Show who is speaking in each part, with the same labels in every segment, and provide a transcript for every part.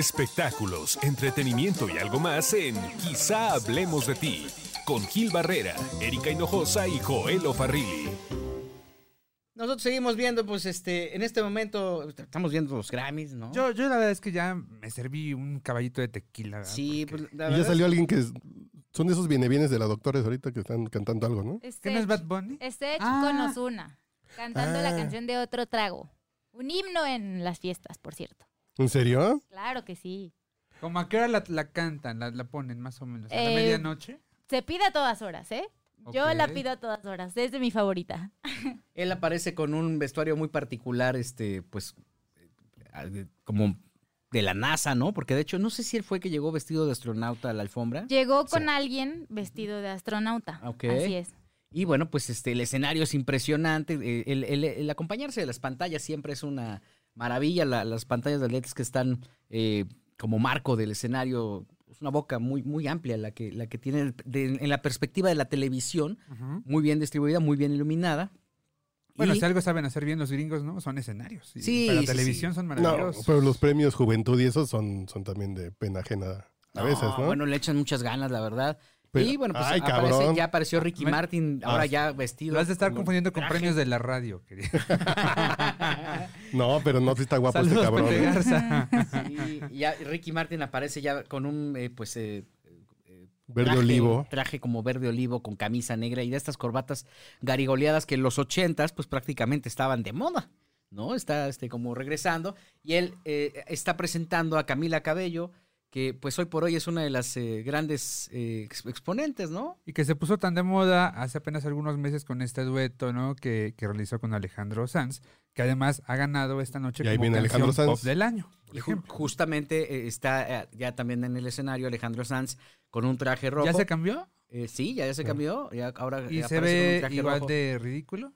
Speaker 1: Espectáculos, entretenimiento y algo más en Quizá hablemos de ti con Gil Barrera, Erika Hinojosa y Joel Farrilli.
Speaker 2: Nosotros seguimos viendo, pues, este, en este momento estamos viendo los Grammys, ¿no?
Speaker 3: Yo, yo la verdad es que ya me serví un caballito de tequila. ¿verdad?
Speaker 2: sí,
Speaker 3: Porque-
Speaker 2: pues, la
Speaker 4: Y ya
Speaker 2: verdad
Speaker 4: salió alguien que es- son de esos bienevienes de la doctores ahorita que están cantando algo, ¿no?
Speaker 3: ¿Qué no es Bad Bunny?
Speaker 5: Este
Speaker 3: Ah.
Speaker 5: con Ozuna, cantando la
Speaker 4: Ah.
Speaker 5: canción de Otro Trago. Un himno en las fiestas, por cierto.
Speaker 4: ¿En serio?
Speaker 5: Claro que sí.
Speaker 3: Como a qué hora la, la cantan, la, la ponen más o menos. ¿A la
Speaker 5: Eh,
Speaker 3: medianoche?
Speaker 5: Se pide a todas horas, ¿eh? Yo la
Speaker 3: Ok.
Speaker 5: pido a todas horas, es de mi favorita.
Speaker 2: él aparece con un vestuario muy particular, este, pues, eh, como de la NASA, ¿no? Porque de hecho, no sé si él fue que llegó vestido de astronauta a la alfombra.
Speaker 5: Llegó con alguien vestido de astronauta.
Speaker 2: Ok.
Speaker 5: Así es.
Speaker 2: Y bueno, pues este, el escenario es impresionante. eh, El, el- el acompañarse de las pantallas siempre es una maravilla. la- las pantallas de LEDs que están eh, como marco del escenario. Es una boca muy, muy amplia la que, la que tiene el- de- en la perspectiva de la televisión.
Speaker 3: Ujú.
Speaker 2: Muy bien distribuida, muy bien iluminada.
Speaker 3: Bueno,
Speaker 2: Y-
Speaker 3: si algo saben hacer bien los gringos, ¿no? Son escenarios. Y
Speaker 2: Sí,
Speaker 3: Para
Speaker 2: sí,
Speaker 3: televisión son
Speaker 4: No,
Speaker 3: maravillosos.
Speaker 4: pero los premios Juventud y esos son, son también de pena ajena a veces, ¿no?
Speaker 2: Bueno, le echan muchas ganas, la verdad.
Speaker 4: Pero-
Speaker 2: y bueno, pues
Speaker 4: ay,
Speaker 2: aparece-
Speaker 4: cabrón.
Speaker 2: ya apareció Ricky
Speaker 3: Me-
Speaker 2: Martin, ahora
Speaker 4: Ah,
Speaker 2: ya vestido.
Speaker 3: Lo has de estar
Speaker 2: como-
Speaker 3: confundiendo con premios de la radio, querido.
Speaker 4: No, pero no, sí está guapo este
Speaker 3: Saludos,
Speaker 4: cabrón.
Speaker 3: Pepe
Speaker 4: ¿eh?
Speaker 3: Garza.
Speaker 2: Sí, y ya Ricky Martin aparece ya con un, eh, pues, eh,
Speaker 4: Verde
Speaker 2: traje-
Speaker 4: olivo.
Speaker 2: Traje como verde olivo con camisa negra y de estas corbatas garigoleadas que en los ochentas pues prácticamente estaban de moda, ¿no? Está este, como regresando y él eh, está presentando a Camila Cabello, que pues hoy por hoy es una de las eh, grandes eh, ex- exponentes, ¿no?
Speaker 3: Y que se puso tan de moda hace apenas algunos meses con este dueto, ¿no? Que, que realizó con Alejandro Sanz, que además ha ganado esta noche
Speaker 4: Y ahí
Speaker 3: como
Speaker 4: viene
Speaker 3: canción
Speaker 4: Alejandro Sanz.
Speaker 3: pop del año. por
Speaker 2: Y ju-
Speaker 3: ejemplo.
Speaker 2: justamente eh, está eh, ya también en el escenario Alejandro Sanz con un traje rojo.
Speaker 3: ¿Ya se cambió?
Speaker 2: Eh, sí, ya, ya se cambió. Ya ahora
Speaker 3: Y
Speaker 2: eh,
Speaker 3: se
Speaker 2: aparece con un
Speaker 3: ve
Speaker 2: traje
Speaker 3: igual
Speaker 2: rojo.
Speaker 3: de ridículo.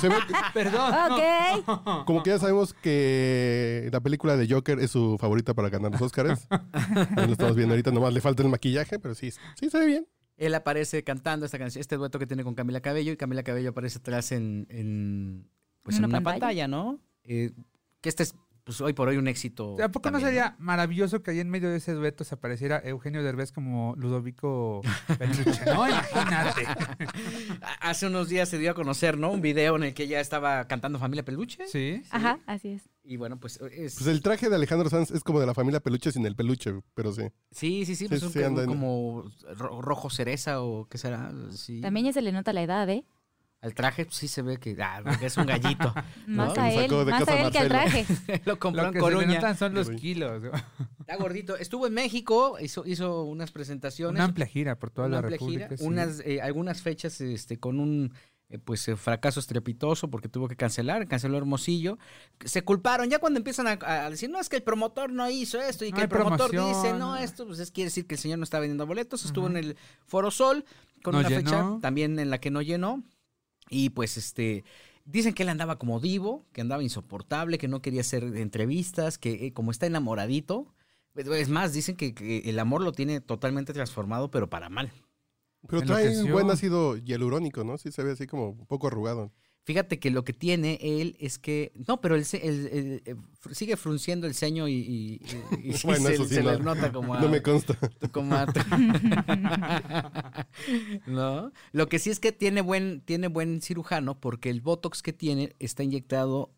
Speaker 4: Se ve-
Speaker 3: Perdón.
Speaker 5: ok.
Speaker 4: como que ya sabemos que la película de Joker es su favorita para ganar los Oscars. Ahí lo estamos viendo ahorita, nomás le falta el maquillaje, pero sí, sí se ve bien.
Speaker 2: Él aparece cantando esta canción, este dueto que tiene con Camila Cabello, y Camila Cabello aparece atrás en, en, pues, en
Speaker 5: ¿En
Speaker 2: una
Speaker 5: una
Speaker 2: pantalla,
Speaker 5: pantalla?
Speaker 2: ¿no? Eh, que este es, pues hoy por hoy un éxito.
Speaker 3: ¿A poco no
Speaker 2: también,
Speaker 3: sería maravilloso que ahí en medio de ese dueto se apareciera Eugenio Derbez como Ludovico Peluche? No, imagínate.
Speaker 2: A- Hace unos días se dio a conocer, ¿no? Un video en el que ella estaba cantando Familia Peluche.
Speaker 3: Sí. eh,
Speaker 2: Ah,
Speaker 5: Ajá, así es.
Speaker 2: Y bueno, pues es.
Speaker 4: Pues el traje de Alejandro Sanz es como de la familia peluche sin el peluche, pero sí.
Speaker 2: sí, sí, sí, pues
Speaker 4: sí,
Speaker 2: un-
Speaker 4: sí, anda
Speaker 2: un
Speaker 4: en-
Speaker 2: como ro- rojo cereza o qué será. Sí.
Speaker 5: También ya se le nota la edad, ¿eh?
Speaker 2: Al traje pues, sí se ve que ah, que es un gallito.
Speaker 5: Más
Speaker 4: que
Speaker 5: a
Speaker 4: lo sacó
Speaker 5: él,
Speaker 4: de
Speaker 5: más
Speaker 4: casa
Speaker 5: a él que al
Speaker 4: Marcelo.
Speaker 5: traje.
Speaker 2: Lo compró
Speaker 3: Lo
Speaker 2: en
Speaker 3: que se le
Speaker 2: Coruña.
Speaker 3: notan son los
Speaker 4: Coruña.
Speaker 3: kilos. ¿no?
Speaker 2: Está gordito. Estuvo en México, hizo, hizo unas presentaciones.
Speaker 3: Una amplia gira por toda
Speaker 2: una
Speaker 3: la
Speaker 2: amplia
Speaker 3: República.
Speaker 2: gira,
Speaker 3: sí.
Speaker 2: unas, eh, algunas fechas este, con un eh, pues eh, fracaso estrepitoso porque tuvo que cancelar, canceló Hermosillo. Se culparon, ya cuando empiezan a, a decir, no, es que el promotor no hizo esto y
Speaker 3: No
Speaker 2: que
Speaker 3: hay
Speaker 2: el promotor
Speaker 3: promoción,
Speaker 2: dice, no,
Speaker 3: no".
Speaker 2: esto, pues es, quiere decir que el señor no está vendiendo boletos. Estuvo en el Foro Sol con
Speaker 3: No
Speaker 2: una fecha
Speaker 3: llenó.
Speaker 2: también en la que no llenó. Y pues este, dicen que él andaba como divo, que andaba insoportable, que no quería hacer entrevistas, que eh, como está enamoradito. pues, Es más, dicen que- que el amor lo tiene totalmente transformado, pero para mal.
Speaker 4: Pero trae un
Speaker 3: Enloqueció.
Speaker 4: buen ácido hialurónico, ¿no? Sí se ve así como un poco arrugado.
Speaker 2: Fíjate que lo que tiene él es que. No, pero él, se- él- él, eh, fr- sigue frunciendo el ceño y, y- y- y
Speaker 4: Bueno,
Speaker 2: se,
Speaker 4: eso sí,
Speaker 2: se
Speaker 4: no.
Speaker 2: le nota como a.
Speaker 4: No me consta.
Speaker 2: como a- ¿No? Lo que sí es que tiene buen, tiene buen cirujano porque el botox que tiene está inyectado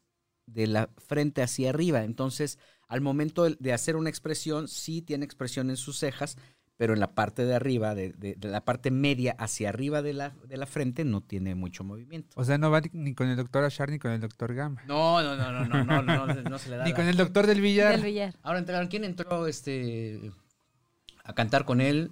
Speaker 2: de la frente hacia arriba. Entonces, al momento de- de hacer una expresión, sí tiene expresión en sus cejas, pero en la parte de arriba, de, de- de la parte media hacia arriba de la, de la frente, no tiene mucho movimiento.
Speaker 3: O sea, no va ni con el doctor Ashar ni con el doctor Gama.
Speaker 2: No, no, no, no, no, no, no, no, no se le da.
Speaker 3: Ni
Speaker 2: la-
Speaker 3: con el doctor del Villar.
Speaker 5: Del billar.
Speaker 2: Ahora entraron, ¿quién entró este a cantar con él?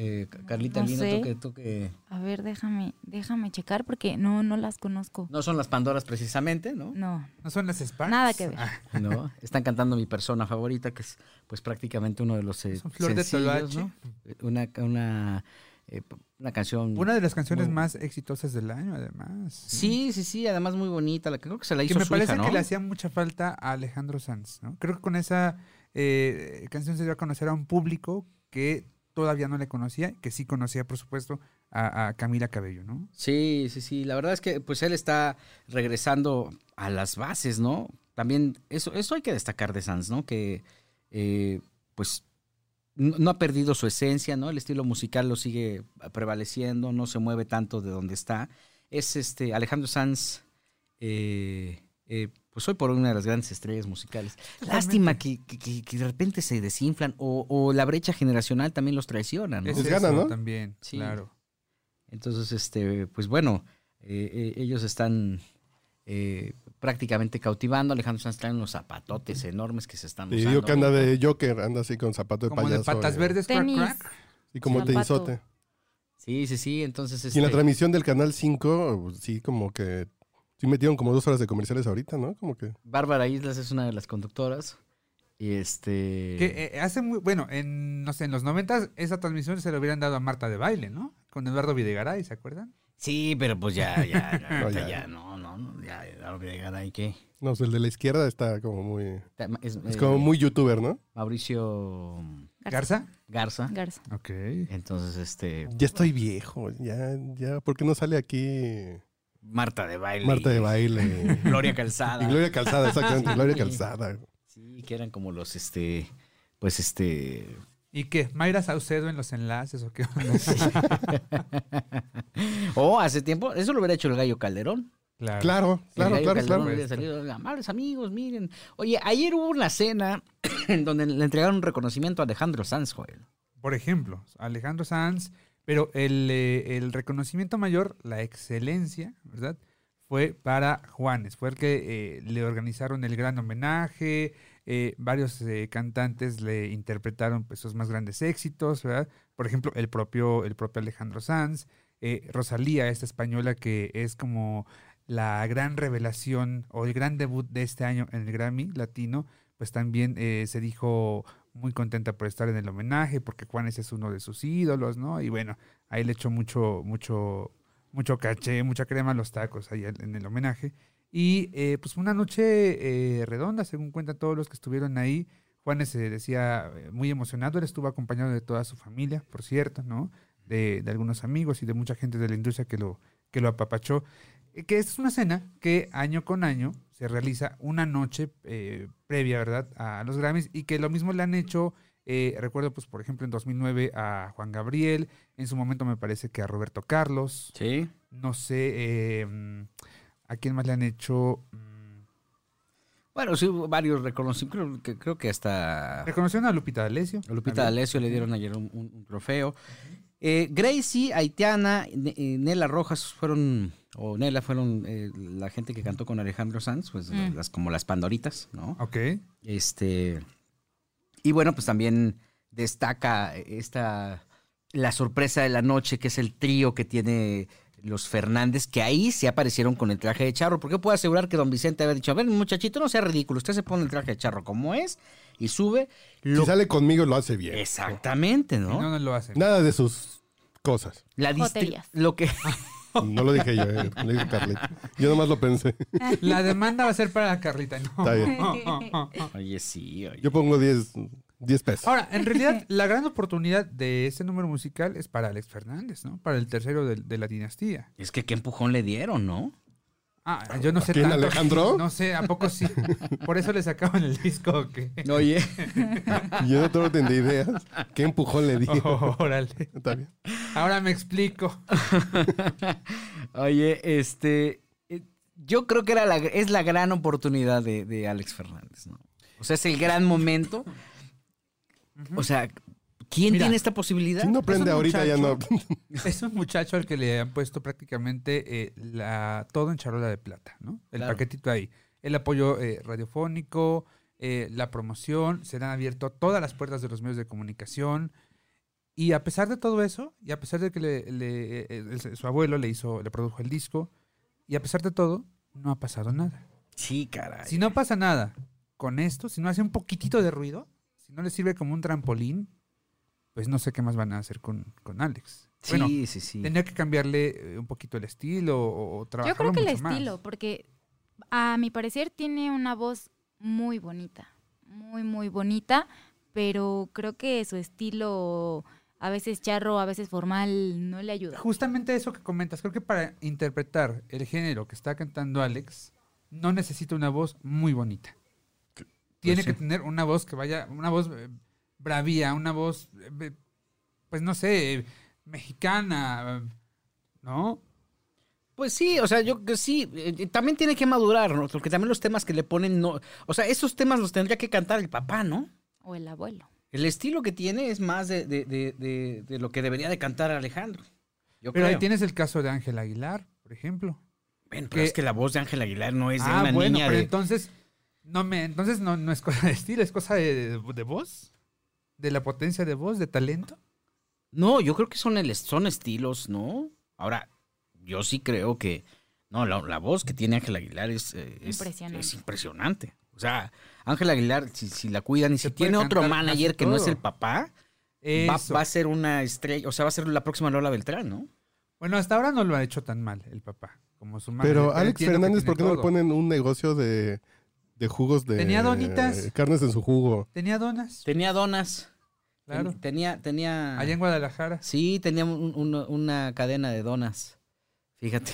Speaker 2: Eh, Ca- Carlita
Speaker 5: No
Speaker 2: Lino,
Speaker 5: sé.
Speaker 2: tú que, tú que-
Speaker 5: A ver, déjame, déjame checar porque no, no las conozco.
Speaker 2: No son las Pandoras precisamente, ¿no?
Speaker 5: No,
Speaker 3: No son las Sparks. Ah,
Speaker 5: nada que ver.
Speaker 2: No. Están cantando mi persona favorita, que es pues prácticamente uno de los eh,
Speaker 3: Son Flor de
Speaker 2: sencillos,
Speaker 3: Toloache.
Speaker 2: ¿no? Una, una, eh, una canción.
Speaker 3: Una de las canciones
Speaker 2: Muy-
Speaker 3: más exitosas del año, además.
Speaker 2: Sí, sí, sí, además muy bonita. La que creo que se la
Speaker 3: Que
Speaker 2: hizo
Speaker 3: me
Speaker 2: su
Speaker 3: parece
Speaker 2: hija, ¿no?
Speaker 3: que le hacía mucha falta a Alejandro Sanz, ¿no? Creo que con esa eh, canción se dio a conocer a un público que todavía no le conocía, que sí conocía, por supuesto, a, a Camila Cabello, ¿no?
Speaker 2: Sí, sí, sí. La verdad es que pues él está regresando a las bases, ¿no? también eso, eso hay que destacar de Sanz, ¿no? Que eh, pues no, no ha perdido su esencia, ¿no? El estilo musical lo sigue prevaleciendo, no se mueve tanto de donde está. Es este Alejandro Sanz, eh, eh, pues hoy por hoy una de las grandes estrellas musicales. Lástima que, que- que de repente se desinflan o, o la brecha generacional también los traiciona, ¿no?
Speaker 3: Es
Speaker 4: Les
Speaker 3: eso
Speaker 4: gana, ¿no?
Speaker 3: También,
Speaker 2: Sí.
Speaker 3: claro.
Speaker 2: Entonces, este, pues bueno, eh, eh, ellos están eh, prácticamente cautivando. Alejandro Sanz trae unos zapatotes enormes que se están
Speaker 4: Y
Speaker 2: usando.
Speaker 4: digo que anda de Joker, anda así con zapato de
Speaker 3: Como
Speaker 4: payaso.
Speaker 3: de patas
Speaker 4: eh,
Speaker 3: verdes, crack,
Speaker 5: Tenis.
Speaker 3: crack.
Speaker 4: Y como
Speaker 5: Zapato.
Speaker 4: tenisote.
Speaker 2: Sí, sí, sí. Entonces,
Speaker 4: Y en la
Speaker 2: este,
Speaker 4: transmisión del Canal 5, pues, sí, como que... Sí metieron como dos horas de comerciales ahorita, ¿no? Como que...
Speaker 2: Bárbara Islas es una de las conductoras. Y este.
Speaker 3: Que eh, hace muy, bueno, en, no sé, en los noventas esa transmisión se la hubieran dado a Marta de Baile, ¿no? Con Eduardo Videgaray, ¿se acuerdan?
Speaker 2: Sí, pero pues ya, ya, ya,
Speaker 4: No,
Speaker 2: ahorita
Speaker 4: ya.
Speaker 2: ya, no, no, no, ya, ya lo voy a llegar ahí que.
Speaker 4: No, pues el de la izquierda está como muy...
Speaker 2: Es,
Speaker 4: Es
Speaker 2: eh,
Speaker 4: como muy youtuber, ¿no?
Speaker 2: Mauricio
Speaker 3: Garza.
Speaker 2: Garza.
Speaker 5: Garza.
Speaker 3: Ok.
Speaker 2: Entonces, este.
Speaker 4: Ya estoy viejo, ya, ya. ¿Por qué no sale aquí
Speaker 2: Marta de baile.
Speaker 4: Marta de Baile?
Speaker 2: Gloria
Speaker 4: Y
Speaker 2: Calzada.
Speaker 4: Gloria Calzada, exactamente.
Speaker 2: Sí.
Speaker 4: Gloria Calzada.
Speaker 2: Sí, que eran como los, este, pues este,
Speaker 3: ¿Y qué? ¿Mayra Saucedo en los enlaces o qué?
Speaker 2: oh, hace tiempo, eso lo hubiera hecho el Gallo Calderón.
Speaker 3: claro.
Speaker 4: Claro, claro,
Speaker 2: el Gallo
Speaker 4: claro,
Speaker 2: Calderón
Speaker 4: claro.
Speaker 2: hubiera salido, "Oigan, amables amigos, miren. Oye, ayer hubo una cena en donde le entregaron un reconocimiento a Alejandro Sanz, Joel.
Speaker 3: Por ejemplo, Alejandro Sanz, pero el, eh, el reconocimiento mayor, la excelencia, ¿verdad? Fue para Juanes, fue el que eh, le organizaron el gran homenaje, eh, varios eh, cantantes le interpretaron pues, sus más grandes éxitos, ¿verdad? Por ejemplo, el propio, el propio Alejandro Sanz, eh, Rosalía, esta española que es como la gran revelación o el gran debut de este año en el Grammy latino, pues también eh, se dijo muy contenta por estar en el homenaje, porque Juanes es uno de sus ídolos, ¿no? Y bueno, ahí le echó mucho, mucho, mucho caché, mucha crema a los tacos ahí en el homenaje. Y eh, pues una noche eh, redonda, según cuentan todos los que estuvieron ahí. Juanes se decía eh, muy emocionado, él estuvo acompañado de toda su familia, por cierto, ¿no? De, de algunos amigos y de mucha gente de la industria que lo, que lo apapachó. Eh, Que esta es una cena que año con año se realiza una noche eh, previa, ¿verdad? A los Grammys y que lo mismo le han hecho, eh, recuerdo, pues, por ejemplo, en 2009 a Juan Gabriel, en su momento me parece que a Roberto Carlos,
Speaker 2: Sí.
Speaker 3: no sé eh, mm, a quién más le han hecho. Mm,
Speaker 2: Bueno, sí hubo varios reconocimientos, creo que, creo que hasta a
Speaker 3: Reconocieron a Lupita D'Alessio. También.
Speaker 2: Lupita D'Alessio le dieron ayer un, un- un trofeo. Eh, Gracie, Haitiana, Ne- eh, Nela Rojas fueron, o Nela fueron eh, la gente que cantó con Alejandro Sanz, pues
Speaker 5: Mm.
Speaker 2: las, como las pandoritas, ¿no?
Speaker 3: Ok.
Speaker 2: Este. Y bueno, pues también destaca esta. La sorpresa de la noche, que es el trío que tiene los Fernández, que ahí se aparecieron con el traje de charro. Porque puedo asegurar que don Vicente había dicho: A ver, muchachito, no sea ridículo. Usted se pone el traje de charro como es y sube. Lo... Este.
Speaker 4: Si sale conmigo, lo hace bien.
Speaker 2: Exactamente,
Speaker 3: Y
Speaker 2: ¿no?
Speaker 3: No, no lo hacen.
Speaker 4: Nada de sus cosas.
Speaker 2: La distri-
Speaker 5: Joterías.
Speaker 2: Lo que.
Speaker 4: No lo dije yo, eh, lo dijo Carlita. Yo nomás lo pensé.
Speaker 3: La demanda va a ser para Carlita, ¿no?
Speaker 4: Está bien.
Speaker 2: Oye, sí, oye.
Speaker 4: Yo pongo 10, 10 pesos.
Speaker 3: Ahora, en realidad, la gran oportunidad de este número musical es para Alex Fernández, ¿no? Para el tercero de, de la dinastía.
Speaker 2: Es que qué empujón le dieron, ¿no?
Speaker 3: Ah, yo no sé
Speaker 4: ¿Quién,
Speaker 3: tanto.
Speaker 4: Alejandro?
Speaker 3: No sé, ¿a poco sí? Por eso le sacaban el disco, ¿o qué?
Speaker 2: Oye.
Speaker 4: Yo no tengo ni ideas. ¿Qué empujón le di?
Speaker 3: órale.
Speaker 4: Está bien.
Speaker 3: Ahora me explico.
Speaker 2: Oye, este, eh, yo creo que era la, es la gran oportunidad de, de Alex Fernández, ¿no? O sea, es el gran momento. O sea, ¿quién
Speaker 3: Mira,
Speaker 2: tiene esta posibilidad?
Speaker 4: Si no
Speaker 3: Es
Speaker 4: prende
Speaker 3: un
Speaker 4: ahorita, ya no.
Speaker 3: Es un muchacho al que le han puesto prácticamente eh, la, todo en charola de plata, ¿no? El
Speaker 2: Claro.
Speaker 3: paquetito ahí. El apoyo eh, radiofónico, eh, la promoción, se le han abierto todas las puertas de los medios de comunicación. Y a pesar de todo eso, y a pesar de que le- le- eh, eh, su abuelo le hizo, le produjo el disco, y a pesar de todo, no ha pasado nada.
Speaker 2: Sí, caray.
Speaker 3: Si no pasa nada con esto, si no hace un poquitito de ruido, si no le sirve como un trampolín, pues no sé qué más van a hacer con, con Alex.
Speaker 2: sí,
Speaker 3: Bueno,
Speaker 2: sí, sí.
Speaker 3: Tendría que cambiarle eh, un poquito el estilo o, o
Speaker 5: Yo
Speaker 3: trabajarlo
Speaker 5: creo que el
Speaker 3: mucho más.
Speaker 5: estilo, porque a mi parecer tiene una voz muy bonita, muy, muy bonita, pero creo que su estilo, a veces charro, a veces formal, no le ayuda.
Speaker 3: Justamente eso que comentas, creo que para interpretar el género que está cantando Alex, no necesita una voz muy bonita. Tiene
Speaker 2: pues sí.
Speaker 3: que tener una voz que vaya, una voz eh, bravía, una voz, eh, pues no sé, eh, mexicana, eh, ¿no?
Speaker 2: Pues sí, o sea, yo que sí, eh, eh, también tiene que madurar, ¿no? Porque también los temas que le ponen, no, o sea, esos temas los tendría que cantar el papá, ¿no?
Speaker 5: O el abuelo.
Speaker 2: El estilo que tiene es más de, de- de- de- de lo que debería de cantar Alejandro. Yo
Speaker 3: Pero ahí
Speaker 2: creo.
Speaker 3: tienes el caso de Ángel Aguilar, por ejemplo.
Speaker 2: Bueno, pero
Speaker 3: que-
Speaker 2: es que la voz de Ángel Aguilar no es de
Speaker 3: ah,
Speaker 2: una
Speaker 3: bueno,
Speaker 2: niña
Speaker 3: pero
Speaker 2: de...
Speaker 3: entonces no me, entonces no, no es cosa de estilo, es cosa de, de- de voz, de la potencia de voz, de talento.
Speaker 2: No, yo creo que son, el- son estilos, ¿no? Ahora, yo sí creo que... No, la, la voz que tiene Ángel Aguilar es, eh, es-
Speaker 5: Impresionante.
Speaker 2: es impresionante. O sea, Ángel Aguilar, si, si la cuidan y si
Speaker 3: Te puede
Speaker 2: tiene otro
Speaker 3: cantar casi
Speaker 2: manager que no es
Speaker 3: todo.
Speaker 2: el papá, va,
Speaker 3: Eso.
Speaker 2: va a ser una estrella, o sea, va a ser la próxima Lola Beltrán, ¿no?
Speaker 3: Bueno, hasta ahora no lo ha hecho tan mal el papá, como su madre.
Speaker 4: Pero Alex
Speaker 3: entiendo que tiene
Speaker 4: Fernández, ¿por qué no le
Speaker 3: todo.
Speaker 4: ponen un negocio de, de jugos de.
Speaker 3: Tenía donitas.
Speaker 4: Carnes en su jugo.
Speaker 3: Tenía donas,
Speaker 2: Tenía donas. ten-
Speaker 3: claro.
Speaker 2: Tenía, tenía...
Speaker 3: Allá en Guadalajara.
Speaker 2: Sí, tenía un- un- una cadena de donas. Fíjate.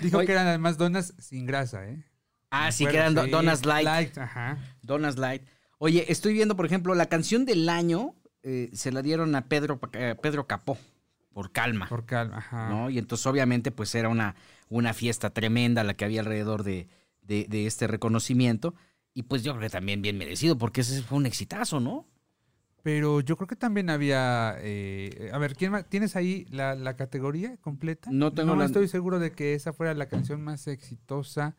Speaker 3: Dijo
Speaker 2: Oye.
Speaker 3: que eran además donas sin grasa, ¿eh?
Speaker 2: Ah, sí, que
Speaker 3: Bueno,
Speaker 2: eran do-
Speaker 3: sí,
Speaker 2: donas light.
Speaker 3: ajá.
Speaker 2: Donas light. Oye, estoy viendo, por ejemplo, la canción del año eh, se la dieron a Pedro, Pa- eh, Pedro Capó, por calma.
Speaker 3: Por calma, ajá.
Speaker 2: ¿no? Y entonces, obviamente, pues era una, una fiesta tremenda la que había alrededor de, de- de este reconocimiento. Y pues yo creo que también bien merecido, porque ese fue un exitazo, ¿no?
Speaker 3: Pero yo creo que también había. eh, a ver, ¿quién más? ¿tienes ahí la, la categoría completa?
Speaker 2: No tengo la-
Speaker 3: estoy seguro de que esa fuera la canción más exitosa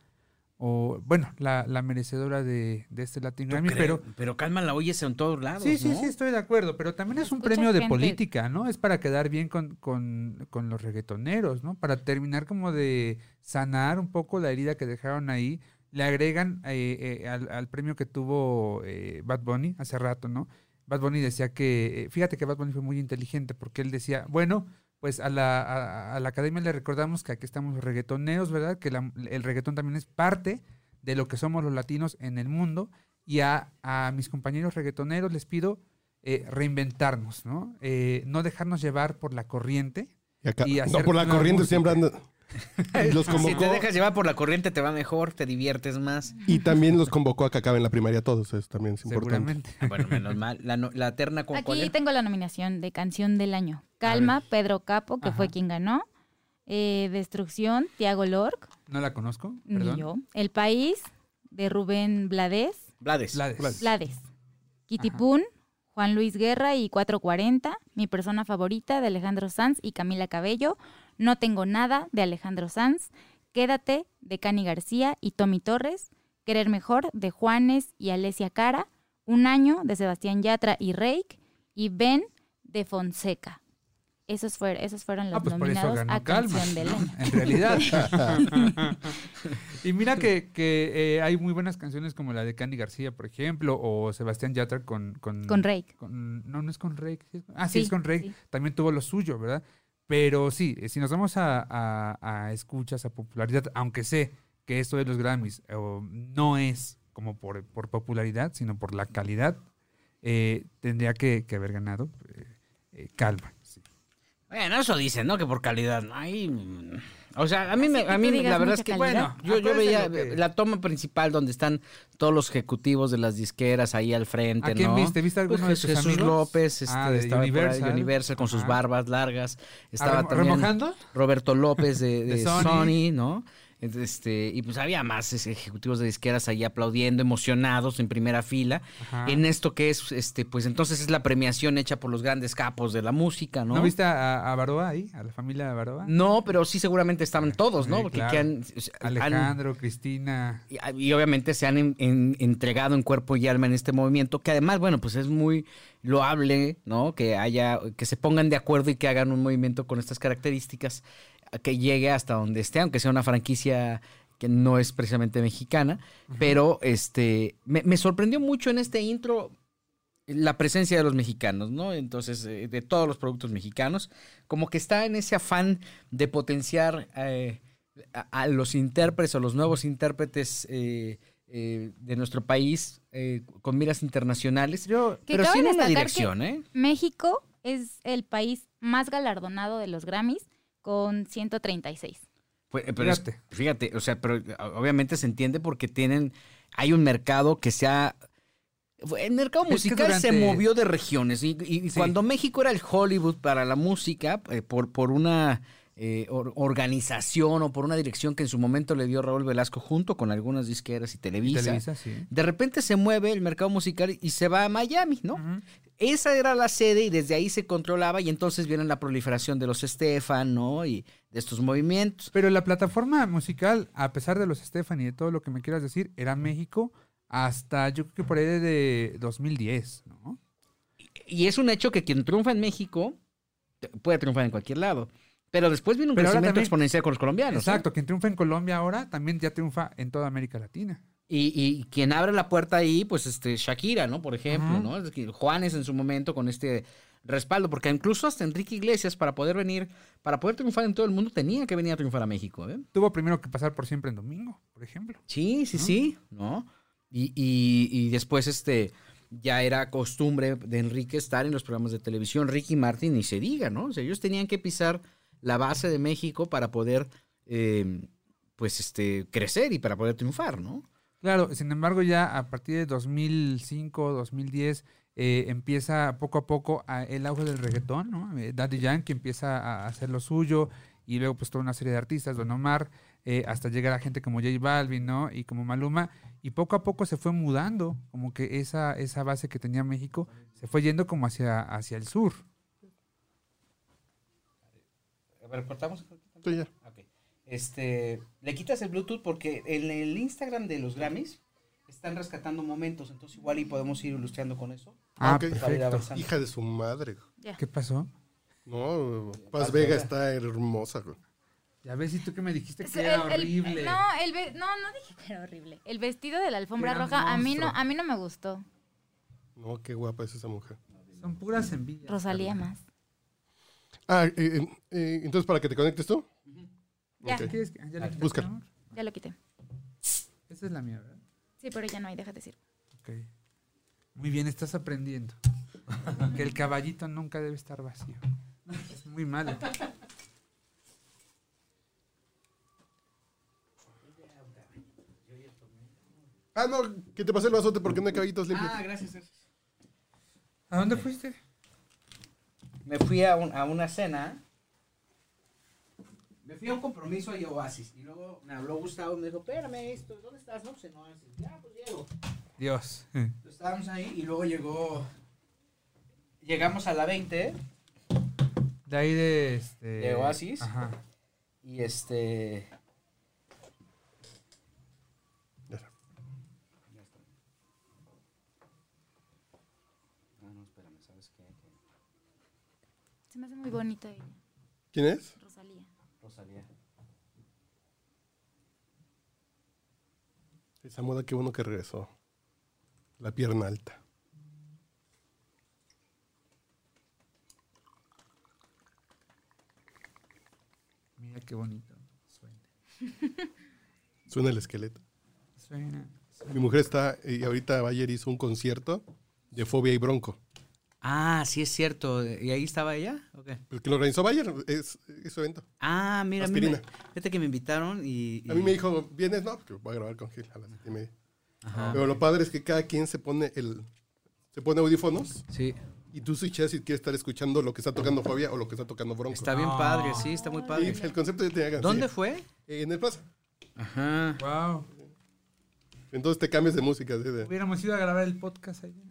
Speaker 3: o, bueno, la, la merecedora de, de este Latin Grammy, pero.
Speaker 2: pero calma la oyes en todos lados.
Speaker 3: Sí, sí,
Speaker 2: ¿no?
Speaker 3: sí, estoy de acuerdo, pero también es un
Speaker 5: Escucha
Speaker 3: premio de
Speaker 5: gente.
Speaker 3: política, ¿no? Es para quedar bien con, con, con los reggaetoneros, ¿no? Para terminar como de sanar un poco la herida que dejaron ahí. Le agregan eh, eh, al, al premio que tuvo eh, Bad Bunny hace rato, ¿no? Bad Bunny decía que, eh, fíjate que Bad Bunny fue muy inteligente porque él decía, bueno, pues a la, a- a la academia le recordamos que aquí estamos los reggaetoneros, ¿verdad? Que la- el reggaetón también es parte de lo que somos los latinos en el mundo. Y a, a mis compañeros reggaetoneros les pido eh, reinventarnos, ¿no? Eh, no dejarnos llevar por la corriente.
Speaker 4: Y acá,
Speaker 3: Y
Speaker 4: no,
Speaker 3: hacer
Speaker 4: por la
Speaker 3: nueva
Speaker 4: corriente
Speaker 3: música.
Speaker 4: siempre anda. Y los
Speaker 2: Si te
Speaker 4: convocó.
Speaker 2: dejas llevar por la corriente te va mejor, te diviertes más.
Speaker 4: Y también los convocó a que acaben la primaria todos. Eso también es importante.
Speaker 3: seguramente.
Speaker 2: Ah, Bueno, menos mal. La, no- la terna con cuál
Speaker 5: Aquí
Speaker 2: era?
Speaker 5: tengo la nominación de canción del año. Calma, Pedro Capo, que
Speaker 3: Ajá.
Speaker 5: fue quien ganó. Eh, Destrucción, Tiago Lorc,
Speaker 3: No la conozco,
Speaker 5: ni
Speaker 3: perdón.
Speaker 5: yo. El País, de Rubén Blades.
Speaker 2: Blades.
Speaker 3: Blades.
Speaker 5: Blades. Kitty
Speaker 3: Ajá.
Speaker 5: Poon, Juan Luis Guerra y 440. Mi persona favorita de Alejandro Sanz y Camila Cabello. No tengo nada de Alejandro Sanz. Quédate de Cani García y Tommy Torres. Querer mejor de Juanes y Alesia Cara. Un año de Sebastián Yatra y Reik. Y Ben de Fonseca. Esos, fueron esos fueron los
Speaker 3: Ah, pues por eso
Speaker 5: nominados
Speaker 3: ganó
Speaker 5: a
Speaker 3: Calma,
Speaker 5: Canción del
Speaker 3: ¿no?
Speaker 5: Año.
Speaker 3: En realidad. y mira que, que, eh, hay muy buenas canciones como la de Candy García, por ejemplo, o Sebastián Yatra con... Con,
Speaker 5: Con Reik.
Speaker 3: con- no, no es con Rake. ah, sí,
Speaker 5: Sí,
Speaker 3: es con Rake.
Speaker 5: sí.
Speaker 3: También tuvo lo suyo, ¿verdad? Pero sí, eh, si nos vamos a, a- a escuchas, a popularidad, aunque sé que esto de los Grammys eh, o, no es como por, por popularidad, sino por la calidad, eh, tendría que, que haber ganado eh, eh, Calma. sí.
Speaker 2: Bueno, eso dicen, ¿no? Que por calidad. no hay- o sea, a mí,
Speaker 5: Así
Speaker 2: me-
Speaker 5: que
Speaker 2: a
Speaker 5: tú
Speaker 2: mí
Speaker 5: digas
Speaker 2: la verdad
Speaker 5: mucha
Speaker 2: es que,
Speaker 5: calidad.
Speaker 2: bueno, yo, yo
Speaker 3: Acuérdense
Speaker 2: veía
Speaker 3: lo que-
Speaker 2: la toma principal donde están todos los ejecutivos de las disqueras ahí al frente,
Speaker 3: ¿A quién
Speaker 2: ¿no?
Speaker 3: viste? ¿Viste
Speaker 2: Pues
Speaker 3: alguno de tus
Speaker 2: Jesús
Speaker 3: amigos?
Speaker 2: López, este,
Speaker 3: Ah, de
Speaker 2: estaba por ahí,
Speaker 3: Universal.
Speaker 2: Universal con sus
Speaker 3: Ajá.
Speaker 2: barbas largas.
Speaker 3: Ah,
Speaker 2: Estaba
Speaker 3: remo-
Speaker 2: también
Speaker 3: ¿Remojando?
Speaker 2: Roberto López de, de
Speaker 3: De
Speaker 2: Sony.
Speaker 3: Sony.
Speaker 2: ¿no? Este, y pues había más es- ejecutivos de disqueras ahí aplaudiendo, emocionados, en primera fila.
Speaker 3: Ajá.
Speaker 2: En esto que es, este, pues entonces es la premiación hecha por los grandes capos de la música, ¿no?
Speaker 3: ¿No, viste a, a Baroa ahí? ¿A la familia de Baroa?
Speaker 2: No, pero sí seguramente estaban todos, ¿no?
Speaker 3: Sí,
Speaker 2: Porque
Speaker 3: claro.
Speaker 2: que han, o sea, han-
Speaker 3: Alejandro, Cristina.
Speaker 2: y, ah, y obviamente se han en- en- entregado en cuerpo y alma en este movimiento, que además, bueno, pues es muy loable, ¿no? Que haya, que se pongan de acuerdo y que hagan un movimiento con estas características a que llegue hasta donde esté, aunque sea una franquicia que no es precisamente mexicana, pero este me, me sorprendió mucho en este intro la presencia de los mexicanos, ¿no? Entonces, eh, de todos los productos mexicanos, como que está en ese afán de potenciar eh, a, a los intérpretes o los nuevos intérpretes eh, eh, de nuestro país eh, con miras internacionales.
Speaker 3: Yo,
Speaker 5: Que
Speaker 2: pero
Speaker 5: cabe
Speaker 2: sí en esta
Speaker 5: destacar que-
Speaker 2: dirección, ¿eh?
Speaker 5: México es el país más galardonado de los Grammys con 136.
Speaker 2: Pues, eh, pero es-
Speaker 3: Fíjate.
Speaker 2: fíjate, o sea, pero eh, obviamente se entiende porque tienen, hay un mercado que se ha... fue- El mercado
Speaker 3: Es que
Speaker 2: musical se
Speaker 3: durante-
Speaker 2: movió de regiones y, y- y
Speaker 3: Sí.
Speaker 2: cuando México era el Hollywood para la música, eh, por, por una eh, or- organización o por una dirección que en su momento le dio Raúl Velasco junto con algunas disqueras y Televisa,
Speaker 3: Televisa, sí.
Speaker 2: de repente se mueve el mercado musical y se va a Miami, ¿no?
Speaker 3: Ujú.
Speaker 2: Esa era la sede y desde ahí se controlaba y entonces viene la proliferación de los Estefan, ¿no? Y de estos movimientos.
Speaker 3: Pero la plataforma musical, a pesar de los Stephanie y de todo lo que me quieras decir, era México hasta yo creo que por ahí de 2010, ¿no?
Speaker 2: Y es un hecho que quien triunfa en México te- puede triunfar en cualquier lado. Pero después viene un
Speaker 3: Pero ahora
Speaker 2: crecimiento
Speaker 3: también-
Speaker 2: exponencial con los colombianos. ¿eh?
Speaker 3: Exacto, quien triunfa en Colombia ahora también ya triunfa en toda América Latina.
Speaker 2: Y, y quien abre la puerta ahí, pues este Shakira, ¿no? Por ejemplo,
Speaker 3: Ajá.
Speaker 2: ¿no? Es decir, Juanes en su momento con este respaldo, porque incluso hasta Enrique Iglesias para poder venir, para poder triunfar en todo el mundo tenía que venir a triunfar a México, ¿eh?
Speaker 3: Tuvo primero que pasar por siempre en domingo, por ejemplo.
Speaker 2: Sí, sí,
Speaker 3: ¿no?
Speaker 2: sí, ¿no? Y, y- y después, este, ya era costumbre de Enrique estar en los programas de televisión, Ricky Martin, y se diga, ¿no? O sea, ellos tenían que pisar la base de México para poder, eh, pues, este, crecer y para poder triunfar, ¿no?
Speaker 3: Claro, sin embargo, ya a partir de 2005, 2010, eh, empieza poco a poco a- el auge del reggaetón, ¿no? Eh, Daddy Yankee empieza a hacer lo suyo y luego pues toda una serie de artistas, Don Omar, eh, hasta llegar a gente como J Balvin, ¿no? Y como Maluma, y poco a poco se fue mudando, como que esa, esa base que tenía México se fue yendo como hacia, hacia el sur.
Speaker 2: A ver, cortamos.
Speaker 4: Sí, ya.
Speaker 2: Ok. Este, le quitas el Bluetooth porque en el Instagram de los Grammys están rescatando momentos, entonces igual y podemos ir ilustrando con eso.
Speaker 3: Ah,
Speaker 4: Ok.
Speaker 2: Para ir
Speaker 3: perfecto.
Speaker 2: avanzando.
Speaker 4: Hija de su madre. güey.
Speaker 5: Ya.
Speaker 3: ¿Qué pasó?
Speaker 4: No,
Speaker 2: Paz
Speaker 4: Paz Vega
Speaker 2: Vega.
Speaker 4: está hermosa, güey.
Speaker 3: Ya ves, y tú que me dijiste
Speaker 5: Es
Speaker 3: que era
Speaker 5: el- el-
Speaker 3: horrible.
Speaker 5: no, el ve- no, no dije que era horrible. El vestido de la alfombra
Speaker 3: Era un
Speaker 5: roja a mí no,
Speaker 3: monstruo.
Speaker 5: a mí no me gustó.
Speaker 4: No, qué guapa es esa mujer.
Speaker 3: Son puras envidias.
Speaker 5: Rosalía
Speaker 3: Carla.
Speaker 5: más.
Speaker 4: Ah, eh, eh, eh, entonces para que te conectes tú.
Speaker 5: Ya.
Speaker 4: Ok.
Speaker 3: ¿Quieres que- ah, ya le quitaste,
Speaker 4: Busca.
Speaker 3: amor?
Speaker 5: Ya lo quité.
Speaker 3: Esa es la mía, ¿verdad?
Speaker 5: Sí, pero ya no hay, déjate decir.
Speaker 3: Ok. Muy bien, estás aprendiendo. que el caballito nunca debe estar vacío. Es muy malo.
Speaker 4: Ah, no, que te pasé el vasote porque no hay caballitos limpios.
Speaker 2: Ah, gracias.
Speaker 3: ¿A dónde fuiste?
Speaker 2: Me fui a, un- a una cena. Me fui a un compromiso ahí a Oasis. Y luego me habló Gustavo y me dijo, espérame esto, ¿dónde estás? No, pues en Oasis. Ya, pues llego.
Speaker 3: Dios.
Speaker 2: Entonces, estábamos ahí y luego llegó... Llegamos a la 20
Speaker 3: De ahí de este.
Speaker 2: ¿De Oasis?
Speaker 3: Ajá.
Speaker 2: y este...
Speaker 4: Ya
Speaker 2: Ah,
Speaker 4: está.
Speaker 2: No, no, espérame, ¿sabes qué? Que
Speaker 5: Se me hace muy bonita ella,
Speaker 4: ¿Quién es?
Speaker 5: Rosalía.
Speaker 2: Rosalía.
Speaker 4: Esa moda que bueno que regresó. La pierna alta.
Speaker 3: Mira qué bonito. Suena.
Speaker 4: Suena el esqueleto.
Speaker 3: Suena.
Speaker 4: Mi mujer está, y ahorita ayer hizo un concierto de Fobia y Bronco.
Speaker 2: Ah, sí es cierto. ¿Y ahí estaba ella? Ok.
Speaker 4: El que lo organizó Bayer es, es su evento.
Speaker 2: Ah, mira, a mí
Speaker 4: Aspirina.
Speaker 2: me- fíjate que me invitaron y...
Speaker 4: A
Speaker 2: y-
Speaker 4: mí me dijo, ¿vienes? No, porque voy a grabar con Gil a las siete y media.
Speaker 2: Ajá.
Speaker 4: Pero lo padre es que cada quien se pone el se pone audífonos
Speaker 2: Sí,
Speaker 4: y tú switchas si quieres estar escuchando lo que está tocando Fobia o lo que está tocando Bronco.
Speaker 2: está bien padre, sí, está muy padre.
Speaker 4: Y el concepto yo tenía ganas.
Speaker 2: ¿Dónde
Speaker 4: Sí.
Speaker 2: fue?
Speaker 4: En el plaza.
Speaker 2: Ajá.
Speaker 3: Wow.
Speaker 4: Entonces te cambias de música. así de-
Speaker 3: Hubiéramos ido a grabar el podcast ahí.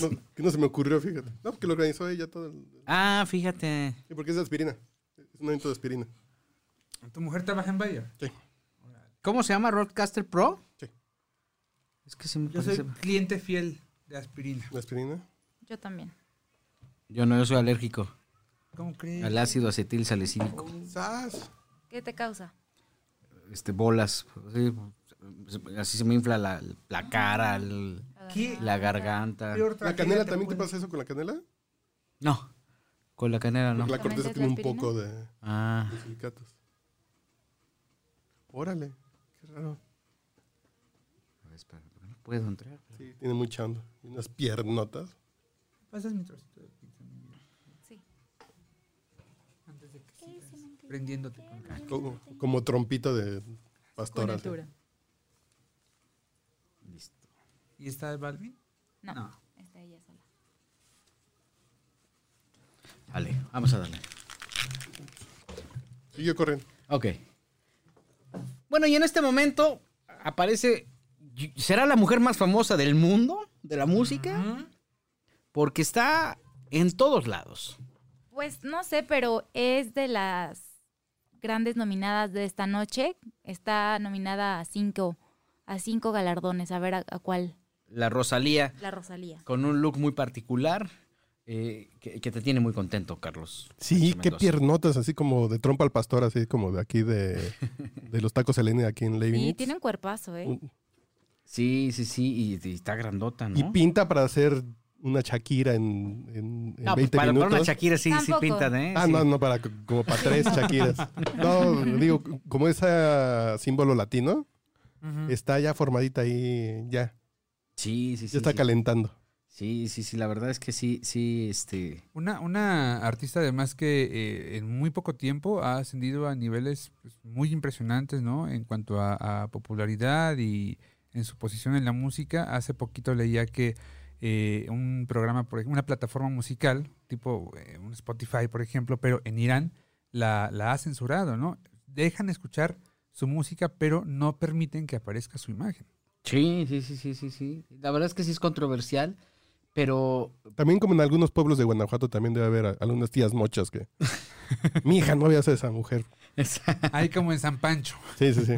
Speaker 4: no, que no se me ocurrió, fíjate. No, porque lo organizó ella todo. el-
Speaker 2: Ah, fíjate.
Speaker 4: sí, porque es de aspirina. Es un evento de aspirina.
Speaker 3: ¿Tu mujer trabaja en Bayer?
Speaker 4: Sí.
Speaker 2: ¿Cómo se llama? ¿Roadcaster Pro?
Speaker 4: Sí.
Speaker 2: Es que se me
Speaker 3: Yo
Speaker 2: parece...
Speaker 3: soy cliente fiel de aspirina.
Speaker 4: ¿La aspirina?
Speaker 5: Yo también.
Speaker 2: Yo no, yo soy alérgico
Speaker 3: ¿Cómo crees?
Speaker 2: al ácido acetil salicílico.
Speaker 4: ¡Sas!
Speaker 5: ¿Qué te causa?
Speaker 2: Este, bolas. Sí, así se me infla la, la cara, el-
Speaker 3: ¿Qué?
Speaker 2: la garganta.
Speaker 3: peor
Speaker 5: Ah,
Speaker 4: ¿La
Speaker 3: tragedia
Speaker 4: canela también te
Speaker 3: puede-
Speaker 4: pasa eso con la canela?
Speaker 2: No, con la canela no.
Speaker 4: Porque la corteza
Speaker 5: ¿También
Speaker 4: tiene un
Speaker 5: es la aspirina?
Speaker 4: poco de,
Speaker 2: Ah,
Speaker 4: de silicatos. Órale, qué raro.
Speaker 2: a ver, espera, ¿por qué no puedo entrar?
Speaker 4: Sí, tiene mucha onda. Y unas piernotas.
Speaker 3: Pasas mi trocito de pizza, mi vida,
Speaker 5: Sí.
Speaker 3: antes de que
Speaker 5: Sí,
Speaker 3: sigas.
Speaker 5: sí me encanta.
Speaker 3: prendiéndote con caca.
Speaker 4: Como, como trompito de
Speaker 5: Con
Speaker 4: pastora.
Speaker 5: altura.
Speaker 2: Listo.
Speaker 3: ¿Y está de Balvin?
Speaker 5: No,
Speaker 3: No.
Speaker 5: está ella sola.
Speaker 2: Vale, vamos a darle.
Speaker 4: sí. Y yo corren.
Speaker 2: Ok. Bueno, y en este momento aparece. ¿Será la mujer más famosa del mundo? ¿De la música? Porque está en todos lados.
Speaker 5: Pues no sé, pero es de las grandes nominadas de esta noche. Está nominada a cinco, a cinco galardones. A ver a, a cuál.
Speaker 2: La Rosalía,
Speaker 5: La Rosalía.
Speaker 2: con un look muy particular, eh, que, que te tiene muy contento, Carlos.
Speaker 4: Sí,
Speaker 2: Mendoza.
Speaker 4: qué piernotas, así como de trompa al pastor, así como de aquí de, de los tacos Elena aquí en Leibniz.
Speaker 5: Y tiene un cuerpazo, ¿eh?
Speaker 4: Un-
Speaker 2: Sí, sí, sí, y, y está grandota, ¿no?
Speaker 4: Y pinta para hacer una Shakira en, en, en
Speaker 2: No, pues
Speaker 4: 20
Speaker 2: para, para
Speaker 4: minutos.
Speaker 2: una Shakira sí, sí
Speaker 5: Tampoco.
Speaker 2: pinta, ¿eh?
Speaker 4: Ah,
Speaker 2: Sí.
Speaker 4: no, no, para, como para tres Shakiras. No, digo, como ese símbolo latino,
Speaker 3: Ujú.
Speaker 4: está ya formadita ahí, ya,
Speaker 2: Sí, sí, sí.
Speaker 4: ya está
Speaker 2: sí.
Speaker 4: calentando.
Speaker 2: Sí, sí, sí, la verdad es que sí, sí, este...
Speaker 3: Una, una artista además que eh, en muy poco tiempo ha ascendido a niveles pues, muy impresionantes, ¿no? En cuanto a, a popularidad y en su posición en la música. Hace poquito leía que eh, un programa, por ej- una plataforma musical, tipo eh, un Spotify, por ejemplo, pero en Irán la, la ha censurado, ¿no? Dejan escuchar su música, pero no permiten que aparezca su imagen.
Speaker 2: Sí, sí, sí, sí, sí, sí. La verdad es que sí es controversial, pero...
Speaker 4: También como en algunos pueblos de Guanajuato también debe haber a- algunas tías mochas que... Mi hija, no veas a esa mujer.
Speaker 3: Ahí como en San Pancho.
Speaker 4: Sí, sí, sí.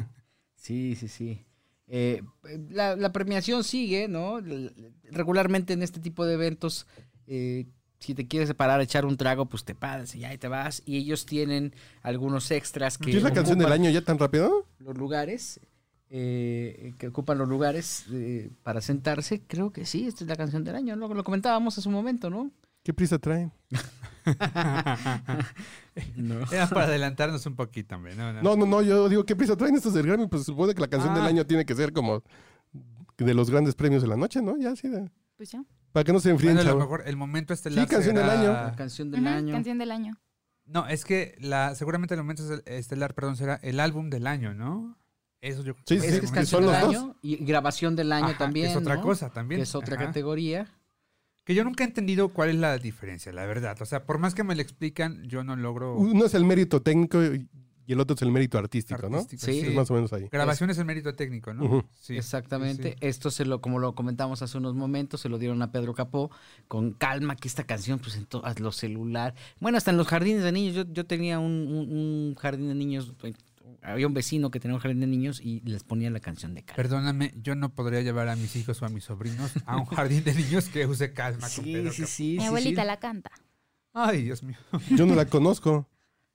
Speaker 2: sí, sí, sí. Eh, la, la premiación sigue, ¿no? L- Regularmente en este tipo de eventos, eh, si te quieres parar a echar un trago, pues te paras y ahí te vas. Y ellos tienen algunos extras que...
Speaker 4: ¿Qué es la canción del
Speaker 2: ocupan-
Speaker 4: año ya tan rápido?
Speaker 2: los lugares, eh, que ocupan los lugares eh, para sentarse, creo que sí, esta es la canción del año, lo, lo comentábamos hace un momento, ¿no?
Speaker 4: ¿Qué prisa traen?
Speaker 2: No.
Speaker 3: Era para adelantarnos un poquito, hombre. No, no.
Speaker 4: No, no, no, yo digo, ¿qué prisa traen estos del Grammy? Pues supone que la canción
Speaker 3: Ah.
Speaker 4: del año tiene que ser como de los grandes premios de la noche, ¿no? Ya así de...
Speaker 5: Pues ya.
Speaker 4: Para que no se enfríen,
Speaker 3: Bueno, a lo
Speaker 4: chavo.
Speaker 3: mejor el momento estelar.
Speaker 4: Sí, canción del
Speaker 3: será-
Speaker 2: La canción del
Speaker 5: Ujú,
Speaker 2: año.
Speaker 5: Canción del año.
Speaker 3: No, es que la, seguramente el momento estel- estelar, perdón, será el álbum del año, ¿no? Eso yo creo
Speaker 4: Sí,
Speaker 3: que
Speaker 4: sí,
Speaker 2: Es,
Speaker 3: el
Speaker 2: es
Speaker 4: sí,
Speaker 3: momento
Speaker 2: canción
Speaker 4: son
Speaker 2: del
Speaker 4: los
Speaker 3: estelar.
Speaker 4: dos.
Speaker 2: año y grabación del año
Speaker 3: Ajá, que
Speaker 2: también.
Speaker 3: Es otra
Speaker 2: ¿no?
Speaker 3: cosa también.
Speaker 2: Que es otra
Speaker 3: Ajá.
Speaker 2: categoría.
Speaker 3: Que yo nunca he entendido cuál es la diferencia, la verdad. O sea, por más que me lo explican, yo no logro.
Speaker 4: Uno es el mérito técnico y y el otro es el mérito artístico,
Speaker 3: artístico,
Speaker 2: Sí.
Speaker 4: ¿no? Es más o menos ahí.
Speaker 3: Grabación es el mérito técnico, ¿no?
Speaker 4: Ujú.
Speaker 3: Sí,
Speaker 2: Exactamente.
Speaker 3: sí,
Speaker 2: Esto se lo, como lo comentamos hace unos momentos, se lo dieron a Pedro Capó con calma que esta canción, pues en to- a los celular. Bueno, hasta en los jardines de niños. Yo, yo tenía un, un- un jardín de niños. pues, Había un vecino que tenía un jardín de niños y les ponía la canción de
Speaker 3: sí.
Speaker 2: calma.
Speaker 3: Perdóname, yo no podría llevar a mis hijos o a mis sobrinos a un jardín de niños que use calma con
Speaker 2: Sí,
Speaker 3: Pedro
Speaker 2: sí,
Speaker 3: Capó.
Speaker 2: sí.
Speaker 5: Mi
Speaker 2: sí,
Speaker 5: abuelita
Speaker 2: sí.
Speaker 5: la canta.
Speaker 3: Ay, Dios mío.
Speaker 4: Yo no la conozco.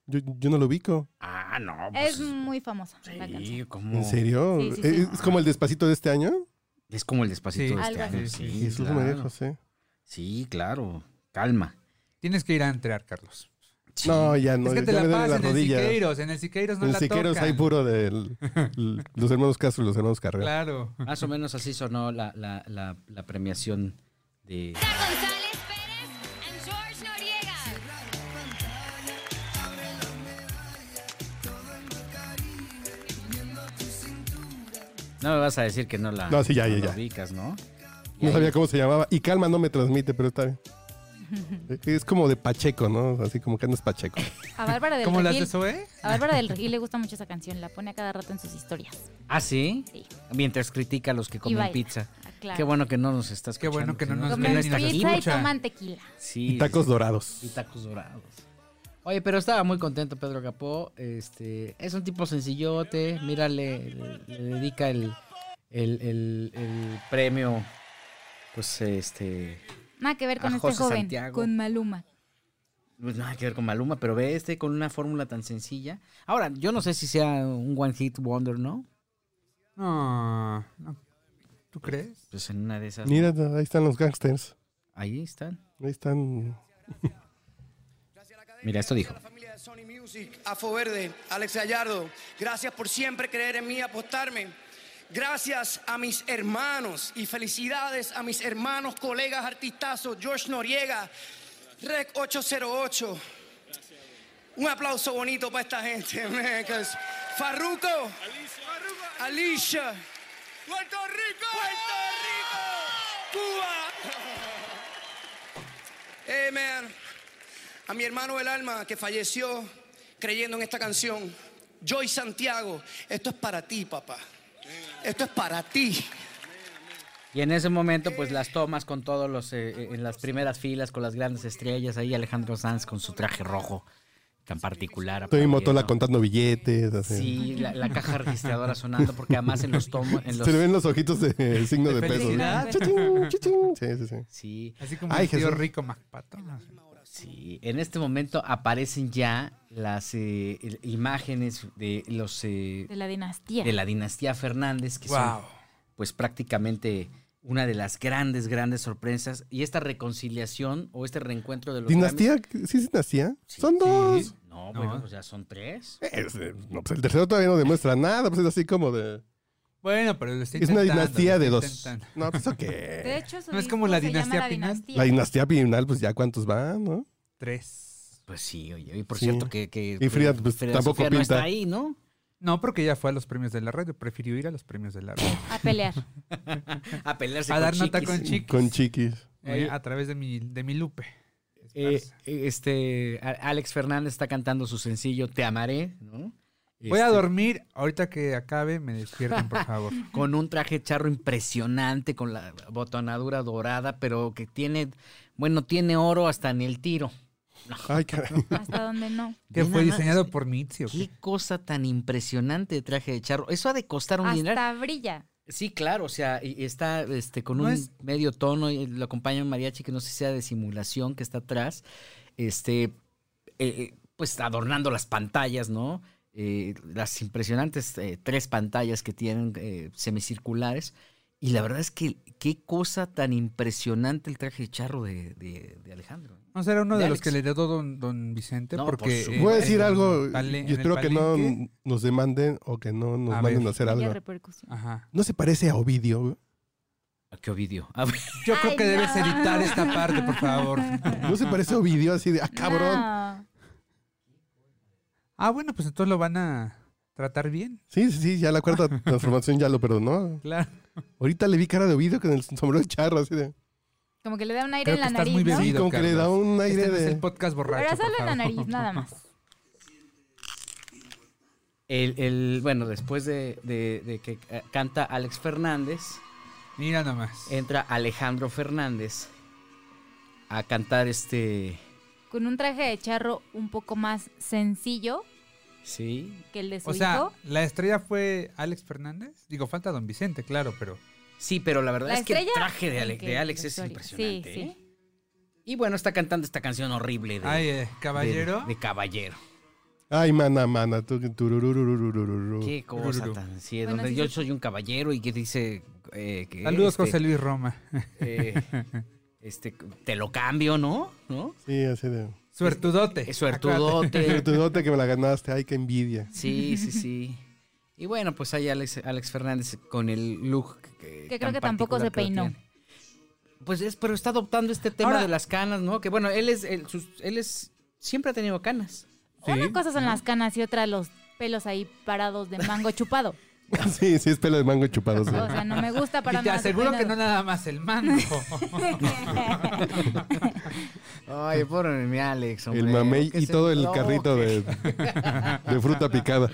Speaker 4: Yo, yo no lo ubico.
Speaker 2: Ah, no.
Speaker 5: Es
Speaker 2: pues,
Speaker 5: muy famosa la canción.
Speaker 2: sí, como-
Speaker 4: ¿En serio?
Speaker 5: Sí, sí, sí.
Speaker 4: ¿Es, es como el despacito de este año?
Speaker 2: Es como el despacito
Speaker 3: Sí,
Speaker 2: de este
Speaker 5: algo
Speaker 2: año.
Speaker 3: así.
Speaker 2: Sí,
Speaker 4: Jesús
Speaker 2: claro.
Speaker 4: María José.
Speaker 2: Sí, claro. Calma.
Speaker 3: Tienes que ir a entrear, Carlos.
Speaker 2: Sí.
Speaker 4: No, ya no.
Speaker 3: es que te la
Speaker 4: ya me duelen
Speaker 3: pasas
Speaker 4: las
Speaker 3: en el
Speaker 4: rodillas.
Speaker 3: Siqueiros. En el Siqueiros no
Speaker 4: en
Speaker 3: la
Speaker 4: Siqueiros
Speaker 3: tocan.
Speaker 4: hay puro de los hermanos Castro y los hermanos Carrera.
Speaker 3: Claro.
Speaker 2: Más o menos así sonó la, la- la- la premiación de...
Speaker 6: González Pérez and George Noriega.
Speaker 2: No me vas a decir que no la,
Speaker 4: No, sí, ya,
Speaker 2: no la
Speaker 4: ya, ya.
Speaker 2: ubicas, ¿no? Y
Speaker 4: No
Speaker 2: ahí-
Speaker 4: sabía cómo se llamaba. Y Calma no me transmite, pero está bien. Es como de Pacheco, ¿no? Así como que andas Pacheco.
Speaker 5: A Bárbara del
Speaker 3: ¿Cómo las de
Speaker 5: Regil.
Speaker 3: Zoe?
Speaker 5: A Bárbara del Regil le gusta mucho esa canción. La pone a cada rato en sus historias.
Speaker 2: ¿Ah, sí?
Speaker 5: Sí.
Speaker 2: Mientras critica a los que comen
Speaker 5: baila.
Speaker 2: pizza.
Speaker 5: Ah, Claro.
Speaker 2: Qué bueno que no nos estás
Speaker 3: Qué bueno que no nos ven
Speaker 5: Comen
Speaker 3: ni
Speaker 5: pizza
Speaker 3: nos
Speaker 5: y
Speaker 3: escuchan.
Speaker 5: toman tequila.
Speaker 2: Sí,
Speaker 4: Y tacos dorados.
Speaker 2: y tacos dorados. Oye, pero estaba muy contento Pedro Capó. Este, es un tipo sencillote. Mira, le, le- le dedica el, el- el- el premio. Pues este.
Speaker 5: Nada que ver con
Speaker 2: A
Speaker 5: este
Speaker 2: José
Speaker 5: joven.
Speaker 2: Santiago.
Speaker 5: Con Maluma.
Speaker 2: Pues nada que ver con Maluma, pero ve este con una fórmula tan sencilla. Ahora, yo no sé si sea un One Hit Wonder, ¿no?
Speaker 3: No, no. ¿Tú crees?
Speaker 2: Pues en una de esas.
Speaker 4: Mira, ahí están los gangsters.
Speaker 2: Ahí están.
Speaker 4: Ahí están.
Speaker 2: Mira, esto dijo.
Speaker 7: A la familia de Sony Music, Afo Verde, Alex Gallardo, gracias por siempre creer en mí y apostarme. Gracias a mis hermanos y felicidades a mis hermanos, colegas, artistazos, George Noriega, Rec 808, Un aplauso bonito para esta gente. man, 'cause Farruko, Alicia, Puerto Rico, Puerto Rico, Cuba. Hey, man. A mi hermano del alma que falleció creyendo en esta canción. Joy Santiago, esto es para ti, papá. Esto es para ti.
Speaker 2: Y en ese momento, pues las tomas con todos los, eh, eh, en las primeras filas, con las grandes estrellas, ahí Alejandro Sanz con su traje rojo tan particular.
Speaker 4: Estoy en Motola
Speaker 2: aplaudiendo.
Speaker 4: contando billetes. Así.
Speaker 2: Sí, la, la caja registradora sonando, porque además en los tomos, en los...
Speaker 4: Se le ven los ojitos de el signo de,
Speaker 3: De
Speaker 4: pesos.
Speaker 3: felicidad.
Speaker 4: Chichín, chichín. Sí, sí, sí.
Speaker 2: Sí,
Speaker 3: Así como
Speaker 4: Ay,
Speaker 3: el tío
Speaker 4: Jesús.
Speaker 3: rico Macpato.
Speaker 2: sí. En este momento aparecen ya las eh, el- imágenes de los... eh,
Speaker 5: de la dinastía.
Speaker 2: de la dinastía Fernández, que son
Speaker 3: Wow.
Speaker 2: pues prácticamente una de las grandes, grandes sorpresas. Y esta reconciliación o este reencuentro de los
Speaker 4: ¿Dinastía? ¿Sí es dinastía?
Speaker 2: Sí.
Speaker 4: Son
Speaker 2: Grammys-
Speaker 4: dos.
Speaker 2: No, bueno,
Speaker 3: No.
Speaker 2: pues ya son tres.
Speaker 4: Es, eh, no, pues el tercero todavía no demuestra nada, pues es así como de...
Speaker 3: Bueno, pero lo está
Speaker 4: Es una
Speaker 3: intentando,
Speaker 4: dinastía
Speaker 3: lo
Speaker 4: de
Speaker 3: está
Speaker 4: dos.
Speaker 3: intentando.
Speaker 4: No, pues ok.
Speaker 5: De hecho, su
Speaker 3: No es
Speaker 5: disco
Speaker 3: como la
Speaker 5: se llama
Speaker 3: dinastía
Speaker 5: La
Speaker 3: Pinal.
Speaker 5: Dinastía.
Speaker 4: La dinastía pirinal, pues ya cuántos van, ¿no?
Speaker 3: Tres.
Speaker 2: Pues sí, oye, y por
Speaker 4: Sí.
Speaker 2: cierto que, que
Speaker 4: Y Frida,
Speaker 2: que
Speaker 4: pues, tampoco
Speaker 2: Sofía no
Speaker 4: pinta.
Speaker 2: está ahí, ¿no?
Speaker 3: No, porque ella fue a los premios de la radio. Prefirió ir a los premios de la radio.
Speaker 5: A pelear.
Speaker 2: A pelearse
Speaker 3: A
Speaker 2: con
Speaker 3: dar nota
Speaker 2: Chiquis.
Speaker 3: con Chiquis.
Speaker 4: Con chiquis.
Speaker 3: Eh, a través de mi, de mi Lupe.
Speaker 2: Eh,
Speaker 3: Esparza.
Speaker 2: eh, este a- Alex Fernández está cantando su sencillo Te amaré, ¿no?
Speaker 3: Voy a
Speaker 2: Este,
Speaker 3: dormir. Ahorita que acabe, me despierten, por favor.
Speaker 2: con un traje charro impresionante, con la botonadura dorada, pero que tiene, bueno, tiene oro hasta en el tiro.
Speaker 4: Ay, caray.
Speaker 5: Hasta donde no.
Speaker 3: Que
Speaker 2: Ve
Speaker 3: fue
Speaker 2: nada más.
Speaker 3: diseñado por Mitzi. ¿o qué?
Speaker 2: Qué cosa tan impresionante de traje de charro. Eso ha de costar un dinero.
Speaker 5: Hasta brilla.
Speaker 2: Sí, claro, o sea, y- y está este, con
Speaker 3: No
Speaker 2: un
Speaker 3: es-
Speaker 2: medio tono y lo acompaña un mariachi que no sé si sea de simulación que está atrás, este, eh, eh, pues adornando las pantallas, ¿no? Eh, las impresionantes eh, tres pantallas que tienen eh, semicirculares. Y la verdad es que qué cosa tan impresionante el traje de charro de, de- de Alejandro. ¿eh?
Speaker 3: No será uno
Speaker 2: De
Speaker 3: de, los
Speaker 2: Alex.
Speaker 3: que le heredó don, don Vicente.
Speaker 2: No, por
Speaker 3: porque
Speaker 2: supuesto.
Speaker 3: eh,
Speaker 4: Voy a
Speaker 3: en
Speaker 4: decir
Speaker 3: el
Speaker 4: algo.
Speaker 3: pale- en
Speaker 4: Yo
Speaker 3: el
Speaker 4: espero que no
Speaker 3: palenque-
Speaker 4: nos demanden o que no nos
Speaker 3: A
Speaker 4: manden
Speaker 3: ver.
Speaker 4: a hacer
Speaker 5: Bella
Speaker 4: algo. mm.
Speaker 5: repercusión.
Speaker 3: Ajá.
Speaker 4: ¿No se parece a Ovidio? güey?
Speaker 2: ¿A Ah, qué Ovidio? A ver,
Speaker 3: Yo creo
Speaker 5: Ay,
Speaker 3: que debes
Speaker 5: no.
Speaker 3: editar esta parte, por favor.
Speaker 4: ¿No se parece a Ovidio así de, ah, cabrón?
Speaker 5: No.
Speaker 3: Ah, bueno, pues entonces lo van a tratar bien.
Speaker 4: Sí, sí, sí, ya la cuarta transformación ya lo perdonó.
Speaker 3: Claro.
Speaker 4: Ahorita le vi cara de Ovidio con el sombrero de charro así de...
Speaker 5: Como que le da un aire
Speaker 3: Creo
Speaker 5: en
Speaker 3: que
Speaker 5: la
Speaker 3: estás
Speaker 5: nariz,
Speaker 3: muy
Speaker 5: ¿no?
Speaker 4: Sí,
Speaker 3: bebido.
Speaker 4: como que le da
Speaker 3: Carlos.
Speaker 4: un aire
Speaker 3: Este no es
Speaker 4: de...
Speaker 3: el podcast borracho.
Speaker 5: Pero solo
Speaker 3: por
Speaker 5: en la
Speaker 3: favor.
Speaker 5: nariz, nada más.
Speaker 2: el, el- bueno, después de, de- de que eh, canta Alex Fernández,
Speaker 3: Mira nomás.
Speaker 2: entra Alejandro Fernández a cantar este
Speaker 5: Con un traje de charro un poco más sencillo
Speaker 2: sí
Speaker 5: que el de su
Speaker 3: O sea,
Speaker 5: hijo.
Speaker 3: la estrella fue Alex Fernández. Digo, falta don Vicente, claro, pero
Speaker 2: sí pero la verdad
Speaker 5: La
Speaker 2: es que el
Speaker 5: estrella
Speaker 2: traje de,
Speaker 5: en
Speaker 2: Ale-
Speaker 5: que-
Speaker 2: de Alex
Speaker 5: la
Speaker 2: es
Speaker 5: historia.
Speaker 2: impresionante
Speaker 5: Sí,
Speaker 2: ¿eh?
Speaker 5: sí.
Speaker 2: y bueno está cantando esta canción horrible de,
Speaker 3: ay,
Speaker 2: de-
Speaker 3: eh, caballero.
Speaker 2: de, caballero
Speaker 4: Ay, mana, mana, tú que turururururururu.
Speaker 2: qué cosa
Speaker 3: Rururu.
Speaker 2: tan sí
Speaker 5: Bueno,
Speaker 2: donde
Speaker 5: sí,
Speaker 2: yo
Speaker 5: sí.
Speaker 2: soy un caballero y que dice eh, que
Speaker 3: Saludos,
Speaker 2: este,
Speaker 3: José Luis Roma.
Speaker 2: eh, este te lo cambio no no
Speaker 4: Sí, así de...
Speaker 3: Suertudote.
Speaker 2: es suertudote
Speaker 4: Suertudote que me la ganaste, ay, qué envidia.
Speaker 2: sí sí sí y bueno pues ahí Alex Alex Fernández con el look que,
Speaker 5: Que
Speaker 2: tan
Speaker 5: creo que tampoco se
Speaker 2: particular que lo
Speaker 5: peinó.
Speaker 2: tiene. Pues es, pero está adoptando este tema
Speaker 3: Ahora-
Speaker 2: de las canas, ¿no? Que bueno, él es, él, sus- él es, siempre ha tenido canas.
Speaker 3: Sí.
Speaker 5: Una cosa son las canas y otra los pelos ahí parados de mango chupado.
Speaker 4: Sí, sí, es pelo de mango chupado.
Speaker 5: O
Speaker 4: Pues sí.
Speaker 5: sea, no me gusta para
Speaker 3: Y te
Speaker 5: nada.
Speaker 3: aseguro que no nada más el mango.
Speaker 2: Ay, pobre mi Alex,
Speaker 4: El mamey y todo el carrito de, de fruta picada.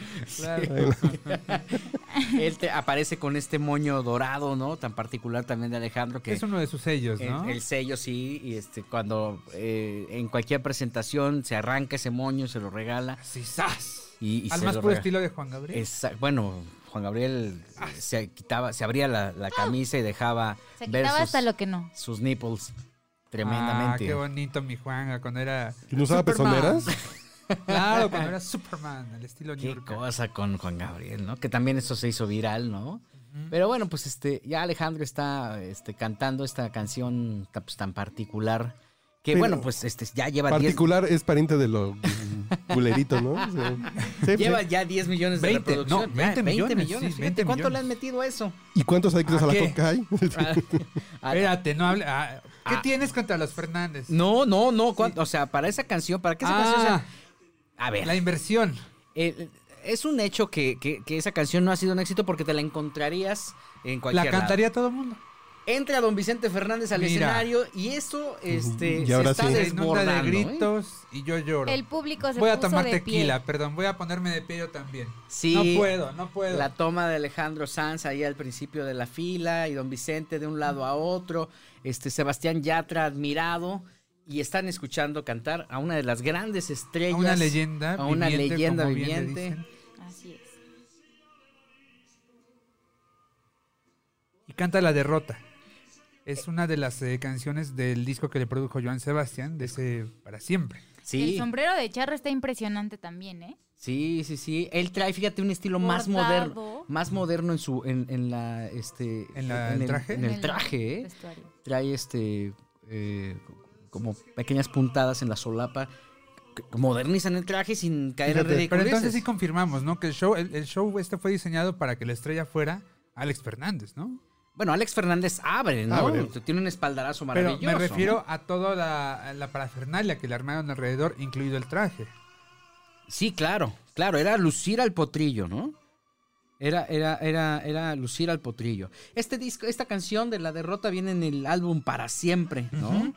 Speaker 2: Él te- aparece con este moño dorado, ¿no? Tan particular también de Alejandro que
Speaker 3: es uno de sus sellos,
Speaker 2: el,
Speaker 3: ¿no?
Speaker 2: el sello sí, y este, cuando eh, en cualquier presentación se arranca ese moño, se lo regala
Speaker 3: Así, ¡zas!
Speaker 2: y, y
Speaker 3: Al
Speaker 2: se
Speaker 3: más
Speaker 2: lo
Speaker 3: puro
Speaker 2: regala.
Speaker 3: estilo de Juan Gabriel. Ah,
Speaker 2: Esa- bueno, Juan Gabriel eh, se quitaba, se abría la, la camisa y dejaba
Speaker 5: Se
Speaker 2: ver
Speaker 5: quitaba
Speaker 2: sus,
Speaker 5: hasta lo que no.
Speaker 2: sus nipples
Speaker 3: Ah, qué
Speaker 2: tremendamente.
Speaker 3: bonito mi Juanga cuando era.
Speaker 4: ¿Y no usaba
Speaker 3: Superman.
Speaker 4: pezoneras?
Speaker 3: Claro, cuando era Superman, al estilo New
Speaker 2: Qué
Speaker 3: Yorker.
Speaker 2: cosa con Juan Gabriel, ¿no? Que también eso se hizo viral, ¿no? Pero bueno, pues este, ya Alejandro está este, cantando esta canción ta- pues, tan particular. Que
Speaker 4: Pero-
Speaker 2: bueno, pues este, ya lleva 10
Speaker 4: Particular es pariente de lo culerito, ¿no? O sea, sí, pues,
Speaker 2: lleva
Speaker 4: sí.
Speaker 2: ya 10 millones de
Speaker 3: 20, no,
Speaker 2: reproducción.
Speaker 3: 20 millones, sí,
Speaker 2: fíjate,
Speaker 3: 20
Speaker 2: ¿Cuánto le
Speaker 3: millones.
Speaker 2: han metido a eso?
Speaker 4: ¿Y cuántos adictos
Speaker 3: ¿A
Speaker 4: a la
Speaker 3: qué?
Speaker 4: coca hay?
Speaker 2: A-
Speaker 3: Espérate, no hable. ah, ¿Qué
Speaker 2: Ah.
Speaker 3: tienes contra los Fernández?
Speaker 2: no, no, no. ¿cuánto? O sea, para esa canción, para que esa canción sea
Speaker 3: Ah,
Speaker 2: A ver.
Speaker 3: La inversión.
Speaker 2: eh, es un hecho que, que- que esa canción no ha sido un éxito porque te la encontrarías en cualquier
Speaker 3: La
Speaker 2: lado.
Speaker 3: cantaría todo el mundo.
Speaker 2: Entra don Vicente Fernández al
Speaker 3: Mira.
Speaker 2: escenario y eso este,
Speaker 4: Y
Speaker 2: se
Speaker 4: ahora
Speaker 2: está
Speaker 4: sí.
Speaker 3: Se inunda
Speaker 2: desbordando.
Speaker 3: de
Speaker 2: ¿eh?
Speaker 3: gritos y yo lloro.
Speaker 5: El público se
Speaker 3: voy a
Speaker 5: puso
Speaker 3: tomar
Speaker 5: de
Speaker 3: tequila,
Speaker 5: pie.
Speaker 3: perdón. Voy a ponerme de pie yo también.
Speaker 2: Sí.
Speaker 3: No puedo, no puedo.
Speaker 2: La toma de Alejandro Sanz ahí al principio de la fila y don Vicente de un lado a otro, este Sebastián Yatra admirado y están escuchando cantar a una de las grandes
Speaker 3: a
Speaker 2: estrellas.
Speaker 3: una leyenda.
Speaker 2: a una
Speaker 3: viviente,
Speaker 2: leyenda
Speaker 3: como bien le
Speaker 2: viviente.
Speaker 3: dicen.
Speaker 5: Así es.
Speaker 3: Y canta La Derrota. Es una de las eh, canciones del disco que le produjo Joan Sebastián, de ese Para Siempre.
Speaker 5: El
Speaker 2: Sí,
Speaker 5: sombrero de charro está impresionante también, ¿eh?
Speaker 2: sí, sí, sí. Él trae, fíjate, un estilo más
Speaker 5: Bordado.
Speaker 2: moderno, más moderno en su, en, en la, este,
Speaker 3: ¿En la- el traje?
Speaker 2: en el traje, ¿eh?
Speaker 5: vestuario.
Speaker 2: trae este eh, como pequeñas puntadas en la solapa. que Modernizan el traje sin caer en
Speaker 4: Fíjate,
Speaker 2: ridiculeces.
Speaker 3: Pero entonces sí confirmamos, ¿no? Que el show, el, el show este fue diseñado para que la estrella fuera Alex Fernández, ¿no?
Speaker 2: Bueno, Alex Fernández abre, ¿no?
Speaker 4: Abre.
Speaker 2: Tiene un espaldarazo
Speaker 3: Pero
Speaker 2: maravilloso.
Speaker 3: me refiero
Speaker 2: ¿no?
Speaker 3: a toda la, a la parafernalia que le armaron alrededor, incluido el traje.
Speaker 2: Sí, claro, claro. Era lucir al potrillo, ¿no? Era, era, era, era lucir al potrillo. Este disco, esta canción de La Derrota viene en el álbum Para Siempre, ¿no?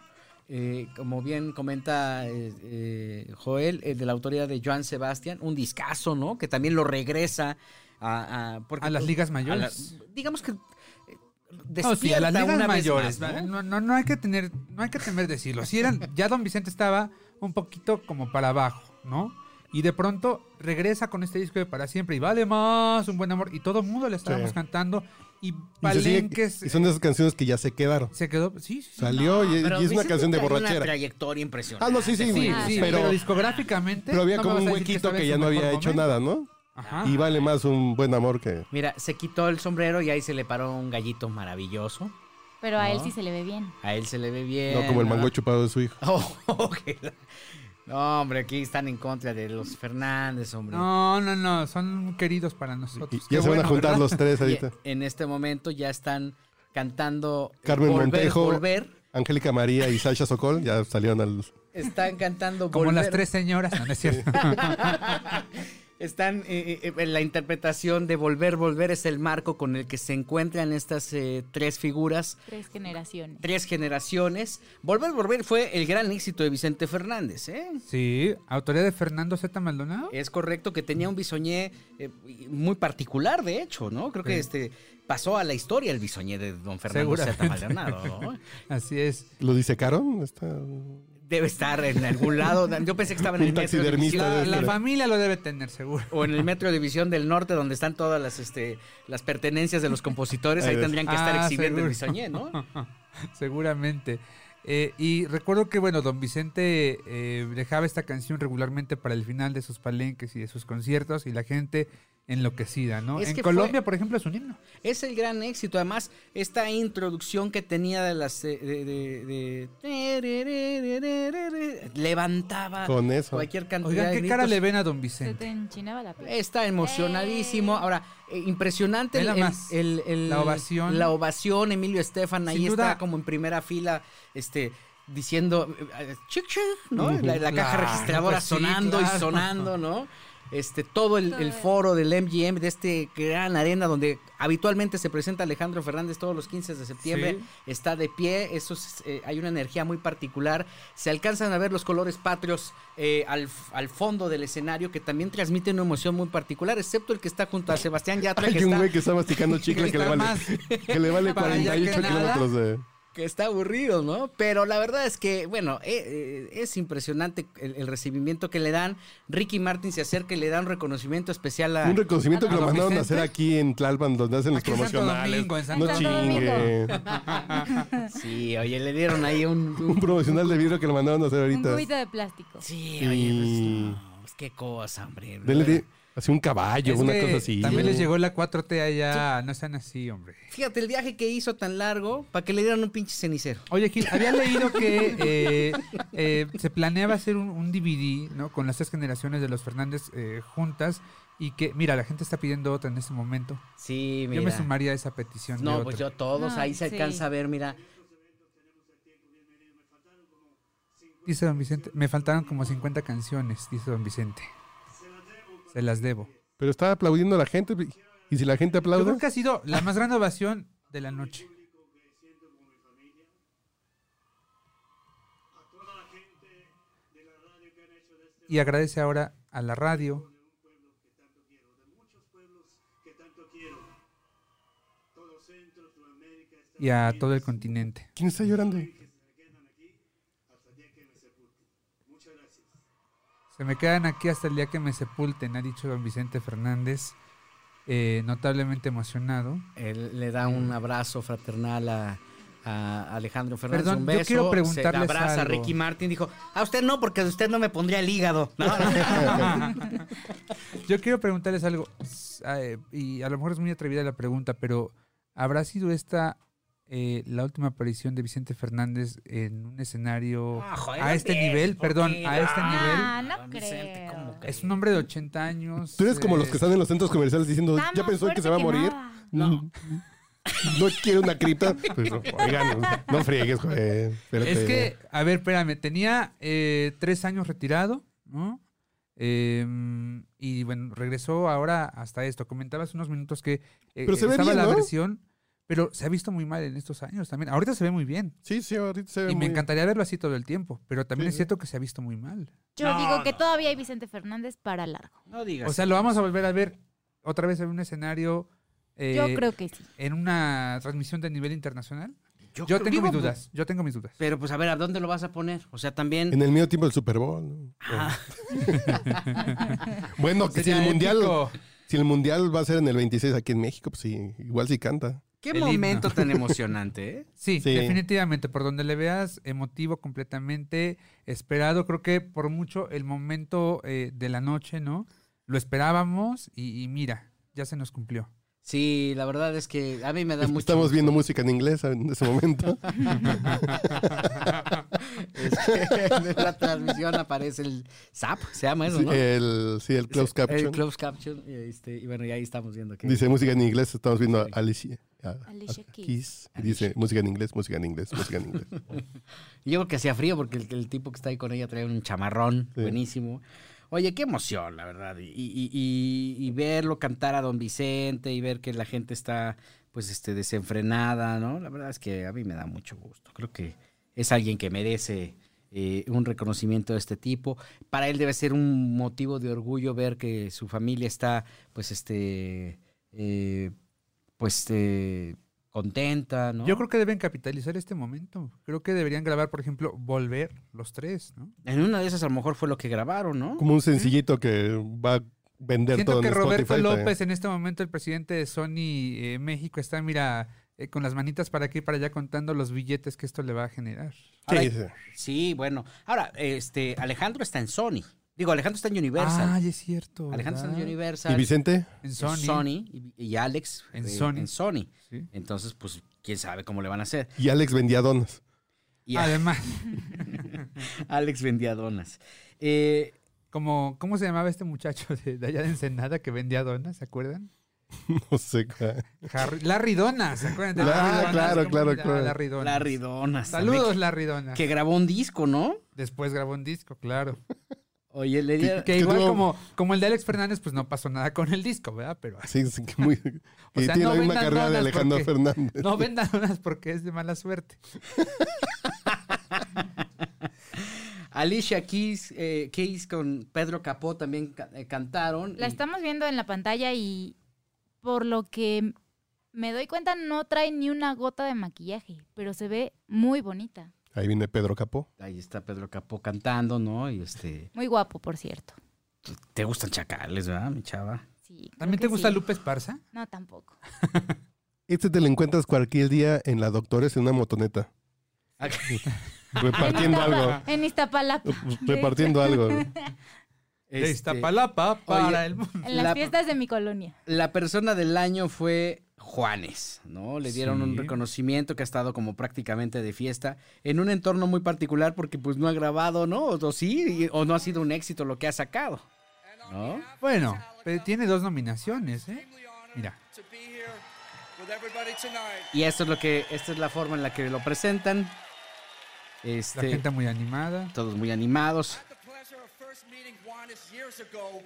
Speaker 2: Eh, como bien comenta eh, eh, Joel, eh, de la autoría de Joan Sebastián, un discazo, ¿no? Que también lo regresa a... A, porque-
Speaker 3: A las ligas mayores.
Speaker 2: a la- digamos que... eh,
Speaker 3: No, sí, a las
Speaker 2: despierta
Speaker 3: ligas
Speaker 2: una vez
Speaker 3: mayores.
Speaker 2: más, ¿no?
Speaker 3: ¿no? no, no hay que tener, no hay que temer decirlo. Si eran, ya Don Vicente estaba un poquito como para abajo, ¿no? Y de pronto regresa con este disco de para siempre y vale más, un buen amor. Y todo el mundo le estábamos
Speaker 4: Sí.
Speaker 3: cantando. Y
Speaker 4: Y se sigue-
Speaker 3: palenques.
Speaker 4: y son de esas canciones que ya se quedaron.
Speaker 3: eh, se quedó. Sí, sí. sí.
Speaker 4: Salió y,
Speaker 2: Pero
Speaker 4: y es una
Speaker 2: Vicente
Speaker 4: canción de
Speaker 2: traía Una
Speaker 4: borrachera.
Speaker 2: trayectoria impresionante.
Speaker 4: Ah, no, sí, sí,
Speaker 3: Sí,
Speaker 4: güey.
Speaker 5: Ah,
Speaker 3: sí, pero,
Speaker 4: pero,
Speaker 3: discográficamente.
Speaker 4: pero había
Speaker 3: no me
Speaker 4: como
Speaker 3: vas
Speaker 4: un
Speaker 3: a decir
Speaker 4: huequito
Speaker 3: esta
Speaker 4: que
Speaker 3: vez
Speaker 4: ya
Speaker 3: su
Speaker 4: no había
Speaker 3: mejor
Speaker 4: hecho
Speaker 3: momento. Ah.
Speaker 4: nada, ¿no?
Speaker 3: Ajá.
Speaker 4: Y vale más un buen amor que.
Speaker 2: Mira, se quitó el sombrero y ahí se le paró un gallito maravilloso.
Speaker 5: Pero a él
Speaker 2: No.
Speaker 5: sí se le ve bien.
Speaker 2: A él se le ve bien.
Speaker 4: No como el mango chupado de su hijo.
Speaker 2: Oh, que la- No, hombre, aquí están en contra de los Fernández, hombre.
Speaker 3: No, no, no. Son queridos para nosotros.
Speaker 4: Y-
Speaker 3: pues Qué
Speaker 4: ya se van a
Speaker 3: bueno,
Speaker 4: juntar
Speaker 3: ¿verdad?
Speaker 4: los tres
Speaker 2: Y
Speaker 4: ahorita.
Speaker 2: en este momento ya están cantando
Speaker 4: Carmen
Speaker 2: Volver,
Speaker 4: Montejo.
Speaker 2: Volver.
Speaker 4: Angélica María y Sasha Sokol ya salieron al.
Speaker 2: Están cantando
Speaker 3: Como
Speaker 2: Volver.
Speaker 3: las tres señoras. No, no es cierto.
Speaker 2: Están eh, eh, en la interpretación de Volver, Volver es el marco con el que se encuentran estas eh, tres figuras
Speaker 5: Tres generaciones.
Speaker 2: tres generaciones. Volver, volver fue el gran éxito de Vicente Fernández, ¿eh?
Speaker 3: Sí, autoría de Fernando Z. Maldonado.
Speaker 2: Es correcto que tenía un bisoñé eh, muy particular, de hecho, ¿no? Creo que
Speaker 3: Sí.
Speaker 2: este pasó a la historia el bisoñé de don Fernando Zeta
Speaker 3: Seguramente.
Speaker 2: Maldonado, ¿no?
Speaker 3: Así es.
Speaker 4: ¿Lo disecaron? Está...
Speaker 2: Debe estar en algún lado. Yo pensé que estaba en
Speaker 4: Un
Speaker 2: el metro de
Speaker 4: taxidermista
Speaker 2: Visión,
Speaker 4: de-
Speaker 3: La, la
Speaker 4: Pero-
Speaker 3: familia lo debe tener, seguro.
Speaker 2: o en el metro de Visión del Norte, donde están todas las este las pertenencias de los compositores. Ahí
Speaker 4: Ahí ves.
Speaker 2: tendrían que estar
Speaker 3: Ah,
Speaker 2: exhibiendo el
Speaker 3: seguro.
Speaker 2: bisoñé, ¿no?
Speaker 3: Seguramente. Eh, y recuerdo que, bueno, don Vicente eh, dejaba esta canción regularmente para el final de sus palenques y de sus conciertos y la gente enloquecida, ¿no?
Speaker 2: Es
Speaker 3: en
Speaker 2: que
Speaker 3: Colombia,
Speaker 2: fue-
Speaker 3: por ejemplo, es un himno.
Speaker 2: Es el gran éxito. Además, esta introducción que tenía de las. eh, De, de- de- levantaba
Speaker 4: Con eso.
Speaker 2: cualquier cantidad
Speaker 3: Oigan,
Speaker 2: de
Speaker 3: ¿qué
Speaker 2: gritos.
Speaker 3: cara le ven a don
Speaker 5: Se te
Speaker 3: Vicente?
Speaker 5: enchinaba la piel.
Speaker 2: Está emocionadísimo. Ahora, eh, impresionante
Speaker 3: Ve
Speaker 2: el,
Speaker 3: nada más.
Speaker 2: el- el-
Speaker 3: La ovación.
Speaker 2: La ovación, Emilio Estefan, ahí
Speaker 3: Sin duda.
Speaker 2: está como en primera fila, este, diciendo eh, eh, chic, chic, ¿no?
Speaker 4: Ujú.
Speaker 2: La, la caja
Speaker 3: Claro,
Speaker 2: registradora
Speaker 3: pues sí,
Speaker 2: sonando
Speaker 3: claro.
Speaker 2: y sonando, ¿no? Este, todo el, el foro del MGM, de este gran arena donde habitualmente se presenta Alejandro Fernández todos los 15 de septiembre, está de pie, eso es, eh, hay una energía muy particular, se alcanzan a ver los colores patrios eh, al, f- al fondo del escenario que también transmiten una emoción muy particular, excepto el que está junto a Sebastián Yatra, que
Speaker 4: Hay un
Speaker 2: está,
Speaker 4: güey que está masticando chicle que le
Speaker 3: Está
Speaker 4: vale,
Speaker 3: más.
Speaker 4: que le vale
Speaker 3: Para allá que
Speaker 4: 48
Speaker 3: nada.
Speaker 4: kilómetros de.
Speaker 2: que está aburrido, ¿no? Pero la verdad es que, bueno, eh, eh, es impresionante el, el recibimiento que le dan. Ricky Martin se acerca y le da un reconocimiento especial a...
Speaker 4: Un reconocimiento que
Speaker 3: Ah. ¿A
Speaker 4: lo
Speaker 3: don
Speaker 4: mandaron a hacer
Speaker 3: Vicente?
Speaker 4: aquí en Tlalpan, donde hacen los
Speaker 3: Aquí en Santo
Speaker 4: promocionales.
Speaker 3: Domingo, en Santo
Speaker 4: No
Speaker 5: Domingo.
Speaker 4: chingue.
Speaker 2: Sí, oye, le dieron ahí un- un
Speaker 4: Un promocional de vidrio que lo mandaron a hacer
Speaker 5: Un
Speaker 4: ahorita.
Speaker 5: cubito de plástico.
Speaker 2: Sí,
Speaker 4: Y-
Speaker 2: oye, pues, no, pues, qué cosa, hombre.
Speaker 4: Denle
Speaker 2: Bueno,
Speaker 4: di- así un caballo,
Speaker 3: Es
Speaker 4: una
Speaker 3: que
Speaker 4: cosa así.
Speaker 3: También les llegó la 4T allá, no sean así, hombre.
Speaker 2: Fíjate el viaje que hizo tan largo para que le dieran un pinche cenicero.
Speaker 3: Oye, Gil, había leído que eh, eh, se planeaba hacer un, un DVD, ¿no? Con las tres generaciones de los Fernández eh, juntas. Y que, mira, la gente está pidiendo otra en este momento.
Speaker 2: Sí,
Speaker 3: Yo me sumaría a esa petición.
Speaker 2: No,
Speaker 3: de
Speaker 2: pues
Speaker 3: otra.
Speaker 2: yo todos,
Speaker 5: No,
Speaker 2: ahí se
Speaker 5: sí.
Speaker 2: alcanza a ver, mira.
Speaker 3: Dice don Vicente, me faltaron como 50 canciones, dice don Vicente. Se las debo.
Speaker 4: Pero está aplaudiendo a la gente. Y si la gente
Speaker 3: Yo
Speaker 4: aplaude,
Speaker 3: creo que ha sido la más grande ovación de la noche. Y agradece ahora a la radio. Y a todo el continente.
Speaker 4: ¿quién está llorando?
Speaker 3: Se me quedan aquí hasta el día que me sepulten, ha dicho don Vicente Fernández, eh, notablemente emocionado.
Speaker 2: Él le da
Speaker 3: Mm.
Speaker 2: un abrazo fraternal a, a Alejandro Fernández.
Speaker 3: Perdón,
Speaker 2: un
Speaker 3: yo
Speaker 2: beso.
Speaker 3: quiero
Speaker 2: se-
Speaker 3: preguntarles
Speaker 2: Le abraza a
Speaker 3: algo.
Speaker 2: Ricky Martin. Dijo: A usted no, porque usted no me pondría el hígado. No, no.
Speaker 3: Yo quiero preguntarles algo, s- ah, eh, y a lo mejor es muy atrevida la pregunta, pero ¿habrá sido esta eh, la última aparición de Vicente Fernández en un escenario
Speaker 2: Ah, joder,
Speaker 3: a este
Speaker 2: bien,
Speaker 3: nivel?
Speaker 2: ¿por
Speaker 3: Perdón,
Speaker 2: qué?
Speaker 3: a este nivel.
Speaker 5: Ah, no
Speaker 2: Vicente,
Speaker 5: creo.
Speaker 2: ¿cómo
Speaker 3: Es un hombre de 80 años.
Speaker 4: Tú eres como
Speaker 3: eh,
Speaker 4: los que están en los centros comerciales diciendo,
Speaker 5: Está
Speaker 4: ya
Speaker 5: más
Speaker 4: pensó
Speaker 5: fuerte
Speaker 4: que se va a morir.
Speaker 5: nada.
Speaker 4: No. No quiero una cripta. Pues, oigan, no friegues, joder. Espérate.
Speaker 3: Es que, a ver, espérame, tenía eh, tres años retirado, ¿no? Em, y bueno, regresó ahora hasta esto. Comentabas unos minutos que eh,
Speaker 4: Pero se ve
Speaker 3: estaba
Speaker 4: bien,
Speaker 3: la
Speaker 4: ¿no?
Speaker 3: versión, pero se ha visto muy mal en estos años también. Ahorita se ve muy bien.
Speaker 4: Sí, sí, ahorita se ve
Speaker 3: Y me
Speaker 4: muy-
Speaker 3: encantaría verlo así todo el tiempo, pero también
Speaker 4: Sí,
Speaker 3: es
Speaker 4: sí.
Speaker 3: cierto que se ha visto muy mal.
Speaker 5: Yo
Speaker 2: No,
Speaker 5: digo que
Speaker 2: no.
Speaker 5: todavía hay Vicente Fernández para largo.
Speaker 2: No digas.
Speaker 3: O sea, lo vamos a volver a ver otra vez en un escenario, eh,
Speaker 5: Yo creo que sí.
Speaker 3: en una transmisión de nivel internacional. Yo,
Speaker 2: creo-
Speaker 3: tengo
Speaker 2: digo,
Speaker 3: mis
Speaker 2: pues,
Speaker 3: dudas, yo tengo mis dudas.
Speaker 2: Pero pues a ver, ¿a dónde lo vas a poner? O sea, también.
Speaker 4: En el medio tiempo del Super Bowl. ¿no?
Speaker 2: Ah,
Speaker 4: Bueno, que si
Speaker 3: Sería
Speaker 4: el mundial,
Speaker 3: épico.
Speaker 4: si el mundial va a ser en el 26 aquí en México, pues sí, igual sí canta.
Speaker 2: qué
Speaker 3: El himno.
Speaker 2: momento tan emocionante, ¿eh?
Speaker 3: Sí,
Speaker 4: Sí.
Speaker 3: definitivamente. Por donde le veas, emotivo, completamente esperado. Creo que por mucho el momento eh, de la noche, ¿no? Lo esperábamos y, y mira, ya se nos cumplió.
Speaker 2: Sí, la verdad es que a mí me da mucho.
Speaker 4: Estamos viendo música en inglés en ese momento.
Speaker 2: Es que en la transmisión aparece el SAP, se llama eso,
Speaker 4: Sí,
Speaker 2: ¿no?
Speaker 4: el, sí, el closed caption.
Speaker 2: El closed caption. y, este, y bueno, y ahí estamos viendo que.
Speaker 4: Dice música en inglés, estamos viendo a Alicia. a-
Speaker 5: Alicia
Speaker 4: a-
Speaker 5: Keys.
Speaker 4: Y Dice música en inglés, música en inglés, música en inglés.
Speaker 2: Y Yo creo que hacía frío porque el, el tipo que está ahí con ella trae un chamarrón
Speaker 4: Sí.
Speaker 2: buenísimo. Oye, qué emoción, la verdad. Y, y- y- y verlo cantar a don Vicente y ver que la gente está, pues, este, desenfrenada, ¿no? La verdad es que a mí me da mucho gusto. Creo que es alguien que merece eh, un reconocimiento de este tipo. Para él debe ser un motivo de orgullo ver que su familia está, pues, este, eh, pues, eh, contenta, ¿no?
Speaker 3: Yo creo que deben capitalizar este momento. Creo que deberían grabar, por ejemplo, Volver los tres, ¿no?
Speaker 2: En una de esas a lo mejor fue lo que grabaron, ¿no?
Speaker 4: Como un sencillito que va a vender
Speaker 3: Siento
Speaker 4: todo
Speaker 3: que
Speaker 4: en
Speaker 3: Roberto
Speaker 4: Spotify. también.
Speaker 3: López, en este momento, el presidente de Sony eh, México, está, mira, eh, con las manitas para aquí y para allá contando los billetes que esto le va a generar.
Speaker 2: Ahora,
Speaker 4: Sí, sí.
Speaker 2: Sí, bueno. Ahora, este, Alejandro está en Sony. Digo, Alejandro está en Universal.
Speaker 3: Ah, es cierto.
Speaker 2: Alejandro está en
Speaker 3: ¿verdad?
Speaker 2: Universal.
Speaker 4: ¿Y Vicente?
Speaker 3: En
Speaker 2: en
Speaker 3: Sony.
Speaker 2: Sony. y, y Alex
Speaker 3: En
Speaker 2: eh,
Speaker 3: Sony.
Speaker 2: en Sony.
Speaker 3: Sí.
Speaker 2: Entonces, pues, quién sabe cómo le van a hacer.
Speaker 4: Y Alex vendía donas.
Speaker 2: Y a-
Speaker 3: Además.
Speaker 2: Alex vendía donas. Eh,
Speaker 3: Como, ¿cómo se llamaba este muchacho de, de allá de Ensenada que vendía donas? ¿Se acuerdan?
Speaker 4: No sé. ca-
Speaker 3: Harry- Larry Donas, ¿se acuerdan de
Speaker 4: Ah,
Speaker 3: Larry Donas?
Speaker 4: claro,
Speaker 3: ¿Cómo olvidar
Speaker 4: claro,
Speaker 3: a
Speaker 4: claro.
Speaker 3: Larry Donas?
Speaker 2: Larry Donas.
Speaker 3: Saludos,
Speaker 2: Que-
Speaker 3: Larry Donas.
Speaker 2: Que grabó un disco, ¿no?
Speaker 3: Después grabó un disco, claro.
Speaker 2: Oye, le dieron-
Speaker 3: Que
Speaker 4: que
Speaker 3: igual
Speaker 4: tuvo-
Speaker 3: como, como el de Alex Fernández, pues no pasó nada con el disco, ¿verdad? Pero
Speaker 4: Sí, sí, que muy- que
Speaker 3: sea,
Speaker 4: tiene
Speaker 3: no
Speaker 4: la misma
Speaker 3: vendan
Speaker 4: carrera de
Speaker 3: donas
Speaker 4: Alejandro
Speaker 3: porque-
Speaker 4: Fernández.
Speaker 3: no vendan donas porque es de mala suerte.
Speaker 2: Alicia Keys, eh, Keys con Pedro Capó también ca- eh, cantaron.
Speaker 5: La
Speaker 2: Y-
Speaker 5: estamos viendo en la pantalla y por lo que me doy cuenta no trae ni una gota de maquillaje, pero se ve muy bonita.
Speaker 4: Ahí viene Pedro Capó.
Speaker 2: Ahí está Pedro Capó cantando, ¿no? Y este.
Speaker 5: Muy guapo, por cierto.
Speaker 2: Te gustan chacales, ¿verdad, mi chava?
Speaker 5: Sí, creo
Speaker 3: ¿También
Speaker 5: que
Speaker 3: te gusta
Speaker 5: sí.
Speaker 3: Lupe Esparza?
Speaker 5: No, tampoco.
Speaker 4: Este te lo encuentras cualquier día en la Doctores en una motoneta.
Speaker 5: En,
Speaker 4: Repartiendo
Speaker 5: Iztapa-
Speaker 4: algo.
Speaker 5: en Iztapalapa.
Speaker 4: Repartiendo algo.
Speaker 3: De
Speaker 2: Este,
Speaker 3: Iztapalapa para
Speaker 2: oye,
Speaker 3: el mundo.
Speaker 5: En las
Speaker 2: La-
Speaker 5: fiestas de mi colonia.
Speaker 2: La persona del año fue Juanes, ¿no? Le dieron
Speaker 3: Sí.
Speaker 2: un reconocimiento que ha estado como prácticamente de fiesta en un entorno muy particular porque pues no ha grabado, ¿no? O, o sí, y- o no ha sido un éxito lo que ha sacado, ¿no?
Speaker 3: Bueno, pero tiene dos nominaciones, ¿eh? Mira.
Speaker 7: To be here with everybody tonight.
Speaker 2: Y esto es lo que, esta es la forma en la que lo presentan.
Speaker 3: La
Speaker 2: Este,
Speaker 3: gente muy animada.
Speaker 2: todos muy animados.
Speaker 8: had the pleasure of first meeting Juanes years ago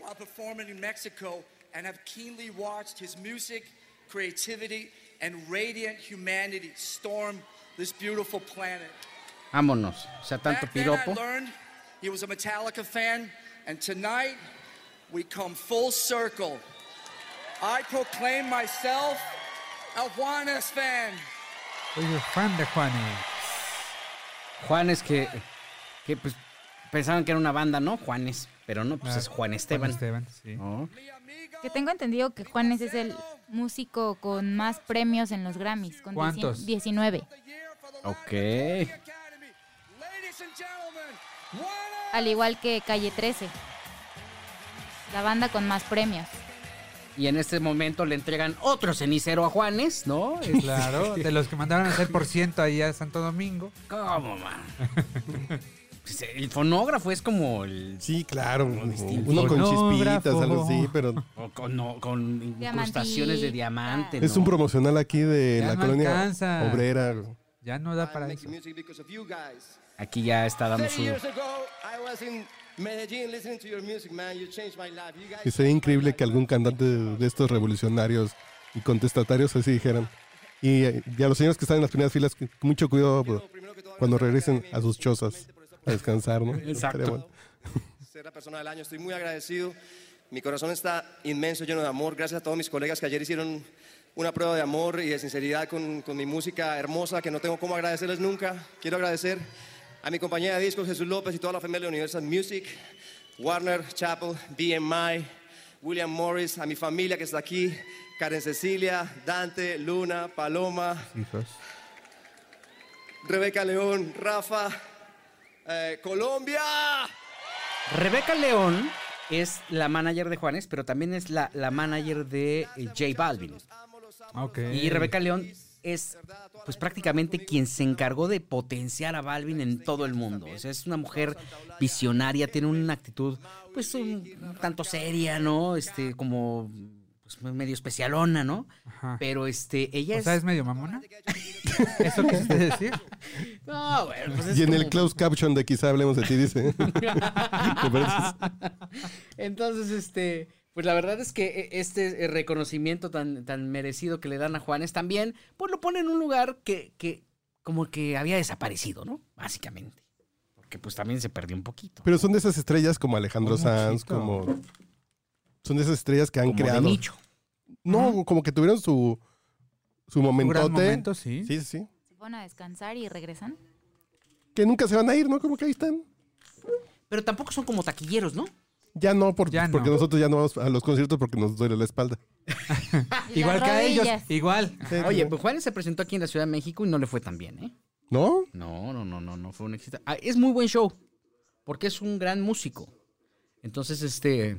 Speaker 8: while performing in Mexico and have keenly watched his music, creativity, and radiant humanity storm this beautiful planet.
Speaker 2: Vámonos. O sea, tanto
Speaker 8: Back then I
Speaker 2: piropo.
Speaker 8: learned he was a Metallica fan, and tonight we come full circle. I proclaim myself a Juanes fan.
Speaker 3: Soy un fan de Juanes.
Speaker 2: Juanes que, que pues pensaban que era una banda, ¿no? Juanes, pero no, pues
Speaker 3: Ah,
Speaker 2: es Juan Esteban.
Speaker 3: Esteban, sí.
Speaker 2: ¿no?
Speaker 5: Que tengo entendido que Juanes es el músico con más premios en los Grammys. Con
Speaker 3: ¿Cuántos?
Speaker 5: 19.
Speaker 2: Ok.
Speaker 8: Ladies and gentlemen, Juanes!
Speaker 5: Al igual que Calle 13. La banda con más premios.
Speaker 2: Y en este momento le entregan otro cenicero a Juanes, ¿no? Es-
Speaker 3: Claro, de los que mandaron a hacer por ciento allá a Santo Domingo.
Speaker 2: ¿Cómo, man? Pues, El fonógrafo es como el.
Speaker 4: Sí, claro.
Speaker 2: distinto.
Speaker 4: Uno con
Speaker 3: Fonógrafo.
Speaker 4: chispitas, algo así, pero
Speaker 2: o Con, no, con incrustaciones de
Speaker 5: Diamantita.
Speaker 2: diamante.
Speaker 4: es
Speaker 2: ¿no?
Speaker 4: un promocional aquí de
Speaker 3: Ya
Speaker 4: la
Speaker 3: no
Speaker 4: colonia
Speaker 3: alcanza.
Speaker 4: obrera. güey.
Speaker 3: Ya no
Speaker 4: Ah,
Speaker 3: da
Speaker 9: I'm
Speaker 3: para eso.
Speaker 9: making music because of you guys.
Speaker 2: Aquí ya está dando
Speaker 9: 30
Speaker 2: su.
Speaker 9: years ago, I was in Medellín listening to your music, man. You changed my life. You guys
Speaker 4: Y sería increíble que algún cantante de estos revolucionarios y contestatarios así dijeran. Y, eh, y a los señores que están en las primeras filas, que- mucho cuidado bro, cuando regresen a sus chozas a descansar, ¿no?
Speaker 2: Exacto.
Speaker 4: Estaría bueno.
Speaker 9: ser la persona del año. Estoy muy agradecido. Mi corazón está inmenso, lleno de amor. Gracias a todos mis colegas que ayer hicieron una prueba de amor y de sinceridad con, con mi música hermosa que no tengo cómo agradecerles nunca. Quiero agradecer a mi compañía de discos Jesús López y toda la familia de Universal Music, Warner Chapel, BMI, William Morris, a mi familia que está aquí, Karen Cecilia, Dante, Luna, Paloma,
Speaker 3: Hijos.
Speaker 9: Rebeca León, Rafa, eh, Colombia.
Speaker 2: Rebeca León es la manager de Juanes, pero también es la, la manager de eh, J Balvin.
Speaker 3: Ah, Ok.
Speaker 2: Y Rebeca León es pues prácticamente quien se encargó de potenciar a Balvin en todo el mundo. O sea, es una mujer visionaria, tiene una actitud pues un, un tanto seria, ¿no? Este como pues medio especialona, ¿no?
Speaker 3: Ajá.
Speaker 2: Pero este ella
Speaker 3: O
Speaker 2: es
Speaker 3: sea, es medio mamona. ¿Eso quisiste decir?
Speaker 2: No, bueno, pues es
Speaker 4: Y en el
Speaker 2: como-
Speaker 4: closed caption de quizá hablemos de ti, dice. ¿Te pareces?
Speaker 2: Entonces, este, pues la verdad es que eh, este eh, reconocimiento tan, tan merecido que le dan a Juanes también, pues lo pone en un lugar que, que como que había desaparecido, ¿no? Básicamente. Porque pues también se perdió un poquito.
Speaker 4: Pero son de esas estrellas como Alejandro
Speaker 3: Como
Speaker 4: Sanz,
Speaker 3: Chito.
Speaker 4: como. Son de esas estrellas que han
Speaker 2: como de
Speaker 4: creado.
Speaker 2: nicho.
Speaker 4: No, como que tuvieron su. Su
Speaker 3: Un
Speaker 4: momentote.
Speaker 3: gran momento, sí.
Speaker 4: Sí, sí, sí.
Speaker 5: Se van a descansar y regresan.
Speaker 4: Que nunca se van a ir, ¿no? Como que ahí están.
Speaker 2: Pero tampoco son como taquilleros, ¿no?
Speaker 4: Ya no, por-
Speaker 3: Ya no.
Speaker 4: porque nosotros ya no vamos a los conciertos porque nos duele la espalda.
Speaker 5: Y
Speaker 3: Igual
Speaker 5: las
Speaker 3: que a ellos.
Speaker 5: rodillas.
Speaker 3: Igual.
Speaker 2: Oye, pues Juanes se presentó aquí en la Ciudad de México y no le fue tan bien, ¿eh?
Speaker 4: ¿No?
Speaker 2: No, no, no, no, no fue un éxito. Ah, es muy buen show, porque es un gran músico. Entonces, este,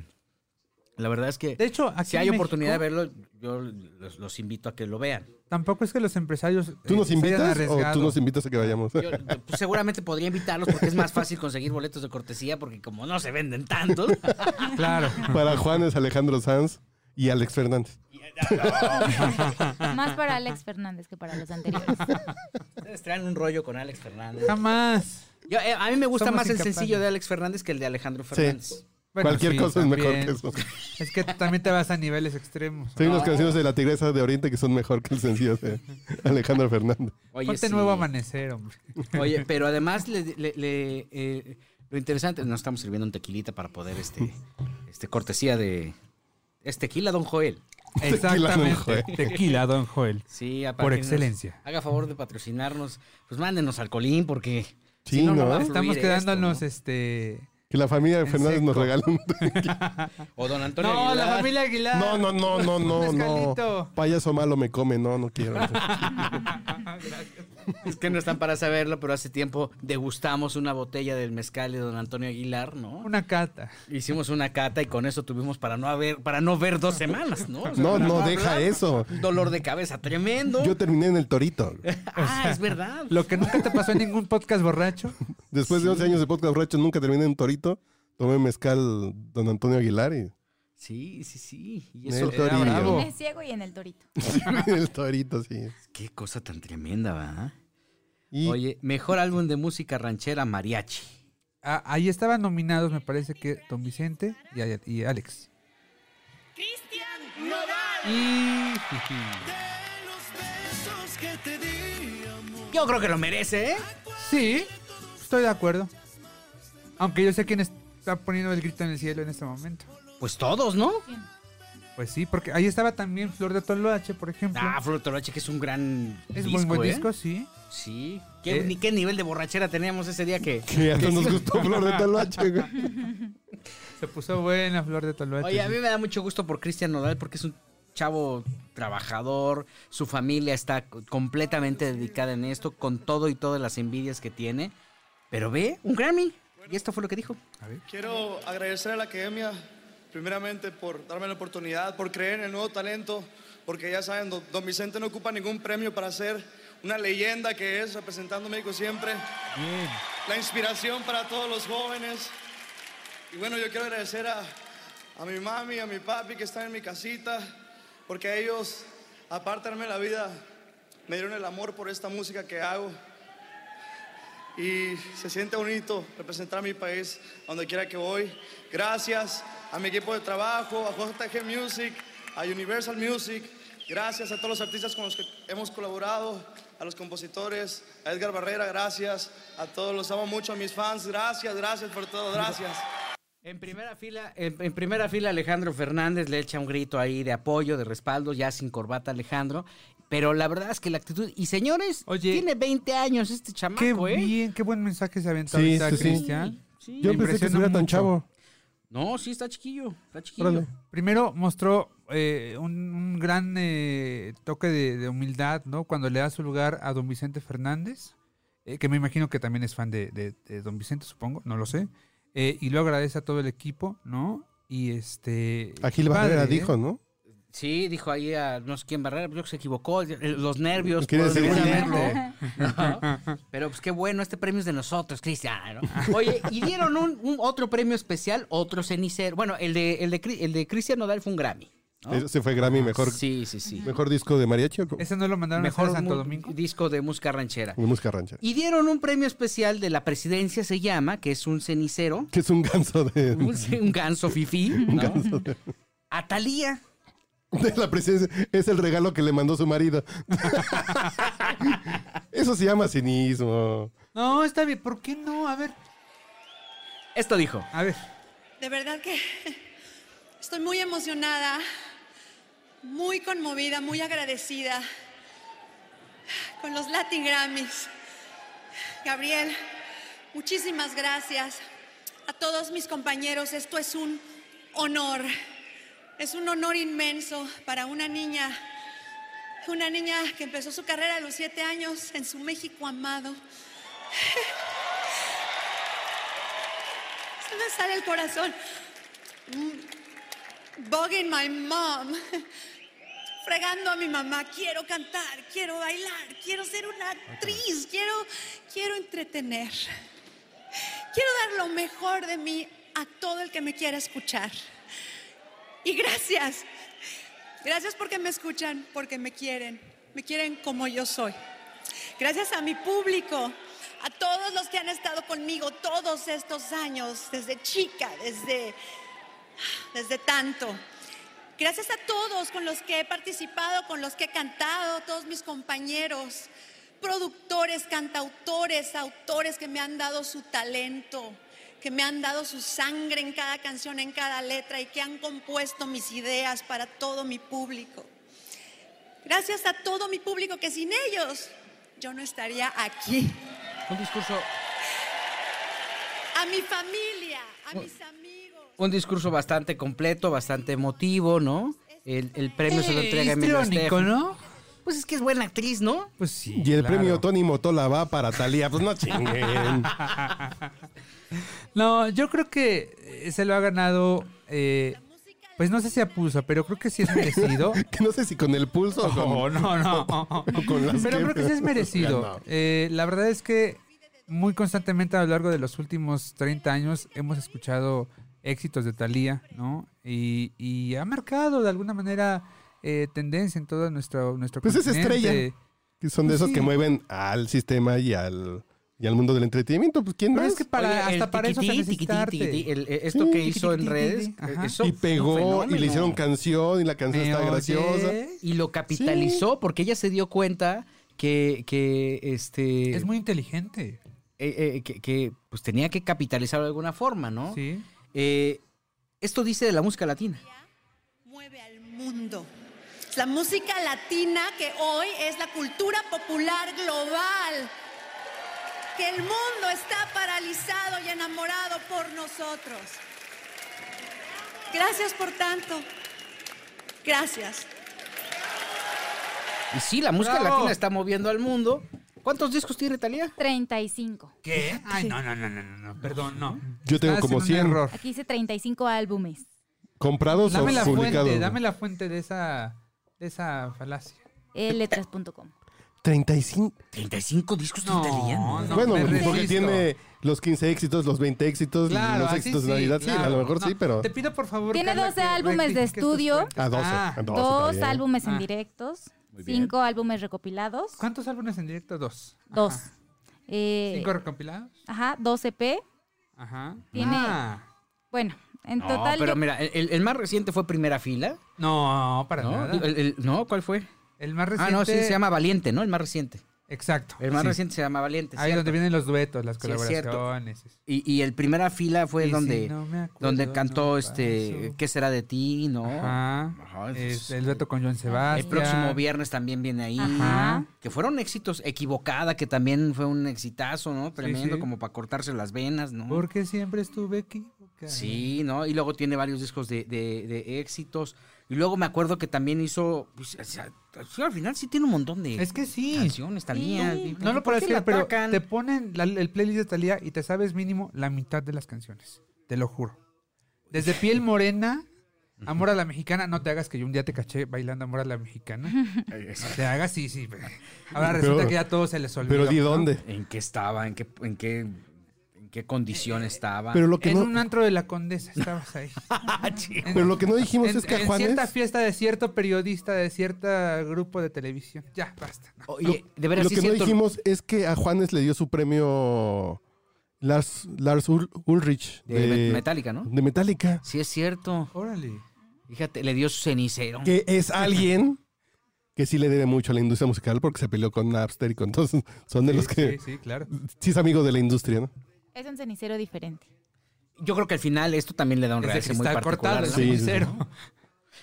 Speaker 2: la verdad es que...
Speaker 3: De hecho, aquí
Speaker 2: si hay
Speaker 3: en
Speaker 2: oportunidad de
Speaker 3: México,
Speaker 2: verlo, yo los, los invito a que lo vean.
Speaker 3: Tampoco es que los empresarios.
Speaker 4: ¿Tú
Speaker 3: eh,
Speaker 4: nos
Speaker 3: se hayan
Speaker 4: invitas o tú
Speaker 3: arriesgado.
Speaker 4: nos invitas a que vayamos?
Speaker 2: Yo, pues, seguramente podría invitarlos porque es más fácil conseguir boletos de cortesía porque como no se venden tantos.
Speaker 3: Claro.
Speaker 4: Para Juanes, Alejandro Sanz y Alex Fernández.
Speaker 5: Más para Alex Fernández que para los anteriores.
Speaker 2: Ustedes traen un rollo con Alex Fernández.
Speaker 3: Jamás.
Speaker 2: Yo, eh, a mí me gusta
Speaker 3: Somos
Speaker 2: más el
Speaker 3: incapaces.
Speaker 2: sencillo de Alex Fernández que el de Alejandro Fernández.
Speaker 3: Bueno,
Speaker 4: Cualquier
Speaker 3: sí,
Speaker 4: cosa es
Speaker 3: también.
Speaker 4: mejor que eso.
Speaker 3: Es que también te vas a niveles extremos.
Speaker 4: Hay unas canciones de la Tigresa de Oriente que son mejor que el sencillo de Alejandro Fernández.
Speaker 2: Oye,
Speaker 3: Ponte
Speaker 2: sí.
Speaker 3: nuevo amanecer, hombre.
Speaker 2: Oye, pero además le, le- le, eh, lo interesante, nos estamos sirviendo un tequilita para poder este, este cortesía de... Es tequila, don Joel.
Speaker 3: Exactamente.
Speaker 4: Joel.
Speaker 3: Tequila, don Joel.
Speaker 2: Sí, a-
Speaker 3: Por
Speaker 2: para que nos
Speaker 3: excelencia.
Speaker 2: Haga favor de patrocinarnos. Pues mándenos alcoholín porque...
Speaker 4: Sí,
Speaker 2: si
Speaker 4: ¿no?
Speaker 2: va a fluir
Speaker 3: Estamos
Speaker 2: esto,
Speaker 3: quedándonos,
Speaker 2: ¿no?
Speaker 3: este.
Speaker 4: ¿eh? Que la familia de
Speaker 3: En
Speaker 4: Fernández nos
Speaker 3: seco.
Speaker 4: regala un...
Speaker 2: O don Antonio
Speaker 3: No, la
Speaker 2: Aguilar.
Speaker 3: familia Aguilar.
Speaker 4: No, no, no, no, no,
Speaker 3: Un
Speaker 4: no.
Speaker 3: mezcalito.
Speaker 4: Payaso malo me come, no, no quiero.
Speaker 2: Es que no están para saberlo, pero hace tiempo degustamos una botella del mezcal de don Antonio Aguilar, ¿no?
Speaker 3: Una cata.
Speaker 2: Hicimos una cata y con eso tuvimos para no haber, para no ver dos semanas, ¿no? O sea,
Speaker 4: No,
Speaker 2: para
Speaker 4: no,
Speaker 2: hablar.
Speaker 4: deja eso.
Speaker 2: Dolor de cabeza tremendo.
Speaker 4: Yo terminé en el Torito.
Speaker 2: ah, es verdad.
Speaker 3: Lo que nunca te pasó en ningún podcast borracho.
Speaker 4: Después de 11 años de podcast borracho, nunca terminé en Torito. Tomé mezcal Don Antonio Aguilar y
Speaker 2: Sí, sí, sí. Y
Speaker 4: en
Speaker 2: eso
Speaker 4: el Torito.
Speaker 5: En el ciego y en el torito.
Speaker 4: Sí, en el Torito, sí.
Speaker 2: qué cosa tan tremenda, ¿verdad?
Speaker 4: Y
Speaker 2: Oye, mejor álbum de música ranchera mariachi.
Speaker 3: Ah, ahí estaban nominados, me parece que Don Vicente y, Ale- y Alex.
Speaker 6: Cristian
Speaker 3: Y
Speaker 2: Yo creo que lo merece, ¿eh?
Speaker 3: sí, estoy de acuerdo. Aunque yo sé quién está poniendo el grito en el cielo en este momento.
Speaker 2: Pues todos, ¿no?
Speaker 3: Pues sí, porque ahí estaba también Flor de Toloache, por ejemplo.
Speaker 2: Ah, Flor Toloache, que es un gran
Speaker 3: es
Speaker 2: disco,
Speaker 3: muy buen
Speaker 2: ¿eh?
Speaker 3: disco, sí.
Speaker 2: Sí. ¿Qué,
Speaker 3: Eh.
Speaker 2: ni qué nivel de borrachera teníamos ese día que...
Speaker 4: que ya no nos gustó Flor de Taloache, güey.
Speaker 3: Se puso buena Flor de Toloache.
Speaker 2: Oye, a
Speaker 3: sí.
Speaker 2: mí me da mucho gusto por Cristian Nodal porque es un chavo trabajador, su familia está c- completamente dedicada en esto, con todo y todas las envidias que tiene. Pero ve, un Grammy. Y esto fue lo que dijo.
Speaker 7: Quiero agradecer a la academia, primeramente, por darme la oportunidad, por creer en el nuevo talento, porque ya saben, don, don Vicente no ocupa ningún premio para ser una leyenda que es, representando a México siempre. La inspiración para todos los jóvenes. Y bueno, yo quiero agradecer a, a mi mami, a mi papi que están en mi casita, porque a ellos, aparte de darme la vida, me dieron el amor por esta música que hago. y se siente bonito representar a mi país donde quiera que voy. Gracias a mi equipo de trabajo, a JG Music, a Universal Music. Gracias a todos los artistas con los que hemos colaborado, a los compositores, a Edgar Barrera, gracias. A todos los amo mucho, a mis fans, gracias, gracias por todo, gracias.
Speaker 2: En primera fila, en, en primera fila Alejandro Fernández le echa un grito ahí de apoyo, de respaldo, ya sin corbata Alejandro. Pero la verdad es que la actitud... Y señores,
Speaker 3: Oye.
Speaker 2: tiene 20 años este chamaco,
Speaker 3: Qué
Speaker 2: ¿eh?
Speaker 3: bien, qué buen mensaje se aventó
Speaker 4: Sí,
Speaker 3: ahorita,
Speaker 4: sí, sí.
Speaker 3: Cristian.
Speaker 2: Sí.
Speaker 4: Yo
Speaker 3: Me
Speaker 4: pensé
Speaker 3: impresiona
Speaker 4: que estuviera tan
Speaker 3: mucho.
Speaker 4: chavo.
Speaker 2: No, sí, está chiquillo, está chiquillo.
Speaker 4: Órale.
Speaker 3: Primero mostró eh, un, un gran eh, toque de, de humildad, ¿no? Cuando le da su lugar a don Vicente Fernández, eh, que me imagino que también es fan de, de- de don Vicente, supongo, no lo sé. Eh, y lo agradece a todo el equipo, ¿no? Y este...
Speaker 4: A Gil
Speaker 3: qué padre,
Speaker 4: Barrera
Speaker 3: ¿eh?
Speaker 4: dijo, ¿no?
Speaker 2: Sí, dijo ahí a no sé quién Barrera, pero yo creo que se equivocó, eh, los nervios.
Speaker 4: Quiere
Speaker 2: por-
Speaker 4: decir que-
Speaker 2: seguramente. Ajá. Pero pues qué bueno, este premio es de nosotros, Cristian. ¿no? Oye, y dieron un, un otro premio especial, otro cenicero. Bueno, el de, el de, Cri- el de Cristian Nodal fue un Grammy. ¿no?
Speaker 4: Ese fue Grammy, mejor,
Speaker 2: Sí, sí, sí.
Speaker 4: mejor disco de mariachi. ¿o cómo?
Speaker 3: ¿Ese no lo mandaron a hacer a
Speaker 2: Mejor
Speaker 3: Santo
Speaker 2: mu-
Speaker 3: Domingo?
Speaker 2: disco de música ranchera.
Speaker 4: De música ranchera.
Speaker 2: Y dieron un premio especial de la presidencia, se llama, que es un cenicero,
Speaker 4: Que es un ganso de,
Speaker 2: un, un ganso fifí, ¿no? A Thalía.
Speaker 4: de la presidencia. Es el regalo que le mandó su marido. Eso se llama cinismo.
Speaker 3: No, está bien, ¿por qué no? A ver,
Speaker 2: Esto dijo.
Speaker 3: a ver.
Speaker 10: De verdad que estoy muy emocionada, muy conmovida, muy agradecida con los Latin Grammys. Gabriel, muchísimas gracias. A todos mis compañeros, esto es un honor. Es un honor inmenso para una niña, una niña que empezó su carrera a los siete años en su México amado. Se me sale el corazón. Mm. Bugging my mom. Fregando a mi mamá. Quiero cantar, quiero bailar, quiero ser una actriz, quiero, quiero entretener. Quiero dar lo mejor de mí a todo el que me quiera escuchar. Y gracias. Gracias porque me escuchan, porque me quieren. Me quieren como yo soy. Gracias a mi público, a todos los que han estado conmigo todos estos años, desde chica, desde, desde tanto. Gracias a todos con los que he participado, con los que he cantado, todos mis compañeros, productores, cantautores, autores que me han dado su talento, que me han dado su sangre en cada canción, en cada letra y que han compuesto mis ideas para todo mi público. Gracias a todo mi público que sin ellos yo no estaría aquí.
Speaker 2: Un discurso
Speaker 10: A mi familia, a mis amigos.
Speaker 2: un discurso bastante completo, bastante emotivo, ¿no? El, el premio se lo entrega Emilio
Speaker 3: Histriónico,
Speaker 2: Estefan.
Speaker 3: Eh, ¿no?
Speaker 2: Pues es que es buena actriz, ¿no?
Speaker 3: Pues sí.
Speaker 4: Y el
Speaker 3: claro.
Speaker 4: premio Tony Motola va para Talía. Pues no chinguen.
Speaker 3: No, yo creo que eh, se lo ha ganado. eh, pues no sé si a pulso, pero creo que sí es merecido.
Speaker 4: que no sé si con el pulso o con-
Speaker 3: Oh, No, no, no.
Speaker 4: con las
Speaker 3: Pero
Speaker 4: que-
Speaker 3: creo que sí es merecido.
Speaker 4: Ganado.
Speaker 3: Eh, la verdad es que muy constantemente a lo largo de los últimos 30 años hemos escuchado éxitos de Thalía, ¿no? Y, y ha marcado de alguna manera eh, tendencia en todo nuestro, nuestro
Speaker 4: Pues es
Speaker 3: continente.
Speaker 4: estrella. que son de
Speaker 3: Pues
Speaker 4: esos
Speaker 3: sí.
Speaker 4: que mueven al sistema y al, y al mundo del entretenimiento. Pues quién
Speaker 3: Pero
Speaker 4: más.
Speaker 3: es que para,
Speaker 2: Oye, el
Speaker 3: hasta para eso se
Speaker 2: tiquití, tiquití,
Speaker 3: necesita
Speaker 2: tiquití,
Speaker 3: arte.
Speaker 2: el- el- esto
Speaker 3: Sí,
Speaker 2: que hizo en
Speaker 3: tiquití,
Speaker 2: redes,
Speaker 3: tiquití, ajá.
Speaker 2: eso fue
Speaker 4: y
Speaker 2: un
Speaker 4: pegó y le
Speaker 2: fenómeno.
Speaker 4: hicieron canción y la canción
Speaker 3: ¿Me
Speaker 4: está
Speaker 3: oyes?
Speaker 4: graciosa.
Speaker 3: ¿Eh?
Speaker 2: Y lo capitalizó porque ella se dio cuenta que, que este,
Speaker 3: Es muy inteligente.
Speaker 2: eh, eh, que, que, pues tenía que capitalizarlo de alguna forma, ¿no?
Speaker 3: Sí.
Speaker 2: Eh, esto dice de la música latina.
Speaker 10: mueve al mundo. Es La música latina que hoy es la cultura popular global. Que el mundo está paralizado y enamorado por nosotros. Gracias por tanto. Gracias.
Speaker 2: Y sí, la música
Speaker 3: ¡Bravo!
Speaker 2: latina está moviendo al mundo. ¿Cuántos discos tiene Talía?
Speaker 5: 35.
Speaker 3: ¿Qué? Ay, no, no, no, no, no, no, Perdón, no.
Speaker 4: Yo tengo
Speaker 3: Estás
Speaker 4: como
Speaker 3: en un
Speaker 4: 100.
Speaker 3: error.
Speaker 5: Aquí dice 35 álbumes.
Speaker 3: Pues
Speaker 4: Comprados
Speaker 3: Dame
Speaker 4: o
Speaker 3: la
Speaker 4: publicados.
Speaker 3: fuente, dame la fuente de esa, de esa falacia.
Speaker 5: eh, letras.com.
Speaker 4: 35.
Speaker 2: 35 discos
Speaker 3: No, no,
Speaker 4: bueno,
Speaker 3: me
Speaker 4: porque
Speaker 3: resisto.
Speaker 4: tiene los 15 éxitos, los 20 éxitos,
Speaker 3: Claro,
Speaker 4: los
Speaker 3: así
Speaker 4: éxitos
Speaker 3: sí,
Speaker 4: de Navidad. Sí, a
Speaker 3: claro.
Speaker 4: lo mejor
Speaker 3: No,
Speaker 4: sí, pero.
Speaker 3: Te pido por favor.
Speaker 5: Tiene
Speaker 3: Carla,
Speaker 5: 12
Speaker 3: que
Speaker 5: álbumes de
Speaker 3: rectifiques tus
Speaker 5: estudio.
Speaker 3: fuentes.
Speaker 4: A 12.
Speaker 3: Ah,
Speaker 4: a 12
Speaker 5: Dos
Speaker 4: está bien.
Speaker 5: álbumes en
Speaker 3: Ah.
Speaker 5: directos. Cinco álbumes recopilados.
Speaker 3: ¿Cuántos álbumes en directo? Dos. Ajá.
Speaker 5: Dos. Eh,
Speaker 3: ¿Cinco recopilados?
Speaker 5: Ajá, dos EP.
Speaker 3: Ajá.
Speaker 5: Tiene-
Speaker 3: Ah.
Speaker 5: Bueno, en
Speaker 2: No,
Speaker 5: total.
Speaker 2: pero
Speaker 5: yo-
Speaker 2: mira, el, el más reciente fue Primera Fila,
Speaker 3: No, para
Speaker 2: ¿no?
Speaker 3: nada.
Speaker 2: Digo,
Speaker 3: El,
Speaker 2: el- el- no, ¿cuál fue?
Speaker 3: más reciente.
Speaker 2: Ah, no, sí, se llama Valiente, ¿no? El más reciente.
Speaker 3: Exacto.
Speaker 2: El más
Speaker 3: sí.
Speaker 2: reciente se llama Valiente.
Speaker 3: Ahí es
Speaker 2: ¿cierto?
Speaker 3: donde vienen los duetos, las
Speaker 2: Sí, es cierto.
Speaker 3: colaboraciones.
Speaker 2: Y, y el Primera Fila fue
Speaker 3: Y si
Speaker 2: donde,
Speaker 3: no me acuerdo,
Speaker 2: donde cantó
Speaker 3: no
Speaker 2: este
Speaker 3: paso.
Speaker 2: ¿Qué será de ti? ¿No?
Speaker 3: Ajá. Este,
Speaker 2: Ajá,
Speaker 3: Es
Speaker 2: es-
Speaker 3: el dueto con John
Speaker 2: Ah. El
Speaker 3: Sebastián.
Speaker 2: próximo viernes también viene ahí.
Speaker 5: Ajá.
Speaker 2: Que fueron éxitos. Equivocada, que también fue un exitazo, ¿no? Tremendo,
Speaker 3: sí.
Speaker 2: como para cortarse las venas, ¿no?
Speaker 3: Porque siempre estuve equivocado.
Speaker 2: Sí, ¿no? Y luego tiene varios discos de, de- de éxitos. Y luego me acuerdo que también hizo. pues, o sea, sí, al final sí tiene un montón de
Speaker 3: Es que sí.
Speaker 2: canciones, Talía.
Speaker 5: Sí.
Speaker 3: No lo
Speaker 2: ¿Por
Speaker 3: puedes
Speaker 2: qué la
Speaker 3: creer, pero
Speaker 2: atacan?
Speaker 3: te ponen la- el playlist de Talía y te sabes mínimo la mitad de las canciones. Te lo juro. Desde Piel Morena, Amor a la Mexicana, no te hagas que yo un día te caché bailando Amor a la Mexicana. No te hagas, sí, sí. pero Ahora resulta
Speaker 4: Pero-
Speaker 3: que ya todo se les olvidó.
Speaker 4: Pero di
Speaker 3: ¿no?
Speaker 4: dónde.
Speaker 2: ¿En qué estaba? ¿En qué, en qué, en qué condición estaba? Ah,
Speaker 4: Pero lo que
Speaker 3: En
Speaker 4: no.
Speaker 3: un antro de la condesa estabas ahí. En-
Speaker 4: Pero lo que no dijimos
Speaker 3: en,
Speaker 4: es que a
Speaker 3: en
Speaker 4: Juanes.
Speaker 3: cierta fiesta de cierto periodista de cierto grupo de televisión. Ya, basta. no.
Speaker 2: Oye, de veras,
Speaker 4: Lo
Speaker 2: sí
Speaker 4: que no
Speaker 2: siento-
Speaker 4: dijimos es que a Juanes le dio su premio Lars, Lars Ul- Ulrich
Speaker 2: de Metallica, ¿no?
Speaker 4: de Metallica,
Speaker 2: Sí, es cierto.
Speaker 3: Órale.
Speaker 2: Fíjate, le dio su cenicero.
Speaker 4: que es alguien que sí le debe mucho a la industria musical porque se peleó con Napster y con todos. Son de los
Speaker 3: Sí,
Speaker 4: que
Speaker 3: Sí, sí, claro.
Speaker 4: sí es amigo de la industria, ¿no?
Speaker 5: Es un cenicero diferente.
Speaker 2: Yo creo que al final esto también le da un
Speaker 3: Desde que
Speaker 2: realce muy
Speaker 3: está cortado
Speaker 2: particular.
Speaker 3: el
Speaker 2: ¿no?
Speaker 4: Sí, sí, sí.
Speaker 3: cenicero.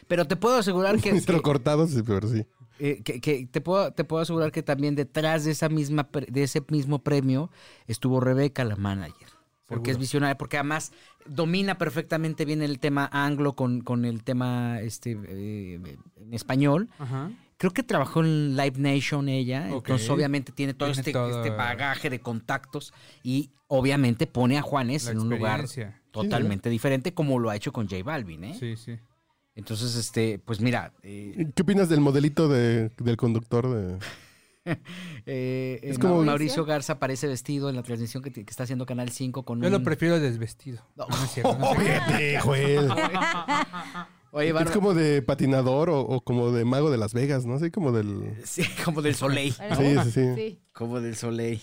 Speaker 2: Pero te puedo asegurar que,
Speaker 4: Pero
Speaker 2: que-
Speaker 4: cortados, sí, pero sí.
Speaker 2: eh, que- que te puedo te puedo asegurar que también detrás de esa misma pre- de ese mismo premio estuvo Rebeca la manager. Porque es
Speaker 3: Seguro.
Speaker 2: visionaria, porque además domina perfectamente bien el tema anglo con, con el tema este eh, en español.
Speaker 3: Ajá.
Speaker 2: Creo que trabajó en Live Nation ella,
Speaker 3: Ok.
Speaker 2: entonces obviamente tiene todo,
Speaker 3: Tiene
Speaker 2: este,
Speaker 3: todo-
Speaker 2: este bagaje de contactos y obviamente pone a Juanes
Speaker 3: La
Speaker 2: en un lugar
Speaker 3: experiencia. ¿eh?
Speaker 2: totalmente diferente como lo ha hecho con J Balvin, ¿eh?
Speaker 3: Sí, sí.
Speaker 2: Entonces, este, pues mira, eh,
Speaker 4: ¿Qué opinas del modelito de- del conductor? De...
Speaker 2: eh,
Speaker 4: Es
Speaker 2: eh,
Speaker 4: como-
Speaker 2: Mauricio Garza aparece vestido en la transmisión que, t- que está haciendo Canal 5 con
Speaker 3: Yo
Speaker 2: un...
Speaker 3: lo prefiero desvestido. No, no es cierto. no es cierto.
Speaker 4: Fíjate, Joel.
Speaker 2: Ah. Oye,
Speaker 4: Es
Speaker 2: Bárbara-
Speaker 4: como de patinador o, o como de mago de Las Vegas, ¿no? Así como del.
Speaker 2: Sí, como del Soleil.
Speaker 4: Sí, sí, sí.
Speaker 2: Como del Soleil.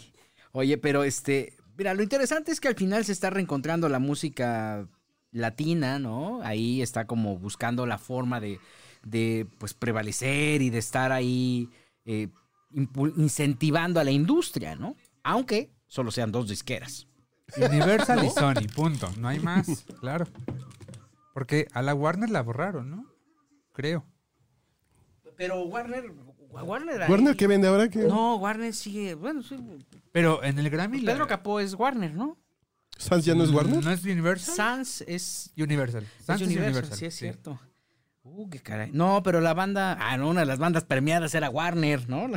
Speaker 2: Oye, pero este, mira, lo interesante es que al final se está reencontrando la música latina, ¿no? Ahí está como buscando la forma de, de pues, prevalecer y de estar ahí eh, impu- incentivando a la industria, ¿no? Aunque solo sean dos disqueras.
Speaker 3: Universal y Sony, punto. No hay más, claro. Porque a la Warner la borraron, ¿no? Creo.
Speaker 2: Pero Warner, Warner, ahí-
Speaker 4: ¿Warner qué vende ahora? ¿Qué?
Speaker 2: No, Warner sigue, bueno, sí,
Speaker 3: Pero en el Grammy. la-
Speaker 2: Pues Pedro Capó es Warner, ¿no?
Speaker 4: ¿Sanz ya no es Warner?
Speaker 3: ¿No es Universal?
Speaker 2: Sans es
Speaker 3: Ah. Universal. Santos
Speaker 2: es Universal, sí es cierto. Uh, qué caray. No, pero la banda, ah, no, una de las bandas premiadas era Warner, ¿no?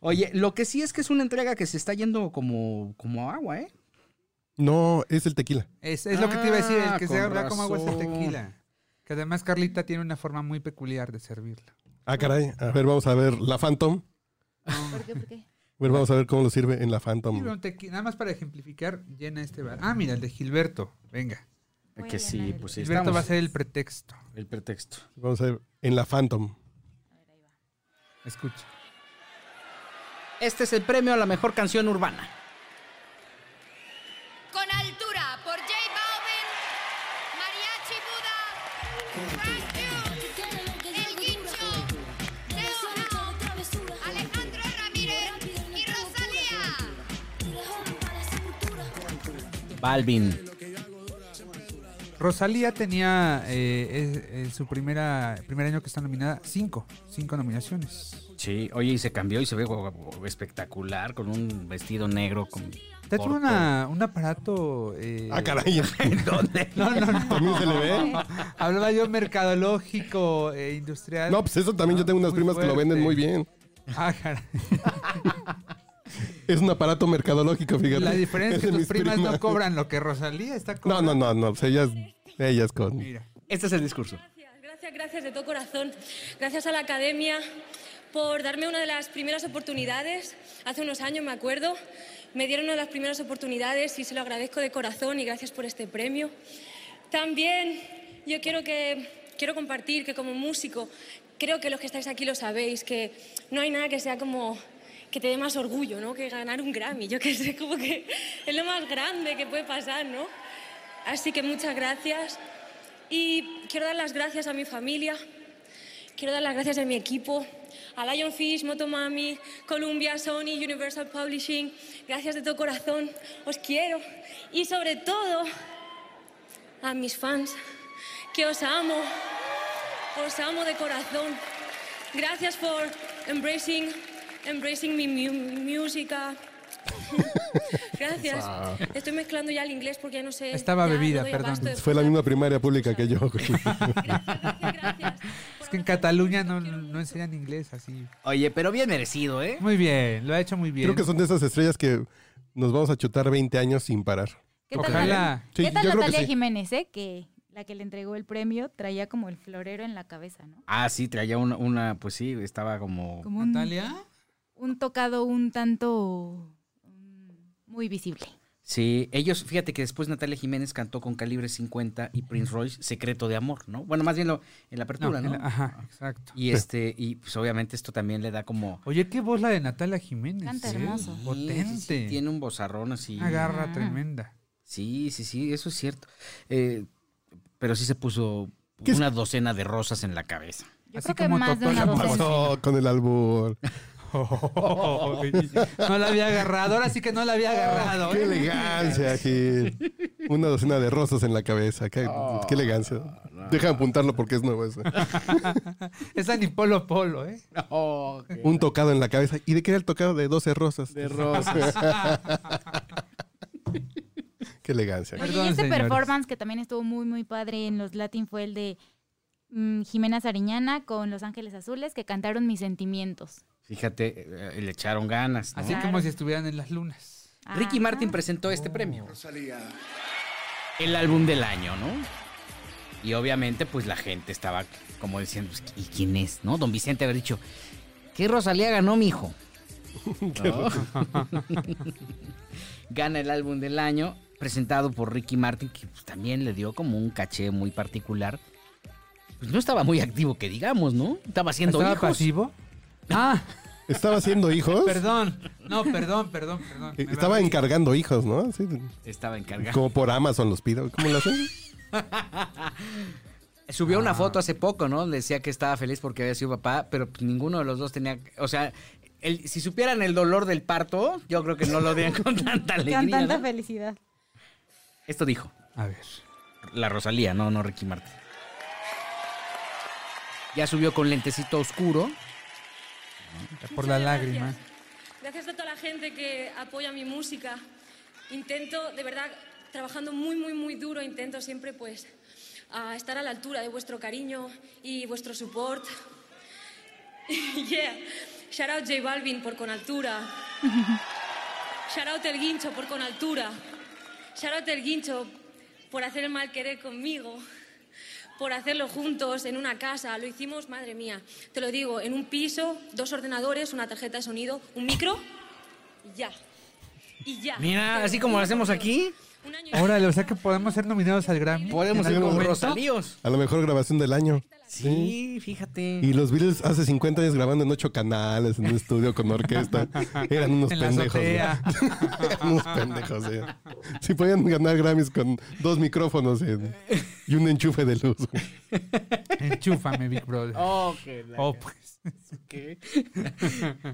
Speaker 2: Oye, lo que sí es que es una entrega que se está yendo como, como agua, ¿eh?
Speaker 4: No, es el tequila.
Speaker 3: Es, es lo que te iba a decir, el
Speaker 2: Ah,
Speaker 3: que se
Speaker 2: con
Speaker 3: habla como agua es el
Speaker 2: razón.
Speaker 3: tequila. Que además Carlita tiene una forma muy peculiar de servirla.
Speaker 4: Ah, caray. A ver, vamos a ver la Phantom.
Speaker 5: ¿Por qué? ¿Por qué?
Speaker 4: A ver, vamos a ver cómo lo sirve en la
Speaker 2: Mm.
Speaker 4: Phantom.
Speaker 3: Sirve un tequi- Nada más para ejemplificar, llena este bar. Ah, mira, el de Gilberto. Venga.
Speaker 5: Voy
Speaker 2: que
Speaker 5: a
Speaker 2: sí,
Speaker 5: llenar el-
Speaker 2: pues sí,
Speaker 3: Gilberto
Speaker 2: estamos-
Speaker 3: va a ser el pretexto.
Speaker 2: el pretexto.
Speaker 4: Vamos a ver en la Phantom.
Speaker 3: Escucha.
Speaker 2: Este es el premio a la mejor canción urbana.
Speaker 11: Con altura por J Balvin, Mariachi Buda, Frank Duke, El Guincho, Leo Howe, Alejandro Ramírez y Rosalía.
Speaker 2: Balvin.
Speaker 3: Rosalía tenía eh, es- en su primera primer año que está nominada cinco, cinco nominaciones.
Speaker 2: Sí, oye, y se cambió y se ve guau, guau, espectacular con un vestido negro. Con
Speaker 3: Usted tiene
Speaker 2: corto.
Speaker 3: una, un aparato. eh,
Speaker 4: Ah, caray.
Speaker 2: ¿En dónde?
Speaker 3: No, no, no.
Speaker 4: ¿También se le ve?
Speaker 3: Hablaba yo mercadológico, eh, industrial.
Speaker 4: No, pues eso también yo tengo unas
Speaker 3: Muy
Speaker 4: primas que lo venden
Speaker 3: fuerte.
Speaker 4: muy bien.
Speaker 3: Ah, caray.
Speaker 4: Es un aparato mercadológico, fíjate.
Speaker 3: La diferencia es
Speaker 4: de
Speaker 3: que tus
Speaker 4: mis
Speaker 3: primas, no cobran lo que Rosalía está
Speaker 4: No,
Speaker 3: cobrando.
Speaker 4: no, no, no. pues ellas, ellas con.
Speaker 3: Mira.
Speaker 2: Este es el discurso.
Speaker 12: Gracias, gracias, gracias de todo corazón. Gracias a la academia por darme una de las primeras oportunidades. Hace unos años, me acuerdo, me dieron una de las primeras oportunidades y se lo agradezco de corazón y gracias por este premio. También yo quiero, que, quiero compartir que como músico, creo que los que estáis aquí lo sabéis, que no hay nada que sea como que te dé más orgullo, ¿no? Que ganar un Grammy, yo que sé, como que es lo más grande que puede pasar, ¿no? Así que muchas gracias. Y quiero dar las gracias a mi familia, quiero dar las gracias a mi equipo, a Lionfish, Motomami, Columbia, Sony, Universal Publishing. Gracias de todo corazón, os quiero. Y sobre todo a mis fans, que os amo, os amo de corazón. Gracias por embracing, embracing mi mu- música. Gracias. Estoy mezclando ya el inglés porque ya no sé.
Speaker 3: Estaba
Speaker 12: ya no
Speaker 3: bebida,
Speaker 12: doy
Speaker 3: perdón.
Speaker 12: abasto de
Speaker 4: Fue la misma primaria pública que yo. güey.
Speaker 3: Es que en Cataluña no, no enseñan inglés así.
Speaker 2: Oye, pero bien merecido, ¿eh?
Speaker 3: Muy bien, lo ha hecho muy bien.
Speaker 4: Creo que son de esas estrellas que nos vamos a chutar 20 años sin parar.
Speaker 5: ¿Qué tal,
Speaker 3: Ojalá.
Speaker 5: ¿qué
Speaker 4: Sí,
Speaker 5: tal
Speaker 4: yo creo que
Speaker 5: Natalia
Speaker 4: sí.
Speaker 5: Jiménez, eh? Que la que le entregó el premio traía como el florero en la cabeza, ¿no?
Speaker 2: Ah, sí, traía una, una pues sí, estaba como...
Speaker 5: Como un,
Speaker 3: Natalia.
Speaker 5: un tocado un tanto mm, muy visible.
Speaker 2: Sí, ellos, fíjate que después Natalia Jiménez cantó con Calibre 50 y Prince Royce, Secreto de Amor, ¿no? Bueno, más bien lo, en
Speaker 3: No, ah,
Speaker 2: la apertura, ¿no?
Speaker 3: el- Ajá, exacto.
Speaker 2: Y este, y pues obviamente esto también le da como...
Speaker 3: Oye, qué voz la de Natalia Jiménez.
Speaker 5: Canta
Speaker 3: ¿eh?
Speaker 5: hermoso.
Speaker 3: Potente.
Speaker 2: Sí, sí, tiene un bozarrón así.
Speaker 3: Una garra tremenda.
Speaker 2: Sí, sí, sí, eso es cierto. Eh, pero sí se puso
Speaker 4: ¿Qué es-
Speaker 2: una docena de rosas en la cabeza.
Speaker 5: Yo
Speaker 3: Así
Speaker 5: creo que
Speaker 3: como
Speaker 5: más de
Speaker 3: Totó
Speaker 5: una
Speaker 3: la
Speaker 5: docena.
Speaker 4: Pasó con el albur.
Speaker 3: No la había agarrado, ahora sí que no la había agarrado.
Speaker 4: Qué
Speaker 3: ¿eh?
Speaker 4: elegancia, Gil. Una docena de rosas en la cabeza. Qué,
Speaker 2: Oh,
Speaker 4: qué elegancia. Deja de apuntarlo porque es nuevo eso.
Speaker 3: Esa ni polo polo, ¿eh?
Speaker 4: Un tocado en la cabeza. ¿Y de qué era el tocado? De 12 rosas.
Speaker 2: De rosas.
Speaker 4: Qué elegancia.
Speaker 5: Oye,
Speaker 3: Perdón,
Speaker 5: y este
Speaker 3: señores.
Speaker 5: performance que también estuvo muy, muy padre en los Latin fue el de mm, Jimena Sariñana con Los Ángeles Azules, que cantaron Mis Sentimientos.
Speaker 2: Fíjate, eh, le echaron ganas. ¿no?
Speaker 3: Así como si estuvieran en las lunas.
Speaker 2: Ricky
Speaker 5: Ajá.
Speaker 2: Martin presentó este premio.
Speaker 8: Rosalía.
Speaker 2: el álbum del año, ¿no? Y obviamente, pues la gente estaba como diciendo, pues, ¿y quién es? ¿No? Don Vicente haber dicho, ¿qué Rosalía ganó, mijo? ¿No? Gana el álbum del año, presentado por Ricky Martin, que pues, también le dio como un caché muy particular. Pues no estaba muy activo, que digamos, ¿no? Estaba haciendo
Speaker 3: ¿Estaba
Speaker 2: hijos.
Speaker 3: pasivo? Ah,
Speaker 4: ¿Estaba haciendo hijos?
Speaker 3: perdón. No, perdón, perdón, perdón.
Speaker 4: Eh, Estaba encargando hijos, ¿no? Sí.
Speaker 2: Estaba encargado.
Speaker 4: Como por Amazon los pido. ¿Cómo lo hacen?
Speaker 2: Subió una foto hace poco, ¿no? Donde decía que estaba feliz porque había sido papá, pero pues, ninguno de los dos tenía. O sea, el- si supieran el dolor del parto, yo creo que no lo veían con tanta alegría.
Speaker 5: Con tanta
Speaker 2: ¿no?
Speaker 5: felicidad.
Speaker 2: Esto dijo
Speaker 3: A ver.
Speaker 2: la Rosalía, no, no Ricky Martin. Ya subió con lentecito oscuro.
Speaker 3: Por la
Speaker 12: Muchas
Speaker 3: lágrima.
Speaker 12: Gracias. Gracias a toda la gente que apoya mi música. Intento, de verdad, trabajando muy, muy, muy duro, intento siempre pues a estar a la altura de vuestro cariño y vuestro support. yeah. Shout out J Balvin por con altura. Shout out El Guincho por con altura. Shout out El Guincho por hacer el mal querer conmigo. Por hacerlo juntos en una casa. Lo hicimos, madre mía. Te lo digo, en un piso, dos ordenadores, una tarjeta de sonido, un micro y ya. y ya.
Speaker 2: Mira, así como lo hacemos aquí.
Speaker 3: Órale, o sea que podemos ser nominados al Grammy.
Speaker 2: Podemos ser
Speaker 3: ¿En algún
Speaker 2: como
Speaker 3: momento?
Speaker 2: Rosalíos.
Speaker 4: A la mejor grabación del año.
Speaker 2: Sí, fíjate.
Speaker 4: Y los Beatles hace 50 años grabando en ocho canales, en un estudio con orquesta. Eran unos
Speaker 3: En la
Speaker 4: pendejos. güey.
Speaker 3: azotea.
Speaker 4: Eran unos pendejos. güey. Si podían ganar Grammys con dos micrófonos en- y un enchufe de luz. güey.
Speaker 3: Enchúfame, Big Brother.
Speaker 2: Oh, que la-
Speaker 3: Oh, pues.
Speaker 2: que-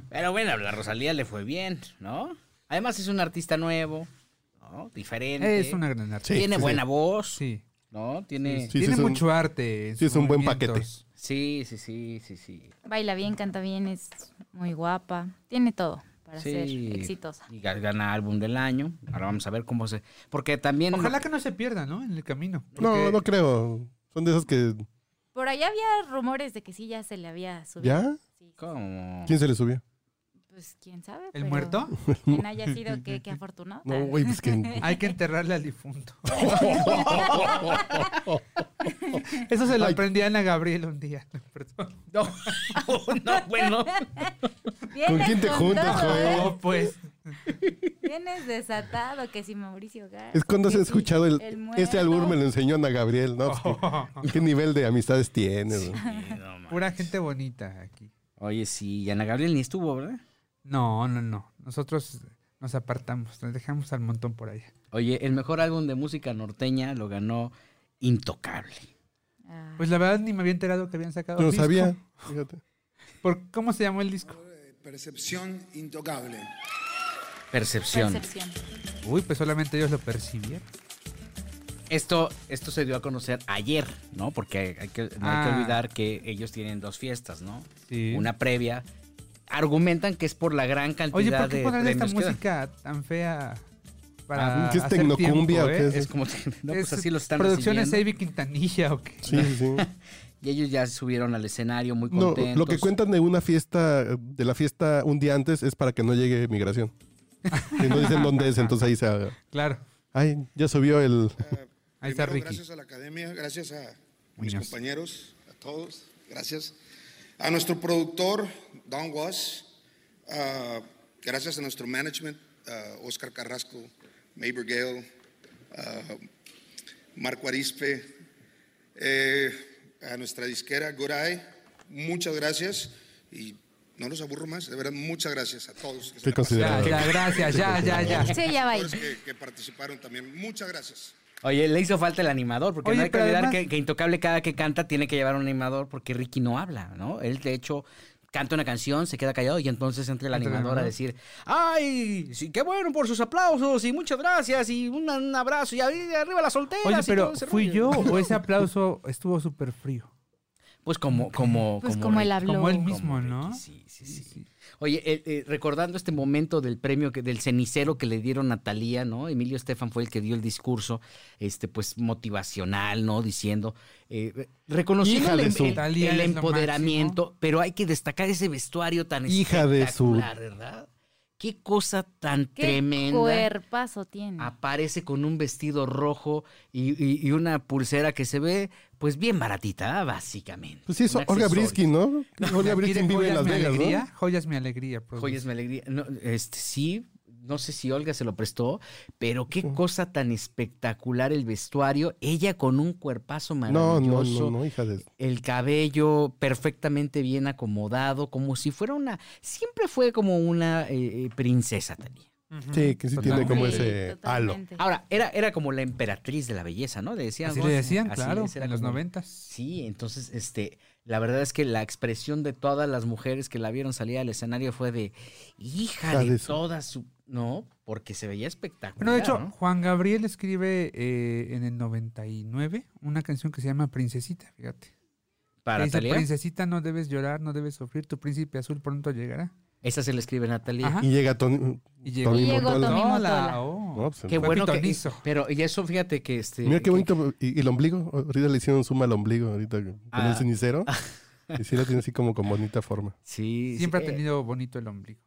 Speaker 2: Pero bueno, a la Rosalía le fue bien, ¿no? Además es un artista nuevo, ¿no? Diferente.
Speaker 3: Es una gran artista.
Speaker 2: Tiene
Speaker 4: sí,
Speaker 2: buena voz,
Speaker 3: Sí.
Speaker 2: ¿no? Tiene...
Speaker 4: Sí,
Speaker 3: Tiene
Speaker 4: sí, es un-
Speaker 3: mucho arte. en
Speaker 4: sí, es
Speaker 3: sus
Speaker 4: un buen
Speaker 3: movimientos.
Speaker 2: Sí, sí, sí, sí, sí.
Speaker 5: Baila bien, canta bien, es muy guapa. Tiene todo para
Speaker 2: Sí.
Speaker 5: ser exitosa.
Speaker 2: Y ga- gana álbum del año. Ahora vamos a ver cómo se... Porque también...
Speaker 3: Ojalá que no se pierda, ¿no? En el camino.
Speaker 4: No,
Speaker 3: Porque-
Speaker 4: no creo. Son de esas que.
Speaker 5: Por allá había rumores de que sí ya se le había subido.
Speaker 4: ¿Ya?
Speaker 5: Sí,
Speaker 2: ¿Cómo?
Speaker 4: ¿Quién se le subió?
Speaker 5: Pues quién sabe.
Speaker 3: ¿El
Speaker 5: pero
Speaker 3: muerto?
Speaker 5: Quien haya sido, qué, qué afortunado.
Speaker 4: No, güey, pues que.
Speaker 3: Hay que enterrarle al difunto. Eso se lo
Speaker 4: Ay.
Speaker 3: aprendí a Ana Gabriel un día. Perdón.
Speaker 2: No, no, bueno.
Speaker 5: Vienes
Speaker 4: ¿Con quién te
Speaker 5: con
Speaker 4: juntas,
Speaker 5: todo,
Speaker 4: joven?
Speaker 5: ¿eh?
Speaker 3: No, pues.
Speaker 5: Vienes desatado, que si Mauricio Gas.
Speaker 4: Es cuando has
Speaker 5: que si
Speaker 4: escuchado el,
Speaker 5: muerto.
Speaker 4: este álbum me lo enseñó Ana Gabriel, ¿no? Pues que- ¿Qué nivel de amistades tienes? güey?
Speaker 2: No, ma.
Speaker 3: Pura gente bonita aquí.
Speaker 2: Oye, sí, y Ana Gabriel ni estuvo, ¿verdad?
Speaker 3: No, no, no. Nosotros nos apartamos, nos dejamos al montón por allá.
Speaker 2: Oye, el mejor álbum de música norteña lo ganó Intocable.
Speaker 5: Ah,
Speaker 3: Pues la verdad ni me había enterado que habían sacado.
Speaker 4: Yo no
Speaker 3: disco.
Speaker 4: sabía. Fíjate.
Speaker 3: ¿Por ¿Cómo se llamó el disco?
Speaker 13: Percepción intocable.
Speaker 2: Percepción.
Speaker 5: Percepción.
Speaker 3: Uy, pues solamente ellos lo percibieron.
Speaker 2: Esto, esto se dio a conocer ayer, ¿no? Porque hay, hay que, no hay
Speaker 3: Ah.
Speaker 2: que olvidar que ellos tienen dos fiestas, ¿no?
Speaker 3: Sí.
Speaker 2: Una previa. Argumentan que es por la gran cantidad
Speaker 3: Oye, ¿por qué
Speaker 2: de
Speaker 3: poner esta
Speaker 2: premios que dan.
Speaker 3: música tan fea para
Speaker 4: Ah, ¿qué es
Speaker 3: hacer tiempo,
Speaker 4: tecnocumbia o qué
Speaker 3: eh?
Speaker 4: es?
Speaker 2: Es como que, no, pues
Speaker 3: Es
Speaker 2: así los están
Speaker 3: Producciones
Speaker 2: recibiendo.
Speaker 3: Avi Quintanilla o qué?
Speaker 4: Sí, sí, sí.
Speaker 2: Y ellos ya subieron al escenario muy
Speaker 4: No,
Speaker 2: contentos.
Speaker 4: lo que cuentan de una fiesta, de la fiesta un día antes, es para que no llegue migración. Si no dicen dónde es, entonces ahí se. haga.
Speaker 3: Claro.
Speaker 4: Ay, ya subió el.
Speaker 3: Ah, Ahí está
Speaker 13: Primero,
Speaker 3: Ricky.
Speaker 13: Gracias a la academia, gracias a mis
Speaker 3: Muñoz.
Speaker 13: compañeros, a todos, gracias. A nuestro productor, Don Was. ah, gracias a nuestro management, ah, Oscar Carrasco, Maber Gale, ah, Marco Arispe, eh, a nuestra disquera, Goray. Muchas gracias y no los aburro más, de verdad, muchas gracias a todos. Que se
Speaker 4: Qué
Speaker 13: la
Speaker 3: pues,
Speaker 13: pasaron.
Speaker 3: Ya,
Speaker 4: considerado.
Speaker 3: ya, gracias, ya, ya, ya.
Speaker 5: Sí, ya va ahí.
Speaker 13: Que, que participaron también, muchas gracias.
Speaker 2: Oye, le hizo falta el animador, porque
Speaker 3: Oye,
Speaker 2: no hay que
Speaker 3: pero
Speaker 2: olvidar
Speaker 3: además-
Speaker 2: que, que Intocable cada que canta tiene que llevar un animador porque Ricky no habla, ¿no? Él, de hecho, canta una canción, se queda callado y entonces entra el
Speaker 3: Entra el
Speaker 2: animador a
Speaker 3: animador.
Speaker 2: decir, ¡ay! Sí, ¡Qué bueno por sus aplausos! Y muchas gracias y un, un abrazo y ahí arriba las solteras.
Speaker 3: Oye,
Speaker 2: y todo
Speaker 3: pero
Speaker 2: ese
Speaker 3: ¿fui yo
Speaker 2: rollo".
Speaker 3: o ese aplauso estuvo súper frío?
Speaker 2: Pues como, como,
Speaker 5: Pues como él
Speaker 2: Ricky.
Speaker 5: habló.
Speaker 3: Como él
Speaker 2: Como
Speaker 3: mismo,
Speaker 2: Ricky,
Speaker 3: ¿no?
Speaker 2: Sí, sí, sí. Oye, eh, eh, recordando este momento del premio, que, del cenicero que le dieron a Talía, ¿no? Emilio Estefan fue el que dio el discurso, este, pues, motivacional, ¿no? Diciendo, eh, reconociendo
Speaker 4: Hija
Speaker 2: el,
Speaker 4: de
Speaker 2: em-
Speaker 4: su-
Speaker 2: el-
Speaker 3: Thalía
Speaker 2: el
Speaker 3: es lo
Speaker 2: empoderamiento, pero hay que destacar ese vestuario tan
Speaker 4: Hija de su-
Speaker 2: espectacular, ¿verdad? Qué cosa tan
Speaker 5: Qué
Speaker 2: tremenda. Ah,
Speaker 5: cuerpazo tiene.
Speaker 2: Aparece con un vestido rojo y, y- y una pulsera que se ve, pues, bien baratita, ¿ah? básicamente.
Speaker 4: Pues sí, es
Speaker 2: Un
Speaker 4: Olga
Speaker 2: accesorio.
Speaker 4: Briskin, ¿no? Olga
Speaker 3: Aquí de
Speaker 4: Briskin vive
Speaker 3: Joyas
Speaker 4: en Las
Speaker 3: Mi
Speaker 4: Vegas,
Speaker 3: alegría,
Speaker 4: ¿no?
Speaker 3: Joyas mi alegría. pues.
Speaker 2: Joyas me alegría. No, este, sí, no sé si Olga se lo prestó, pero qué cosa tan espectacular el vestuario. Ella con un cuerpazo
Speaker 4: No,
Speaker 2: maravilloso.
Speaker 4: no, no, no, hija de.
Speaker 2: El cabello perfectamente bien acomodado, como si fuera una. Siempre fue como una eh, eh, princesa, Talía.
Speaker 3: Ujú.
Speaker 4: Sí, que sí tiene como
Speaker 5: Sí,
Speaker 4: ese halo.
Speaker 5: totalmente.
Speaker 2: Ahora, era, era como la emperatriz de la belleza, ¿no? Le decían.
Speaker 3: Así
Speaker 2: ¿no?
Speaker 3: le decían,
Speaker 2: Así
Speaker 3: claro,
Speaker 2: les era
Speaker 3: en los
Speaker 2: como-
Speaker 3: noventas.
Speaker 2: Sí, entonces, este, la verdad es que la expresión de todas las mujeres que la vieron salir al escenaio fue de hija
Speaker 4: Hija
Speaker 2: de,
Speaker 4: de su-
Speaker 2: toda su. No, porque se veía espectacular.
Speaker 3: Bueno, de hecho,
Speaker 2: ¿no?
Speaker 3: Juan Gabriel escribe eh, en el 99 una canción que se llama Princesita, fíjate. Que
Speaker 2: para
Speaker 3: dice,
Speaker 2: Talía.
Speaker 3: Princesita, no debes llorar, no debes sufrir, tu príncipe azul pronto llegará.
Speaker 2: Esa se la escribe Natalia.
Speaker 3: Ajá.
Speaker 4: Y llega Tony.
Speaker 3: Y
Speaker 4: llegó Tommy
Speaker 5: Motola. Tommy Motola.
Speaker 3: oh.
Speaker 4: No, pues,
Speaker 2: Qué
Speaker 3: Fue
Speaker 2: bueno que.
Speaker 3: pitonizo.
Speaker 2: Pero, y eso, fíjate que este.
Speaker 4: Mira qué
Speaker 2: que-
Speaker 4: bonito. ¿Y, y el ombligo? Ahorita le hicieron suma al ombligo, ahorita con
Speaker 2: Ah.
Speaker 4: el cenicero. Y sí lo tiene así como con bonita forma.
Speaker 2: Sí.
Speaker 3: Siempre
Speaker 2: sí,
Speaker 3: ha
Speaker 2: eh,
Speaker 3: tenido bonito el ombligo.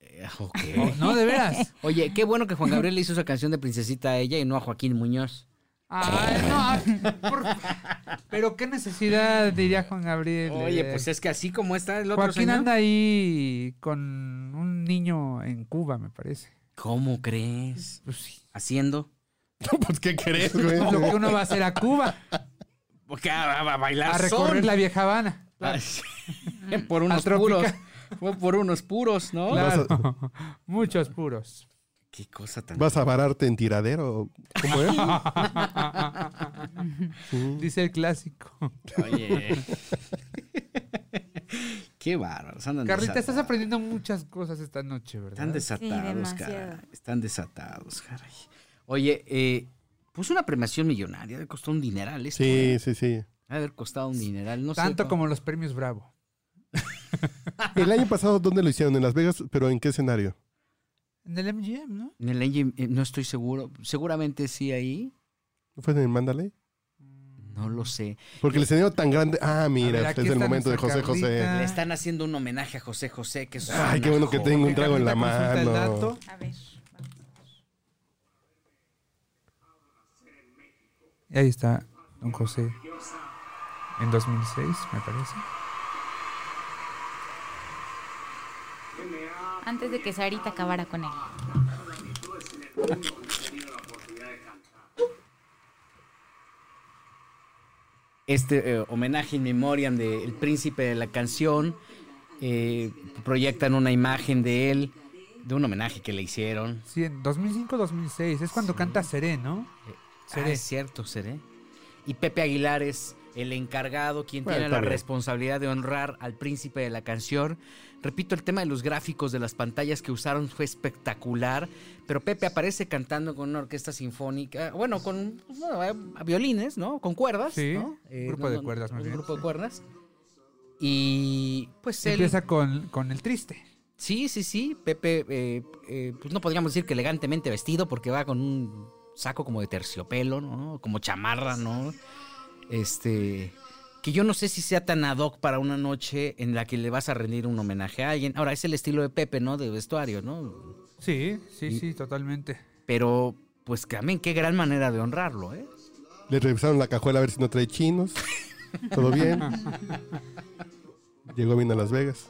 Speaker 2: eh, ok.
Speaker 3: No, de veras.
Speaker 2: Oye, qué bueno que Juan Gabriel le hizo esa canción de princesita a ella y no a Joaquín Muñoz.
Speaker 3: Ay, no. por- Pero qué necesidad, diría Juan Gabriel.
Speaker 2: Oye,
Speaker 3: eh,
Speaker 2: pues es que así como está el otro
Speaker 3: Joaquín
Speaker 2: señor.
Speaker 3: anda ahí con un niño en Cuba, me parece.
Speaker 2: ¿Cómo crees? ¿Haciendo?
Speaker 4: pues, ¿qué crees, güey?
Speaker 3: Lo que uno va a hacer a Cuba,
Speaker 2: Porque a, a- a bailar
Speaker 3: a recorrer
Speaker 2: son.
Speaker 3: la vieja Habana.
Speaker 2: Ah, por unos
Speaker 3: tropical.
Speaker 2: puros. Fue por unos puros, ¿no?
Speaker 3: Claro. Muchos puros.
Speaker 2: Qué cosa tan.
Speaker 4: ¿Vas a vararte en tiradero? ¿Cómo es?
Speaker 3: Dice el clásico.
Speaker 2: Oye. Qué bárbaros. Andan
Speaker 3: Carlita, estás
Speaker 2: desatados.
Speaker 3: aprendiendo muchas cosas esta noche, ¿verdad?
Speaker 2: Están desatados,
Speaker 5: Sí, demasiado.
Speaker 2: caray. Están desatados, caray. Oye, eh, puso una premiación millonaria. Le costó un dineral esto.
Speaker 4: Sí,
Speaker 2: ¿eh?
Speaker 4: sí, sí.
Speaker 2: Ha de haber costado un dineral. No
Speaker 3: Tanto
Speaker 2: sé. cómo-
Speaker 3: como los premios Bravo.
Speaker 4: El año pasado, ¿dónde lo hicieron? ¿En Las Vegas? ¿Pero en qué escenario?
Speaker 3: En el MGM, ¿no?
Speaker 2: En el NGM, eh, no estoy seguro. Seguramente sí ahí.
Speaker 4: ¿No ¿Fue en el Mandalay?
Speaker 2: No lo sé.
Speaker 4: Porque el escenario tan grande. Ah,
Speaker 3: A
Speaker 4: mira,
Speaker 3: ver, aquí
Speaker 4: es el
Speaker 3: está
Speaker 4: momento de José
Speaker 3: nuestra
Speaker 4: José.
Speaker 3: Carlita.
Speaker 2: Le están haciendo un homenaje a José José, que es
Speaker 4: Ah. Ay,
Speaker 2: una
Speaker 4: qué bueno que
Speaker 2: joya.
Speaker 4: tengo un trago en la
Speaker 3: Carlita consulta el
Speaker 4: mano.
Speaker 3: dato.
Speaker 5: A ver.
Speaker 3: Y ahí está Don José. En 2006, me parece.
Speaker 5: Antes de que Sarita acabara con él.
Speaker 2: Este eh, homenaje in memoriam del príncipe de la canción. eh, proyectan una imagen de él, de un homenaje que le hicieron.
Speaker 3: Sí, en 2005-2006. Es cuando canta Seré, ¿no?
Speaker 2: Ah, es cierto, seré. Y Pepe Aguilar es el encargado, quien
Speaker 4: Bueno,
Speaker 2: tiene
Speaker 4: está
Speaker 2: la
Speaker 4: bien.
Speaker 2: responsabilidad de honrar al príncipe de la canción. Repito, el tema de los gráficos de las pantallas que usaron fue espectacular, pero Pepe aparece cantando con una orquesta sinfónica, bueno, con bueno, eh, violines, ¿no? Con cuerdas,
Speaker 3: Sí,
Speaker 2: ¿no?
Speaker 3: grupo de cuerdas, más
Speaker 2: un
Speaker 3: bien,
Speaker 2: grupo de
Speaker 3: sí.
Speaker 2: cuerdas. Y pues él...
Speaker 3: Empieza con, con el triste.
Speaker 2: Sí, sí, sí. Pepe, eh, eh, pues no podríamos decir que elegantemente vestido porque va con un saco como de terciopelo, ¿no? Como chamarra, ¿no? Este, que yo no sé si sea tan ad hoc para una noche en la que le vas a rendir un homenaje a alguien. Ahora, es el estilo de Pepe, ¿no? De vestuario, ¿no?
Speaker 3: Sí, sí,
Speaker 2: Y-
Speaker 3: sí, totalmente.
Speaker 2: Pero, pues también qué gran manera de honrarlo, ¿eh?
Speaker 4: Le revisaron la cajuela a ver si no trae chinos. Todo bien. Llegó bien a Las Vegas.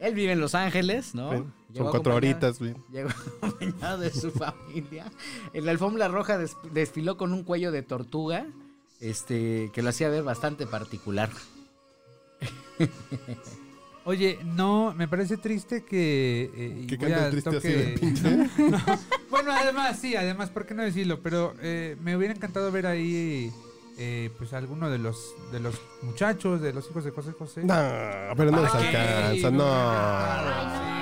Speaker 2: Él vive en Los Ángeles, ¿no?
Speaker 4: Ven,
Speaker 2: Llegó
Speaker 4: Pues, Son cuatro
Speaker 2: acompañado-
Speaker 4: horitas. bien.
Speaker 2: Llegó acompañado de su familia. En la alfombra roja des- desfiló con un cuello de tortuga, este, que lo hacía ver bastante particular.
Speaker 3: Oye, no, me parece triste que. eh, y
Speaker 4: Que
Speaker 3: voy
Speaker 4: canta
Speaker 3: al
Speaker 4: el triste así
Speaker 3: toque-
Speaker 4: de pinche.
Speaker 3: Bueno, además, sí, además, ¿por qué no decirlo? Pero eh, me hubiera encantado ver ahí, eh, pues, alguno de los, de los muchachos, de los hijos de José José.
Speaker 4: No, pero no les
Speaker 3: Ay,
Speaker 4: alcanza.
Speaker 3: no.
Speaker 4: No.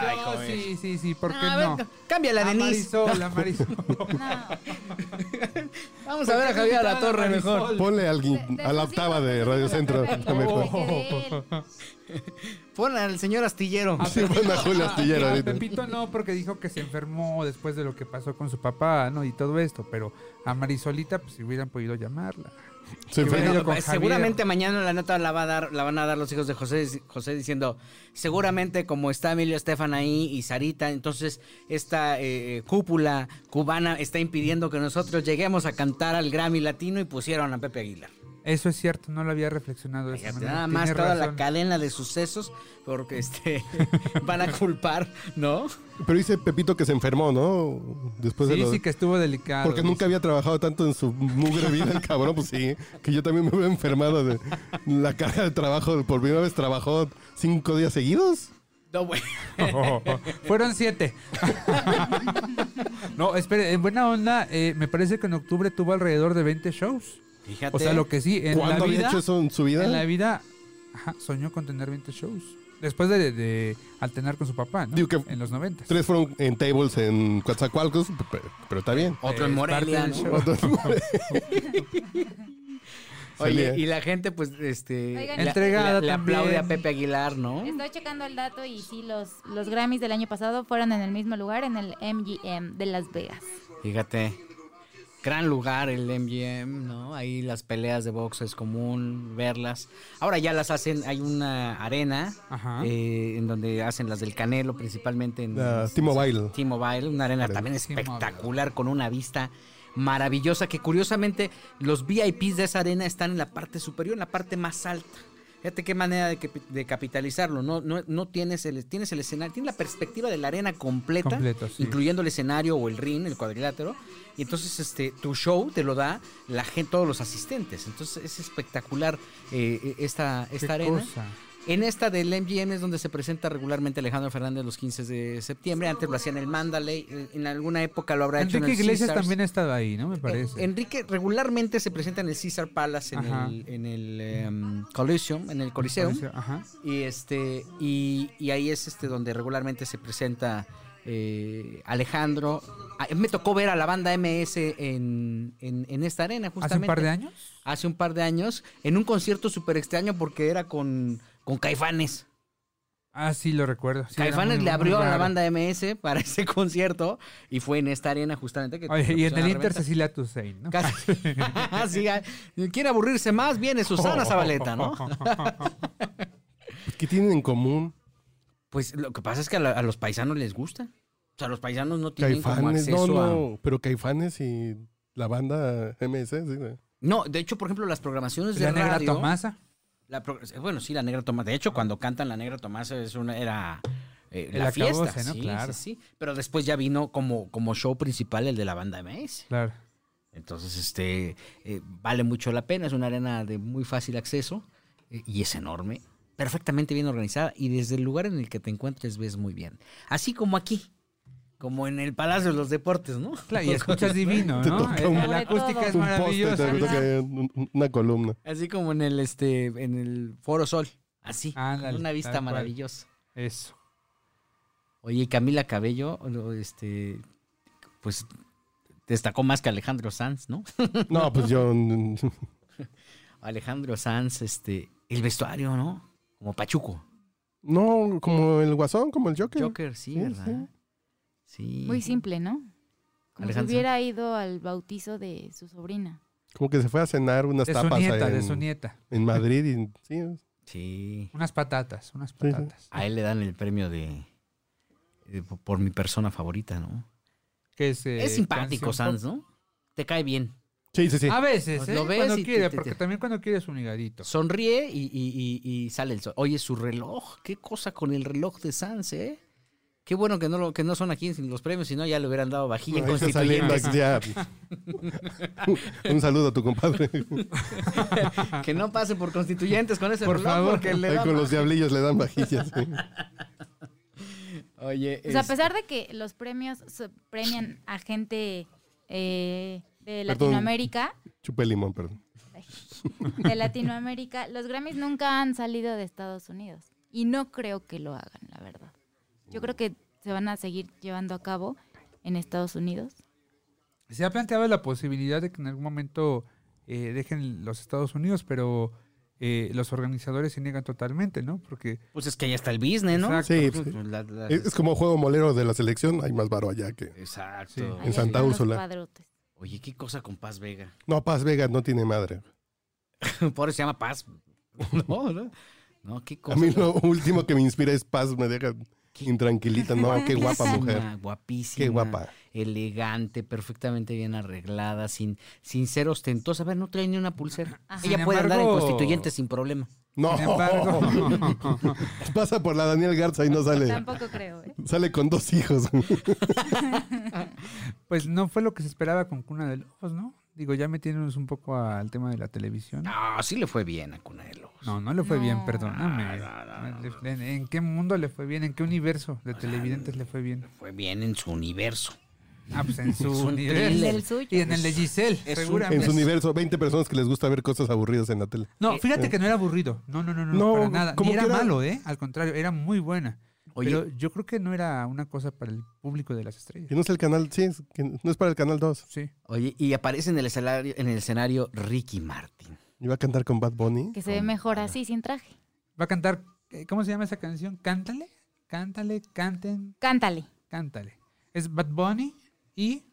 Speaker 3: Yo, sí, sí, sí, ¿por qué
Speaker 2: A ver,
Speaker 3: no?
Speaker 2: cámbiala,
Speaker 3: A
Speaker 2: Denise.
Speaker 3: Marisol, a Marisol.
Speaker 2: Vamos a ver a Javier a la torre mejor.
Speaker 4: Ponle a alguien
Speaker 5: De- de
Speaker 4: a la
Speaker 5: sus
Speaker 4: octava
Speaker 5: hijos,
Speaker 4: de
Speaker 5: de
Speaker 4: Radio
Speaker 5: sus
Speaker 4: Centro.
Speaker 5: hijos,
Speaker 4: a lo mejor.
Speaker 5: de él.
Speaker 2: Pon al señor astillero.
Speaker 4: Sí, pon a Julio Astillero
Speaker 3: A
Speaker 4: ahorita.
Speaker 3: Pepito no, porque dijo que se enfermó después de lo que pasó con su papá, ¿no? Y todo esto, pero a Marisolita, pues, si hubieran podido llamarla.
Speaker 4: Se
Speaker 3: Bueno,
Speaker 4: enfermó.
Speaker 3: yo con Javier.
Speaker 2: seguramente mañana la nota la va a dar, la van a dar los hijos de José, José diciendo, seguramente como está Emilio Estefan ahí y Sarita, entonces esta eh, cúpula cubana está impidiendo que nosotros lleguemos a cantar al Grammy Latino y pusieron a Pepe Aguilar.
Speaker 3: Eso es cierto, no lo había reflexionado. de esa
Speaker 2: Fíjate,
Speaker 3: manera.
Speaker 2: Nada más
Speaker 3: Tienes
Speaker 2: toda la
Speaker 3: razón.
Speaker 2: cadena de sucesos porque este van a culpar, ¿no?
Speaker 4: Pero dice Pepito que se enfermó, ¿no? Después de
Speaker 3: Sí,
Speaker 4: lo...
Speaker 3: sí que estuvo delicado.
Speaker 4: Porque nunca había trabajado tanto en su mugre vida el cabrón, pues sí, que yo también me hubiera enfermado de la carga de trabajo. Por primera vez trabajó cinco días seguidos.
Speaker 2: No, bueno.
Speaker 3: Fueron siete. no, espere, en buena onda, eh, me parece que en octubre tuvo alrededor de 20 shows.
Speaker 2: Fíjate.
Speaker 3: O sea, lo que sí, en la
Speaker 4: ¿Cuándo había
Speaker 3: vida,
Speaker 4: hecho eso en su vida?
Speaker 3: en la vida, ajá, soñó con tener 20 shows. Después de, de alternar con su papá, ¿no?
Speaker 4: Digo que-
Speaker 3: en los 90.
Speaker 4: Tres fueron en tables en Coatzacoalcos, pero, pero está bien.
Speaker 2: Otro en
Speaker 3: Es parte
Speaker 2: Morelia,
Speaker 3: del
Speaker 2: ¿no?
Speaker 3: show.
Speaker 2: Oye,
Speaker 4: Salía.
Speaker 2: y la gente pues este
Speaker 5: Oigan,
Speaker 2: le-
Speaker 3: Entregada
Speaker 2: le- le
Speaker 3: también.
Speaker 2: aplaude a Pepe Aguilar, ¿no?
Speaker 5: Estoy checando el dato y sí, los, los Grammys del año pasado fueron en el mismo lugar, en el MGM de Las Vegas.
Speaker 2: Fíjate. Gran lugar el MGM, ¿no? Ahí las peleas de box es común verlas. Ahora ya las hacen, hay una arena
Speaker 3: Ajá.
Speaker 2: eh, en donde hacen las del Canelo principalmente en
Speaker 4: La T-Mobile.
Speaker 2: T-Mobile, una arena también espectacular con una vista maravillosa que curiosamente los VIPs de esa arena están en la parte superior, en la parte más alta. Fíjate qué manera de, que- de capitalizarlo. No, no, no tienes el, tienes el escenario, tienes la perspectiva de la arena completa,
Speaker 3: Completo, sí.
Speaker 2: incluyendo el escenario o el ring, el cuadrilátero. Y entonces este, tu show te lo da la gente, todos los asistentes. Entonces es espectacular eh, eh, esta, esta
Speaker 3: Qué
Speaker 2: arena.
Speaker 3: cosa.
Speaker 2: En esta del MGM es donde se presenta regularmente Alejandro Fernández los 15 de septiembre. Antes lo hacía en el Mandalay. eh, En alguna época lo habrá hecho en
Speaker 3: Enrique
Speaker 2: el
Speaker 3: Iglesias
Speaker 2: Caesars.
Speaker 3: también ha estado ahí, ¿no? Me parece.
Speaker 2: Enrique regularmente se presenta en el Caesar Palace, en
Speaker 3: Ajá.
Speaker 2: el, en el em, Coliseum, en el Coliseum.
Speaker 3: Coliseo, ajá.
Speaker 2: Y este y, y ahí es este donde regularmente se presenta eh, Alejandro. Ah, Me tocó ver a la banda MS en, en- en esta arena justamente.
Speaker 3: par de años?
Speaker 2: Hace un par de años, en un concierto súper extraño porque era con, con Caifanes.
Speaker 3: Ah, sí, lo recuerdo. Sí, era
Speaker 2: Caifanes
Speaker 3: muy-
Speaker 2: le
Speaker 3: muy
Speaker 2: abrió a la
Speaker 3: raro.
Speaker 2: banda MS para ese concierto y fue en esta arena justamente que...
Speaker 3: Oye,
Speaker 2: lo
Speaker 3: y en
Speaker 2: pusieron
Speaker 3: el
Speaker 2: a
Speaker 3: Inter
Speaker 2: reventar.
Speaker 3: Cecilia Toussaint, ¿no?
Speaker 2: Casi. Sí, ah, quiere aburrirse más, viene
Speaker 3: Oh.
Speaker 2: Susana Zabaleta, ¿no?
Speaker 4: ¿Qué tienen en común?
Speaker 2: Pues lo que pasa es que a, la- a los paisanos les gusta. O sea, los paisanos no tienen como
Speaker 4: Caifanes,
Speaker 2: acceso
Speaker 4: no,
Speaker 2: a...
Speaker 4: no, pero Caifanes y la banda MS, sí, güey.
Speaker 2: No, de hecho, por ejemplo, las programaciones de
Speaker 4: La Negra
Speaker 2: radio-
Speaker 4: Tomasa.
Speaker 2: la pro- eh, Bueno, sí, la Negra Tomasa. De hecho, cuando cantan la Negra Tomasa es una, era eh,
Speaker 3: El
Speaker 2: la
Speaker 3: acabose,
Speaker 2: fiesta.
Speaker 3: ¿no?
Speaker 2: sí,
Speaker 3: Claro.
Speaker 2: sí, sí. Pero después ya vino como, como show principal el de la banda MS.
Speaker 3: Claro.
Speaker 2: Entonces, este, eh, vale mucho la pena. Es una arena de muy fácil acceso eh, y es enorme. Perfectamente bien organizada y desde el lugar en el que te encuentres ves muy bien. Así como aquí, como en el Palacio de los Deportes, ¿no?
Speaker 3: Claro, y escuchas divino,
Speaker 4: Te
Speaker 3: ¿no?
Speaker 4: toca
Speaker 3: Eh,
Speaker 4: un-
Speaker 3: la acústica es
Speaker 4: un poste,
Speaker 3: maravillosa.
Speaker 4: te toca un- un- una columna.
Speaker 2: Así como en el este en el Foro Sol, así, con
Speaker 3: Ándale,
Speaker 2: una
Speaker 3: tal
Speaker 2: vista
Speaker 3: cual.
Speaker 2: maravillosa.
Speaker 3: Eso.
Speaker 2: Oye, y Camila Cabello, no, este pues destacó más que Alejandro Sanz, ¿no?
Speaker 4: No, pues yo.
Speaker 2: Alejandro Sanz, este, el vestuario, ¿no? Como Pachuco.
Speaker 4: No, como el Guasón, como el Joker.
Speaker 2: Joker, sí, ¿verdad? Sí.
Speaker 5: Muy simple, ¿no? Como
Speaker 4: Alejandro.
Speaker 5: si hubiera ido al bautizo de su sobrina.
Speaker 4: Como que se fue a cenar unas
Speaker 3: De su
Speaker 4: tapas
Speaker 3: nieta,
Speaker 4: en,
Speaker 3: de su nieta.
Speaker 4: en Madrid. Y, sí,
Speaker 2: Sí.
Speaker 3: Unas patatas, unas
Speaker 4: sí.
Speaker 3: patatas.
Speaker 2: A él le dan el premio de, de- por mi persona favorita, ¿no?
Speaker 3: Que es, eh,
Speaker 2: es simpático
Speaker 3: canción
Speaker 2: Sanz, ¿no? Te cae bien.
Speaker 4: sí, sí. sí.
Speaker 3: A veces,
Speaker 2: Pues
Speaker 3: ¿eh?
Speaker 2: lo ves
Speaker 3: cuando
Speaker 2: y te-
Speaker 3: quiere,
Speaker 2: te-
Speaker 3: porque
Speaker 2: te-
Speaker 3: también cuando quiere es un higadito.
Speaker 2: Sonríe y, y- y- y sale el sol. Oye, su reloj, qué cosa con el reloj de Sanz, ¿eh? Qué bueno que no, lo, que no son aquí los premios, si no ya le hubieran dado vajilla en
Speaker 4: Ahí está saliendo
Speaker 2: constituyentes.
Speaker 4: aquí ya. Un saludo a tu compadre.
Speaker 2: que no pase por constituyentes con ese
Speaker 3: Por
Speaker 2: reloj,
Speaker 3: favor.
Speaker 2: porque le
Speaker 4: Ahí
Speaker 2: da
Speaker 4: con
Speaker 2: más.
Speaker 4: los diablillos le dan vajillas. sí.
Speaker 2: Oye,
Speaker 5: O sea, pues- a
Speaker 2: este-
Speaker 5: pesar de que los premios se premian a gente eh, de
Speaker 4: Perdón.
Speaker 5: Latinoamérica,
Speaker 4: Chupé limón, perdón.
Speaker 5: de Latinoamérica, los Grammys nunca han salido de Estados Unidos. Y no creo que lo hagan, la verdad. Yo creo que se van a seguir llevando a cabo en Estados Unidos.
Speaker 3: Se ha planteado la posibilidad de que en algún momento eh, dejen los Estados Unidos, pero eh, los organizadores se niegan totalmente, ¿no? Porque
Speaker 2: Pues es que ya está el business, ¿no?
Speaker 3: Exacto.
Speaker 4: Sí, pues,
Speaker 2: La- la-
Speaker 4: Es, es como juego molero de la selección, hay más varo allá que.
Speaker 2: Exacto.
Speaker 4: Sí.
Speaker 5: Ahí
Speaker 4: En Santa
Speaker 5: están los
Speaker 4: Úrsula.
Speaker 5: padrotes.
Speaker 2: Oye, qué cosa con Paz Vega.
Speaker 4: No, Paz Vegas no tiene madre.
Speaker 2: Por eso se llama Paz. No, no. No, qué cosa.
Speaker 4: A mí lo último que me inspira es Paz, me deja intranquilita. No, qué guapa mujer.
Speaker 2: Guapísima, Guapísima.
Speaker 4: Qué guapa.
Speaker 2: Elegante, perfectamente bien arreglada, sin, sin ser ostentosa. A ver, no trae ni una pulsera.
Speaker 5: Ajá.
Speaker 2: Ella
Speaker 3: Sin
Speaker 2: puede andar en
Speaker 3: embargo-
Speaker 2: constituyentes sin problema.
Speaker 4: No,
Speaker 3: Sin embargo-
Speaker 4: pasa por la Daniel Garza y no sale.
Speaker 5: Tampoco creo, ¿eh?
Speaker 4: Sale con dos hijos.
Speaker 3: pues no fue lo que se esperaba con Cuna de Lobos, ¿no? Digo, ya metiéndonos un poco al tema de la televisión.
Speaker 2: No, sí le fue bien a Cuna de Lobos.
Speaker 3: No, no le fue bien,
Speaker 5: No.
Speaker 3: perdóname.
Speaker 2: pues, Ah, No, no, no,
Speaker 3: Le- ¿En, en qué mundo le fue bien? ¿En qué universo de televidentes le fue bien?
Speaker 2: Fue bien en su universo.
Speaker 3: Ah, pues en su
Speaker 2: Es un
Speaker 3: universo.
Speaker 2: thriller.
Speaker 5: El suyo.
Speaker 3: Y en el de Giselle,
Speaker 2: es un-
Speaker 4: En
Speaker 3: seguramente.
Speaker 4: su universo, 20 personas que les gusta ver cosas aburridas en la tele.
Speaker 3: No, fíjate que no era aburrido. No, no, no, no,
Speaker 4: No,
Speaker 3: para nada.
Speaker 4: como
Speaker 3: Ni era,
Speaker 4: que era-
Speaker 3: malo, ¿eh? Al contrario, era muy buena.
Speaker 2: Oye.
Speaker 3: Pero yo creo que no era una cosa para el público de las
Speaker 4: Que
Speaker 3: estrellas.
Speaker 4: no es el canal, sí, es que no es para el canal 2.
Speaker 3: Sí.
Speaker 2: Oye, y aparece en el escenario, en el escenario Ricky Martin.
Speaker 4: Iba a cantar con Bad Bunny.
Speaker 5: Que se ve mejor así, sin traje.
Speaker 3: Va a cantar, eh, ¿cómo se llama esa canción? Cántale, cántale, canten,
Speaker 5: Cántale.
Speaker 3: cántale. Es Bad Bunny y...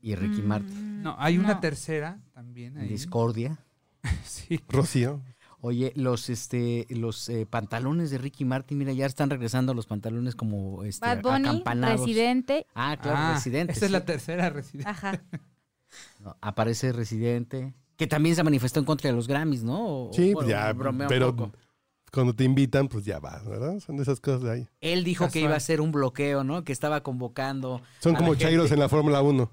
Speaker 2: Y Ricky
Speaker 5: Mm.
Speaker 2: Martin.
Speaker 3: No, hay una
Speaker 5: No.
Speaker 3: tercera también ahí.
Speaker 2: Discordia.
Speaker 3: Sí.
Speaker 4: Rocío.
Speaker 2: Oye, los este, los eh, pantalones de Ricky Martin, mira, ya están regresando los pantalones como este,
Speaker 5: Bad Bunny,
Speaker 2: acampanados.
Speaker 5: Residente.
Speaker 2: Ah, claro,
Speaker 3: Ah,
Speaker 2: Residente.
Speaker 3: Esa es
Speaker 2: sí.
Speaker 3: la tercera residente.
Speaker 5: Ajá.
Speaker 2: No, aparece Residente, Que también se manifestó en contra de los Grammys, ¿no? O-
Speaker 4: Sí,
Speaker 2: Oh,
Speaker 4: pues
Speaker 2: bueno,
Speaker 4: ya,
Speaker 2: bromea un poco.
Speaker 4: pero cuando te invitan, pues ya va, ¿verdad? Son de esas cosas de ahí.
Speaker 2: Él dijo que
Speaker 4: Casual.
Speaker 2: iba a hacer un bloqueo, ¿no? Que estaba convocando.
Speaker 4: Son
Speaker 2: a
Speaker 4: como
Speaker 2: la gente.
Speaker 4: chairos en la Fórmula 1.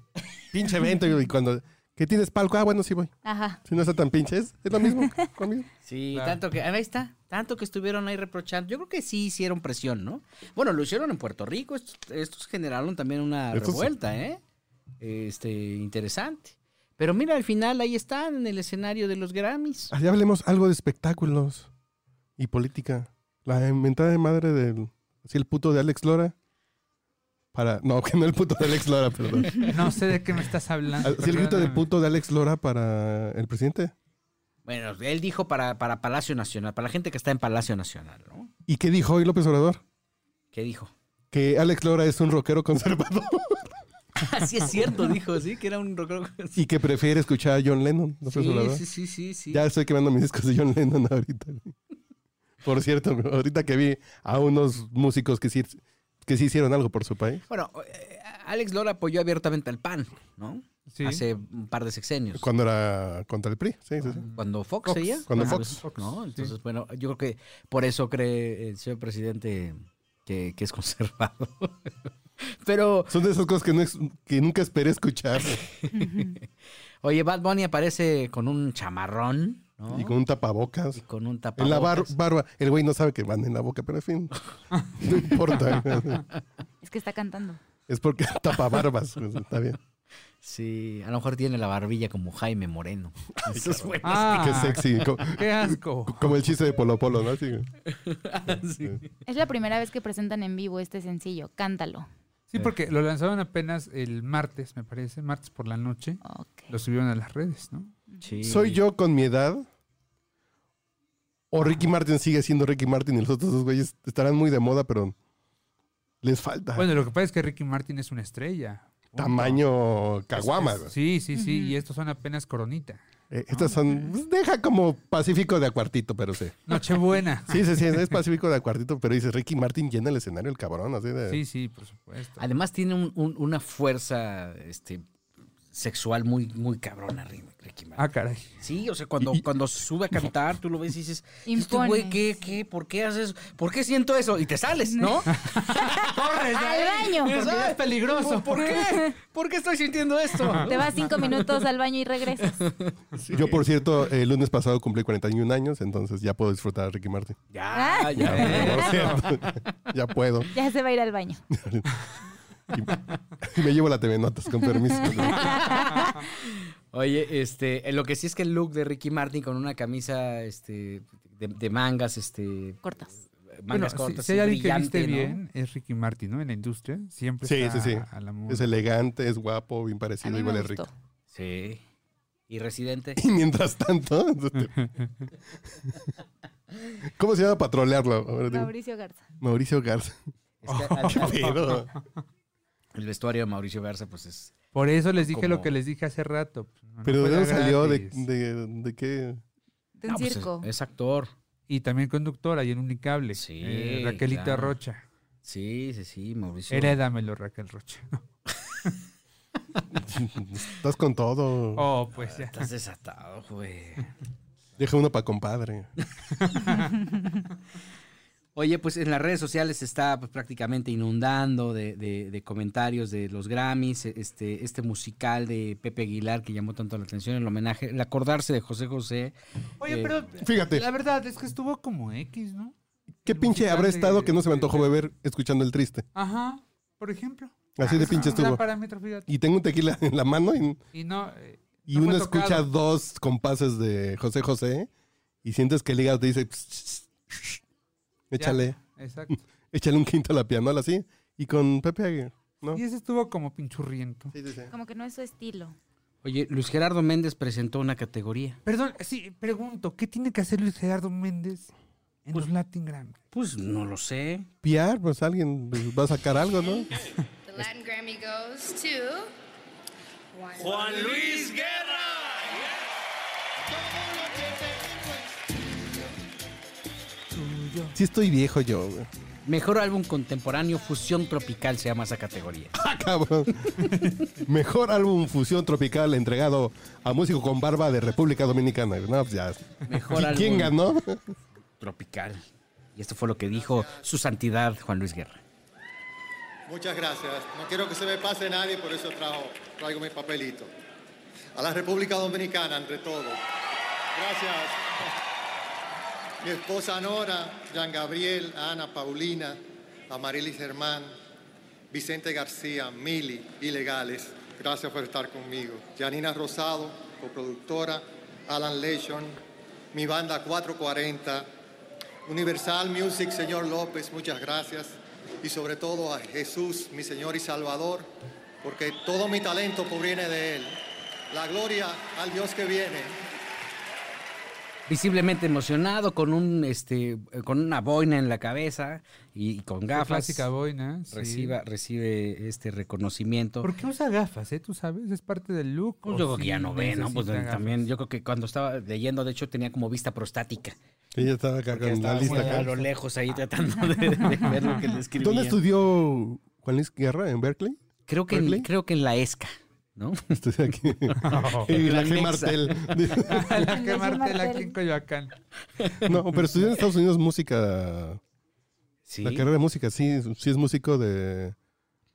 Speaker 4: Pinche evento y cuando... ¿Qué tienes palco? Ah, bueno, sí voy.
Speaker 5: Ajá.
Speaker 4: Si no está tan pinche, es, es lo mismo. lo mismo.
Speaker 2: Sí,
Speaker 4: Claro.
Speaker 2: tanto que, ahí está, tanto que estuvieron ahí reprochando. Yo creo que sí hicieron presión, ¿no? Bueno, lo hicieron en Puerto Rico, estos, estos generaron también una
Speaker 4: Estos-
Speaker 2: revuelta, ¿eh? Este, interesante. Pero mira, al final ahí están en el escenario de los Grammys.
Speaker 4: Allá hablemos algo de espectáculos y política. La inventada de madre del... Así el puto de Alex Lora. Para... No, que no el puto de Alex Lora, perdón.
Speaker 3: No sé de qué me estás hablando.
Speaker 4: Así el grito de
Speaker 3: perdóname.
Speaker 4: puto de Alex Lora para el presidente.
Speaker 2: Bueno, él dijo para, para Palacio Nacional, para la gente que está en Palacio Nacional, ¿no?
Speaker 4: ¿Y qué dijo hoy López Obrador?
Speaker 2: ¿Qué dijo?
Speaker 4: Que Alex Lora es un rockero conservador
Speaker 2: Así es cierto, dijo, sí, que era un rockero.
Speaker 4: y que prefiere escuchar a John Lennon. López
Speaker 2: Sí,
Speaker 4: Obrador.
Speaker 2: sí, sí, sí, sí.
Speaker 4: Ya estoy quemando mis discos de John Lennon ahorita. güey. Por cierto, ahorita que vi a unos músicos que sí, que sí hicieron algo por su país.
Speaker 2: Bueno, eh, Alex Lora apoyó abiertamente al PAN, ¿no?
Speaker 3: Sí.
Speaker 2: Hace un par de sexenios.
Speaker 4: Cuando era contra el PRI. Sí, sí, sí.
Speaker 2: Cuando Fox,
Speaker 3: Fox.
Speaker 2: seguía.
Speaker 4: Cuando
Speaker 2: Ah,
Speaker 4: Fox.
Speaker 2: pues, ¿no? Entonces, bueno, yo creo que por eso cree el señor presidente que, que es conservado. Pero,
Speaker 4: Son de esas cosas que, no es- que nunca esperé escuchar.
Speaker 2: oye, Bad Bunny aparece con un chamarrón, ¿no?
Speaker 4: Y con un tapabocas.
Speaker 2: Con un
Speaker 4: En la bar-
Speaker 2: tapabocas.
Speaker 4: barba. El güey no sabe que van en la boca, pero en fin. No importa.
Speaker 5: Es que está cantando.
Speaker 4: Es porque tapa barbas. Está bien.
Speaker 2: Sí, a lo mejor tiene la barbilla como Jaime Moreno. Esos buenos-
Speaker 4: Qué
Speaker 3: Ah,
Speaker 4: sexy. co- Como,
Speaker 3: qué asco.
Speaker 4: el chiste de Polo Polo, ¿no? Sí.
Speaker 2: Sí.
Speaker 5: Es la primera vez que presentan en vivo este sencillo. Cántalo.
Speaker 3: Sí, porque lo lanzaron apenas el martes, me parece, martes por la noche.
Speaker 5: Ok.
Speaker 3: Lo subieron a las redes, ¿no?
Speaker 2: Sí.
Speaker 4: ¿Soy yo con mi edad? ¿O Ricky Martin sigue siendo Ricky Martin y los otros dos güeyes estarán muy de moda, pero les falta
Speaker 3: Bueno, lo que pasa es que Ricky Martin es una estrella. Punto.
Speaker 4: tamaño caguama? güey.
Speaker 3: Sí, sí, sí. Y estos son apenas coronita.
Speaker 4: Eh, estas son...
Speaker 3: Ah,
Speaker 4: pues, Deja como Pacífico de Acuartito, pero sí.
Speaker 3: Nochebuena.
Speaker 4: Sí, sí, sí, es Pacífico de Acuartito, pero dice Ricky Martin llena el escenario, el cabrón, así de...
Speaker 3: Sí, sí, por supuesto.
Speaker 2: Además tiene un- un- una fuerza este, sexual muy, muy cabrona, Ricky Martin.
Speaker 3: Ah, caray.
Speaker 2: Sí, o sea, cuando, cuando se sube a cantar, tú lo ves y dices, este
Speaker 5: Impones.
Speaker 2: güey, ¿qué, qué? ¿Por qué haces eso? ¿Por qué siento eso? Y te sales, ¿no? ¡Corres! de
Speaker 5: Al
Speaker 2: ahí.
Speaker 5: baño.
Speaker 2: Dices,
Speaker 5: Porque
Speaker 2: "Ay,
Speaker 3: es peligroso".
Speaker 2: ¿Por qué? ¿Por qué estoy sintiendo esto?
Speaker 5: Te vas cinco minutos al baño y regresas.
Speaker 4: Yo, por cierto, el lunes pasado cumplí 41 años, entonces ya puedo disfrutar a Ricky Martin.
Speaker 2: Ya,
Speaker 5: Ah.
Speaker 2: ya.
Speaker 4: Ya, por cierto, ya puedo.
Speaker 5: Ya se va a ir al baño.
Speaker 4: Y me llevo la TV Notas, con permiso.
Speaker 2: Oye, este, eh, lo que sí es que el look de Ricky Martin con una camisa, este, de, de mangas, este,
Speaker 5: Cortas.
Speaker 3: Bueno,
Speaker 2: mangas
Speaker 3: si-
Speaker 2: cortas,
Speaker 3: si, hay
Speaker 2: y
Speaker 3: alguien que viste
Speaker 2: brillante, ¿no?
Speaker 3: bien, es Ricky Martin, ¿no? En la industria. Siempre
Speaker 4: Sí,
Speaker 3: está
Speaker 4: sí, sí.
Speaker 3: a la moda.
Speaker 4: Es elegante, es guapo, bien
Speaker 5: A
Speaker 4: parecido,
Speaker 5: mí
Speaker 4: igual
Speaker 5: me
Speaker 4: es rico.
Speaker 5: gustó.
Speaker 2: Sí. Y Residente.
Speaker 4: Y mientras tanto, este- ¿cómo se llama para trolearlo? Ahora digo,
Speaker 5: Mauricio Garza.
Speaker 4: Mauricio Garza.
Speaker 2: Es que al- al-
Speaker 4: Pero,
Speaker 2: el vestuario de Mauricio Garza, pues es...
Speaker 3: Por eso les dije lo
Speaker 2: Como-
Speaker 3: que les dije hace rato. pues, no, no
Speaker 4: pero
Speaker 3: fue
Speaker 4: ¿de dónde
Speaker 3: gratis.
Speaker 4: salió? ¿De, de, de qué?
Speaker 5: De un
Speaker 2: No, pues es-
Speaker 5: circo.
Speaker 2: es actor.
Speaker 3: Y también conductora y en Unicable.
Speaker 2: Sí,
Speaker 3: eh, Raquelita
Speaker 2: claro.
Speaker 3: Rocha.
Speaker 2: Sí, sí, sí, Mauricio.
Speaker 3: Herédamelo, Raquel Rocha.
Speaker 4: Estás con todo.
Speaker 3: Oh, pues ya.
Speaker 2: Estás desatado, güey.
Speaker 4: Deja uno para compadre.
Speaker 2: Oye, pues en las redes sociales se está pues, prácticamente inundando de, de- de comentarios de los Grammys, este, este musical de Pepe Aguilar que llamó tanto la atención, el homenaje, el acordarse de José José.
Speaker 3: Oye,
Speaker 2: Eh,
Speaker 3: pero
Speaker 4: Ah, Fíjate.
Speaker 3: la verdad es que estuvo como X, ¿no?
Speaker 4: ¿Qué pinche habrá estado que no se me antojó beber escuchando el triste?
Speaker 3: Ajá, por ejemplo.
Speaker 4: Así
Speaker 5: Ah,
Speaker 4: de pinche
Speaker 3: Es un gran
Speaker 4: estuvo.
Speaker 3: parámetro, fíjate.
Speaker 4: Y tengo un tequila en la mano y,
Speaker 3: Y no, eh,
Speaker 4: y
Speaker 3: no fue
Speaker 4: uno escucha
Speaker 3: tocado.
Speaker 4: dos compases de José José y sientes que el hígado te dice, "Pss, pss, pss,
Speaker 3: Ya,
Speaker 4: échale,
Speaker 3: Exacto.
Speaker 4: échale un quinto a la pianola así. Y con Pepe Aguilar, ¿no?
Speaker 3: Y ese estuvo como pinchurriento.
Speaker 4: Sí, sí, sí.
Speaker 5: Como que no es su estilo.
Speaker 2: Oye, Luis Gerardo Méndez presentó una categoría.
Speaker 3: Perdón, sí, pregunto, ¿qué tiene que hacer Luis Gerardo Méndez en los Latin Grammy?
Speaker 2: Pues no lo sé.
Speaker 4: piar, pues alguien pues, va a sacar algo, ¿no?
Speaker 11: The Latin Grammy goes to Juan.
Speaker 6: Juan Luis Guerra.
Speaker 4: Sí estoy viejo yo, güey.
Speaker 2: Mejor álbum contemporáneo, fusión tropical se llama esa categoría.
Speaker 4: Ah, cabrón. Mejor álbum fusión tropical entregado a músico con barba de República Dominicana. No, pues ya.
Speaker 2: Mejor
Speaker 4: ¿Y
Speaker 2: álbum.
Speaker 4: ¿Quién ganó?
Speaker 2: Tropical. Y esto fue lo que dijo su santidad Juan Luis Guerra.
Speaker 14: Muchas gracias. No quiero que se me pase nadie, por eso trajo, traigo mi papelito. A la República Dominicana, entre todos. Gracias. Mi esposa Nora, Jean Gabriel, Ana, Paulina, Amarilis Germán, Vicente García, Mili, Ilegales. Gracias por estar conmigo. Janina Rosado, coproductora, Alan Lechon, mi banda 440, Universal Music, señor López, muchas gracias. Y sobre todo a Jesús, mi Señor y Salvador, porque todo mi talento proviene de Él. La gloria al Dios que viene.
Speaker 2: Visiblemente emocionado, con un este, eh, con una boina en la cabeza y, y con gafas.
Speaker 3: clásica boina, sí.
Speaker 2: Reciba, recibe este reconocimiento.
Speaker 3: ¿Por qué usa gafas, eh? ¿Tú sabes? Es parte del look.
Speaker 2: Pues
Speaker 3: ¿o
Speaker 2: yo creo que
Speaker 3: sí
Speaker 2: ya no ve, ¿no? Pues
Speaker 3: necesita gafas?
Speaker 2: también, yo creo que cuando estaba leyendo, de hecho, tenía como vista prostática.
Speaker 4: Ella estaba acá
Speaker 2: Porque
Speaker 4: con la
Speaker 2: estaba
Speaker 4: lista.
Speaker 2: muy a
Speaker 4: acá.
Speaker 2: lo lejos ahí tratando de, de ver lo que le escribía.
Speaker 4: ¿Dónde estudió Juan Luis Guerra? ¿En Berkeley?
Speaker 2: Creo que, en,
Speaker 4: ¿Berkeley?
Speaker 2: creo que en la E ESCA, ¿no?
Speaker 4: Estudió aquí.
Speaker 2: En
Speaker 4: y la G.
Speaker 2: Nexa.
Speaker 4: Martel.
Speaker 3: la que Martel aquí en Coyoacán.
Speaker 4: No, pero estudió en Estados Unidos música.
Speaker 2: Sí.
Speaker 4: La carrera de música, sí, sí es músico de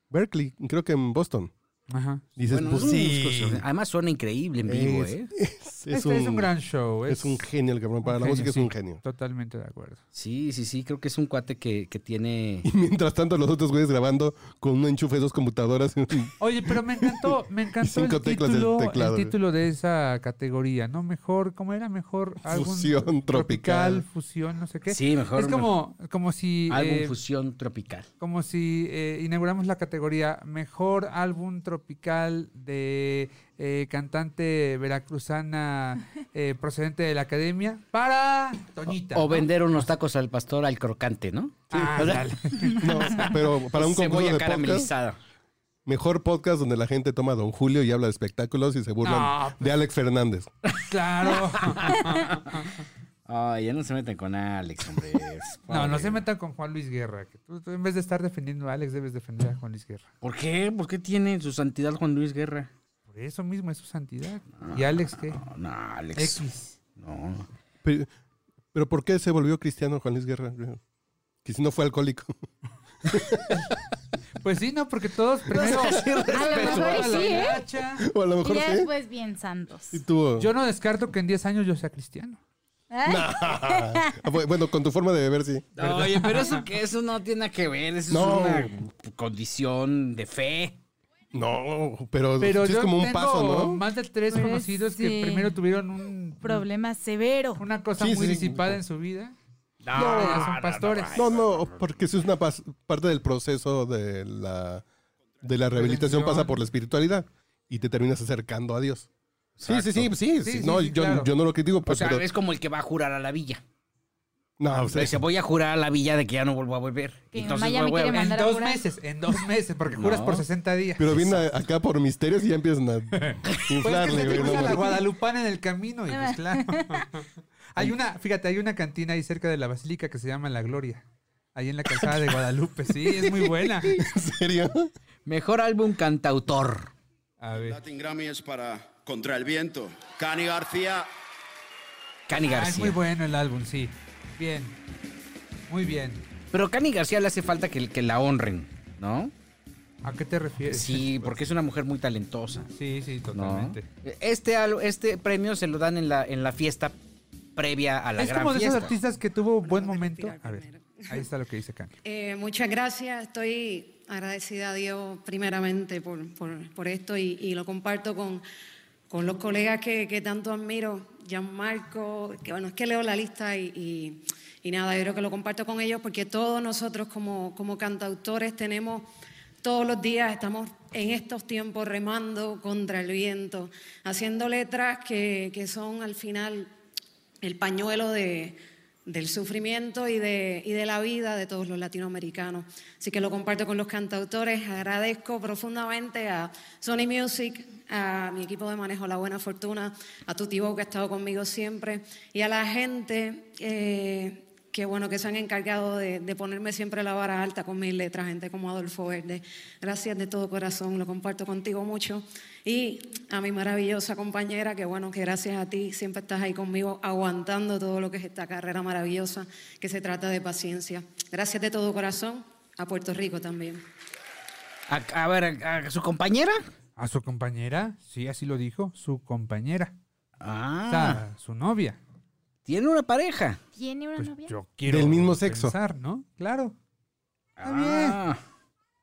Speaker 4: Berkeley, creo que en Boston.
Speaker 3: Ajá.
Speaker 4: Dices,
Speaker 2: Bueno,
Speaker 4: pues
Speaker 2: es un
Speaker 4: sí.
Speaker 2: disco- Además suena increíble en vivo,
Speaker 4: Es-
Speaker 2: ¿eh?
Speaker 4: es- es
Speaker 3: Ah, Este es un gran show,
Speaker 4: Es,
Speaker 3: es-
Speaker 4: un genio el cabrón. Para
Speaker 3: un
Speaker 4: la
Speaker 3: genio,
Speaker 4: música
Speaker 3: sí.
Speaker 4: es un genio.
Speaker 3: Totalmente de acuerdo.
Speaker 2: Sí, sí, sí, creo que es un cuate que, que tiene...
Speaker 4: Y mientras tanto, los otros güeyes grabando con un enchufe de dos computadoras.
Speaker 3: Oye, pero me encantó, me encantó
Speaker 4: Cinco
Speaker 3: el
Speaker 4: teclas del
Speaker 3: título,
Speaker 4: teclado,
Speaker 3: el
Speaker 4: güey.
Speaker 3: título de esa categoría, ¿no? Mejor, ¿cómo era? Mejor álbum
Speaker 4: Fusión tropical.
Speaker 3: fusión, no sé qué.
Speaker 2: Sí, mejor-
Speaker 3: Es como, como si
Speaker 2: Álbum
Speaker 3: eh,
Speaker 2: fusión tropical.
Speaker 3: como si eh, inauguramos la categoría mejor álbum tropical de eh, cantante veracruzana eh, procedente de la academia para Toñita.
Speaker 2: O
Speaker 3: ¿no?
Speaker 2: vender unos tacos al pastor al crocante, ¿no?
Speaker 3: Ah, dale.
Speaker 4: No, pero para un concurso
Speaker 2: Cebolla
Speaker 4: de podcast,
Speaker 2: caramelizada.
Speaker 4: mejor podcast donde la gente toma a Don Julio y habla de espectáculos y se burlan
Speaker 3: No, pues.
Speaker 4: de Alex Fernández.
Speaker 3: Claro.
Speaker 2: Ay, ya no se meten con Alex, hombre.
Speaker 3: No, no se metan con Juan Luis Guerra. que tú, tú en vez de estar defendiendo a Alex, debes defender a Juan Luis Guerra.
Speaker 2: ¿Por qué? ¿Por qué tiene su santidad Juan Luis Guerra?
Speaker 3: Por eso mismo es su santidad. ¿Y Alex qué?
Speaker 2: No, no, Alex.
Speaker 3: X.
Speaker 2: No.
Speaker 4: Pero, pero ¿por qué se volvió cristiano Juan Luis Guerra? Que si no fue alcohólico.
Speaker 3: Pues sí, no, porque todos primero.
Speaker 5: A lo mejor y sí, ¿eh?
Speaker 3: Hacha.
Speaker 4: O a lo
Speaker 5: Y
Speaker 4: mejor
Speaker 5: ya
Speaker 4: sí.
Speaker 5: después bien santos.
Speaker 4: Y tuvo-
Speaker 3: Yo no descarto que en 10 años yo sea cristiano.
Speaker 5: Ay,
Speaker 4: Ah, bu- bueno, con tu forma de beber, sí.
Speaker 2: Oye, pero eso, que eso no tiene nada que ver. Eso
Speaker 4: No.
Speaker 2: es una condición de fe.
Speaker 4: No, pero,
Speaker 3: Pero
Speaker 4: Pues sí
Speaker 3: yo
Speaker 4: es como un
Speaker 3: tengo
Speaker 4: paso, ¿no?
Speaker 3: más de tres
Speaker 5: Pues
Speaker 3: conocidos que
Speaker 5: sí.
Speaker 3: primero tuvieron un
Speaker 5: Problema severo.
Speaker 3: una cosa
Speaker 4: Sí,
Speaker 3: muy
Speaker 4: sí.
Speaker 3: disipada en su vida.
Speaker 2: No,
Speaker 3: ya son pastores.
Speaker 4: No, no, porque sí es una pas- parte del proceso de la, de la rehabilitación pasa por la espiritualidad y te terminas acercando a Dios. Sí, sí, sí, sí,
Speaker 3: Sí,
Speaker 4: sí.
Speaker 3: sí,
Speaker 4: No,
Speaker 3: sí,
Speaker 4: yo,
Speaker 3: claro.
Speaker 4: yo no lo critico,
Speaker 2: O
Speaker 4: pues,
Speaker 2: sea,
Speaker 4: pero...
Speaker 2: es como el que va a jurar a la villa.
Speaker 4: No, o sea,
Speaker 2: Dice, voy a jurar a la villa de que ya no vuelvo a volver.
Speaker 5: Que mi
Speaker 2: Entonces,
Speaker 5: mamá ya me
Speaker 2: voy a-
Speaker 5: quiere
Speaker 3: En
Speaker 5: mandar a
Speaker 3: dos
Speaker 5: jurar.
Speaker 3: meses, en dos meses, porque juras
Speaker 2: No.
Speaker 3: por 60 días.
Speaker 4: pero viene a- acá por misterios y ya empiezan a
Speaker 3: Pues es que
Speaker 4: inflarle,
Speaker 3: se te
Speaker 4: güey, no
Speaker 3: cruza la
Speaker 4: mames.
Speaker 3: Guadalupana en el camino y pues claro. Hay una, fíjate, hay una cantina ahí cerca de la basílica que se llama La Gloria. Ahí en la calzada de Guadalupe, sí, es muy buena.
Speaker 4: ¿En serio?
Speaker 2: Mejor álbum cantautor.
Speaker 3: A ver.
Speaker 6: Latin Grammy es para Contra el Viento. Cani García.
Speaker 2: Cani
Speaker 3: Ah, es muy
Speaker 2: García.
Speaker 3: bueno el álbum, sí. Bien. Muy bien.
Speaker 2: Pero Cani García le hace falta que, que la honren, ¿no?
Speaker 3: ¿A qué te refieres?
Speaker 2: Sí, porque es una mujer muy talentosa.
Speaker 3: Sí, sí,
Speaker 2: ¿no?
Speaker 3: totalmente.
Speaker 2: Este, al- este premio se lo dan en la, en la fiesta previa a la
Speaker 3: Es
Speaker 2: gran
Speaker 3: como de esos
Speaker 2: fiesta.
Speaker 3: artistas que tuvo buen momento. A ver, ahí está lo que dice Kanye.
Speaker 15: Eh, muchas gracias. Estoy agradecida a Dios primeramente por, por- por esto y, y lo comparto con, con los colegas que, que tanto admiro, Gianmarco, que bueno, es que leo la lista y, y- y nada, yo creo que lo comparto con ellos porque todos nosotros como, como cantautores tenemos, todos los días estamos en estos tiempos remando contra el viento, haciendo letras que, que son al final el pañuelo de, del sufrimiento y de, y de la vida de todos los latinoamericanos. Así que lo comparto con los cantautores. Agradezco profundamente a Sony Music, a mi equipo de manejo La Buena Fortuna, a Tutibó que ha estado conmigo siempre y a la gente eh, que Qué bueno que se han encargado de, de ponerme siempre la vara alta con mis letras, gente como Adolfo Verde. Gracias de todo corazón, lo comparto contigo mucho. Y a mi maravillosa compañera, que bueno, que gracias a ti siempre estás ahí conmigo aguantando todo lo que es esta carrera maravillosa, que se trata de paciencia. Gracias de todo corazón a Puerto Rico también.
Speaker 2: A, a ver, a, a su compañera.
Speaker 3: A su compañera, sí, así lo dijo, su compañera.
Speaker 2: Ah.
Speaker 3: O sea, su novia.
Speaker 2: Tiene una pareja.
Speaker 5: ¿Tiene una novia?
Speaker 3: Pues Yo quiero
Speaker 4: Del mismo sexo.
Speaker 3: pensar, ¿no? Claro. Está
Speaker 2: Ah,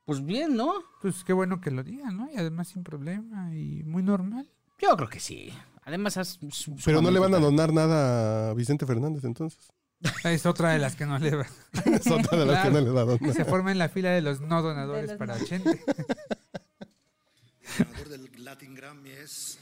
Speaker 2: Pues bien, ¿no?
Speaker 3: Pues qué bueno que lo digan, ¿no? Y además sin problema y muy normal.
Speaker 2: Yo creo que sí. Además, haz-
Speaker 4: Pero no le van a donar nada a Vicente Fernández entonces.
Speaker 3: Es otra de las que no le va.
Speaker 4: Es otra de las que no le va a donar.
Speaker 3: Se forma en la fila de los no donadores
Speaker 16: De los
Speaker 3: para
Speaker 16: no.
Speaker 3: 80.
Speaker 16: ganador del Latin Grammy es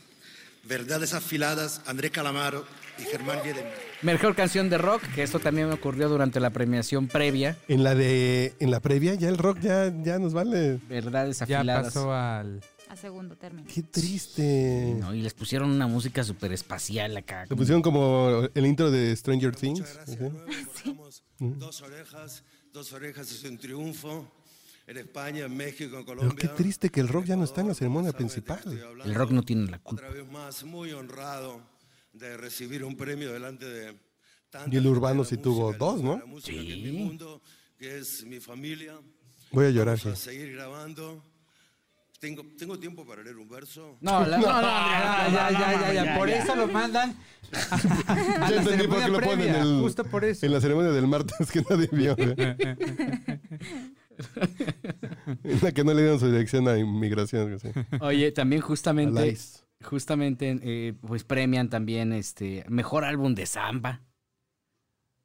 Speaker 16: Verdades Afiladas, Andrés Calamaro y Germán Viedemir.
Speaker 2: Mejor canción de rock, que esto también me ocurrió durante la premiación previa.
Speaker 4: En la de en la previa ya el rock ya, ya nos vale.
Speaker 2: Verdades
Speaker 3: Ya
Speaker 2: afiladas.
Speaker 3: pasó al.
Speaker 5: A segundo término.
Speaker 4: Qué triste.
Speaker 2: No, y les pusieron una música súper espacial acá.
Speaker 4: Lo pusieron como el intro de Stranger Things. ¿sí?
Speaker 16: Dos orejas, dos orejas es un triunfo. En España, en México, en Colombia.
Speaker 4: Qué triste que el rock ya no está en la ceremonia principal.
Speaker 2: El rock no tiene la culpa.
Speaker 16: Otra vez más, muy honrado de recibir un premio delante de tanta
Speaker 4: Y el urbano sí
Speaker 16: gente de la
Speaker 4: tuvo
Speaker 16: música,
Speaker 4: dos,
Speaker 16: de la
Speaker 4: ¿no?
Speaker 16: música que es mi mundo, que es mi familia.
Speaker 4: Voy a llorar.
Speaker 16: Vamos a
Speaker 4: sí.
Speaker 16: seguir grabando. Tengo, tengo tiempo para leer un verso.
Speaker 2: No, la- no, no,
Speaker 4: Ah,
Speaker 2: Adrián,
Speaker 3: ya,
Speaker 2: no,
Speaker 3: ya, ya,
Speaker 2: no, no,
Speaker 3: ya,
Speaker 2: ya,
Speaker 3: Ah, Por
Speaker 2: ya.
Speaker 3: eso lo mandan. a
Speaker 4: Ya
Speaker 3: la
Speaker 4: entendí por qué lo
Speaker 3: ceremonia
Speaker 4: ponen en,
Speaker 3: previa,
Speaker 4: el-
Speaker 3: Justo por eso.
Speaker 4: en la ceremonia del martes que nadie vio. ¿eh? en la que no le dieron su dirección a inmigración. sí.
Speaker 2: Oye, también justamente,
Speaker 4: Alice.
Speaker 2: justamente, eh, pues premian también este mejor álbum de samba.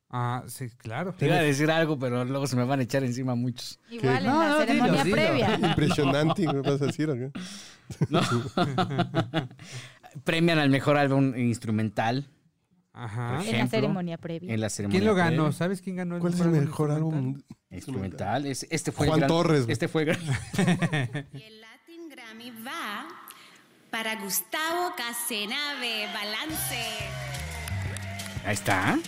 Speaker 3: Ah, sí, claro.
Speaker 2: Te iba a decir algo, pero luego se me van a echar encima muchos.
Speaker 5: Igual
Speaker 3: No,
Speaker 5: en
Speaker 3: no,
Speaker 5: la ceremonia
Speaker 3: dilo, dilo.
Speaker 5: previa.
Speaker 4: Impresionante, ¿me vas a decir? o qué?
Speaker 2: No. Premian al mejor álbum instrumental
Speaker 3: Ajá.
Speaker 5: En la
Speaker 2: ejemplo,
Speaker 5: ceremonia previa.
Speaker 2: en la ceremonia.
Speaker 3: ¿Quién lo ganó?
Speaker 2: previa.
Speaker 3: ¿Sabes quién ganó
Speaker 4: ¿Cuál es el mejor álbum?
Speaker 2: Instrumental. Es- Este fue el
Speaker 4: Juan
Speaker 2: gran-
Speaker 4: Torres, güey.
Speaker 2: Este fue el gran-
Speaker 10: Y el Latin Grammy va para Gustavo Casenave, balance.
Speaker 2: Ahí está.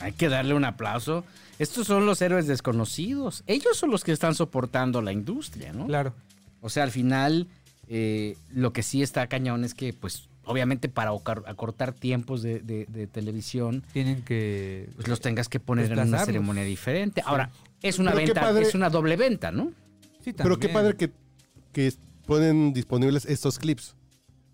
Speaker 2: Hay que darle un aplauso. Estos son los héroes desconocidos. Ellos son los que están soportando la industria, ¿no?
Speaker 3: Claro.
Speaker 2: O sea, al final, eh, lo que sí está cañón es que, pues, obviamente para ocar- acortar tiempos de, de- de televisión,
Speaker 3: Tienen que.
Speaker 2: pues los tengas que poner en una
Speaker 3: Desplazarlos.
Speaker 2: ceremonia diferente. Ahora, es una
Speaker 4: Pero qué
Speaker 2: venta,
Speaker 4: padre-
Speaker 2: es una doble venta, ¿no?
Speaker 3: Sí,
Speaker 4: Pero qué
Speaker 3: también.
Speaker 4: padre que, que ponen disponibles estos clips.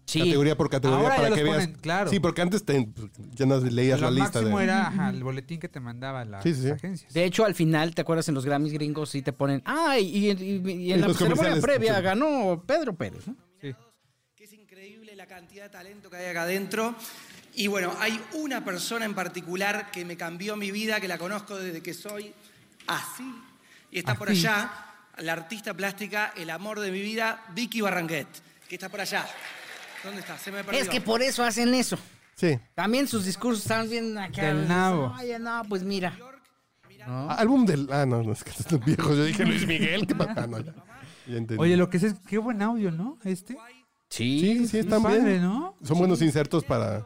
Speaker 2: Sí.
Speaker 4: Categoría por categoría
Speaker 3: Ahora ya
Speaker 4: para
Speaker 3: los
Speaker 4: que veas.
Speaker 3: ponen, claro.
Speaker 4: Sí, porque antes te- ya no leías
Speaker 3: Lo
Speaker 4: la lista.
Speaker 3: máximo
Speaker 4: de-
Speaker 3: era ajá, el boletín que te mandaba las
Speaker 4: Sí, sí, sí.
Speaker 3: agencias.
Speaker 2: De hecho, al final, ¿te acuerdas en los Grammys gringos? Sí te ponen, ¡ay! Y, y- y en
Speaker 4: Y
Speaker 2: la
Speaker 4: los
Speaker 2: ceremonia
Speaker 4: comerciales.
Speaker 2: previa
Speaker 4: Sí.
Speaker 2: ganó Pedro Pérez, ¿no?
Speaker 17: que es increíble la cantidad de talento que hay acá adentro. Y bueno, hay una persona en particular que me cambió mi vida, que la conozco desde que soy así. Y está por
Speaker 3: Así.
Speaker 17: allá, la artista plástica, el amor de mi vida, Vicky Barranquet, que está por allá. ¿Dónde está? Se me perdió.
Speaker 2: Es que por eso hacen eso.
Speaker 4: Sí.
Speaker 2: También sus discursos están bien acá.
Speaker 3: Del nabo.
Speaker 2: Oye, no, pues mira. ¿No?
Speaker 4: Álbum del. Ah, no, no, es que están viejos. Yo dije Luis Miguel, qué papá. No, ya. Ya entendí.
Speaker 3: Oye, lo que sé es qué buen audio, ¿no? Este.
Speaker 4: Sí, sí, están
Speaker 3: padre,
Speaker 4: bien.
Speaker 3: ¿no?
Speaker 4: Son buenos insertos para.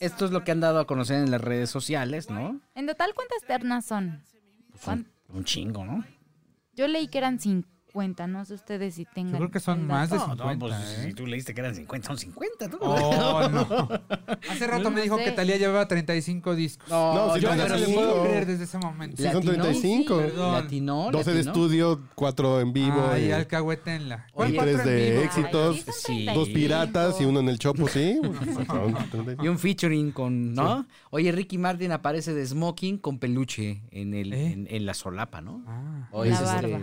Speaker 2: Esto es lo que han dado a conocer en las redes sociales, ¿no?
Speaker 5: En total, ¿cuántas ternas son?
Speaker 2: Pues un, un chingo, ¿no?
Speaker 5: Yo leí que eran 50, no sé ustedes si tengan.
Speaker 3: Yo creo que son
Speaker 5: el
Speaker 3: más de
Speaker 5: dato.
Speaker 2: No,
Speaker 3: 50.
Speaker 2: no, pues
Speaker 3: ¿eh?
Speaker 2: si tú leíste que eran 50, son 50, ¿no?
Speaker 3: Oh, no. Hace rato me dijo
Speaker 5: sé.
Speaker 3: que Talía llevaba 35 discos.
Speaker 2: No,
Speaker 4: No, si
Speaker 2: yo
Speaker 4: te
Speaker 2: pero
Speaker 4: no
Speaker 3: le
Speaker 4: sí.
Speaker 3: puedo creer desde ese momento.
Speaker 4: Sí, son
Speaker 2: Latino.
Speaker 4: 35.
Speaker 3: Perdón.
Speaker 2: Latinó,
Speaker 4: 12 de
Speaker 2: latinó.
Speaker 4: estudio, 4 en vivo.
Speaker 3: Ay,
Speaker 4: eh,
Speaker 3: alcahuetenla.
Speaker 2: Oye,
Speaker 3: cuatro en
Speaker 4: tres de
Speaker 3: vivo?
Speaker 4: éxito.
Speaker 5: sí, son
Speaker 2: Sí.
Speaker 5: 35.
Speaker 4: Dos piratas y uno en el Chopo, sí.
Speaker 2: Y un featuring con, ¿no? Oye, Ricky Martin aparece de smoking con peluche en, el,
Speaker 3: ¿Eh?
Speaker 2: en, en la solapa, ¿no?
Speaker 3: Ah.
Speaker 2: O
Speaker 5: La
Speaker 2: es este,
Speaker 5: barba.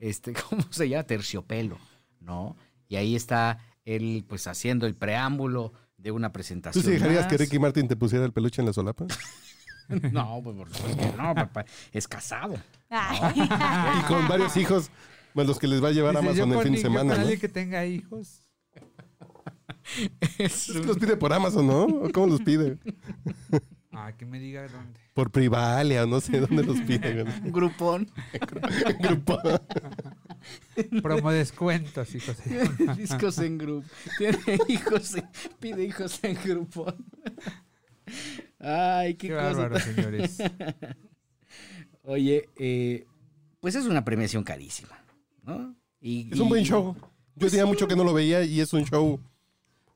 Speaker 2: este, ¿cómo se llama? Terciopelo, ¿no? Y ahí está él, pues, haciendo el preámbulo de una
Speaker 4: ¿Tú
Speaker 2: presentación.
Speaker 4: sí dejarías
Speaker 2: más.
Speaker 4: que Ricky Martin te pusiera el peluche en la solapa?
Speaker 2: No, pues, por supuesto que no, papá. Es casado.
Speaker 5: Ay.
Speaker 4: Y con varios hijos, más los que les va a llevar
Speaker 3: Dice, yo
Speaker 4: Amazon el
Speaker 3: con
Speaker 4: fin de
Speaker 3: ni- yo con
Speaker 4: semana, ¿no?
Speaker 3: alguien que tenga hijos.
Speaker 2: Es
Speaker 4: Es que Pues, los pide por Amazon, ¿no? ¿O ¿Cómo los pide?
Speaker 3: Ah, que me diga dónde.
Speaker 4: Por Privalia, o no sé dónde los pide. güey.
Speaker 2: un grupón.
Speaker 4: Grupo.
Speaker 3: Promo descuentos, hijos.
Speaker 2: Tiene discos en grupo. Tiene hijos, en- pide hijos en grupo. Ay, qué,
Speaker 3: Qué
Speaker 2: cosa
Speaker 3: bárbaro,
Speaker 2: tan-
Speaker 3: señores.
Speaker 2: Oye, eh, pues es una premiación carísima, ¿no? Y-
Speaker 4: Es un
Speaker 2: y-
Speaker 4: buen show. Yo
Speaker 3: pues
Speaker 4: tenía mucho que no lo veía y es un show.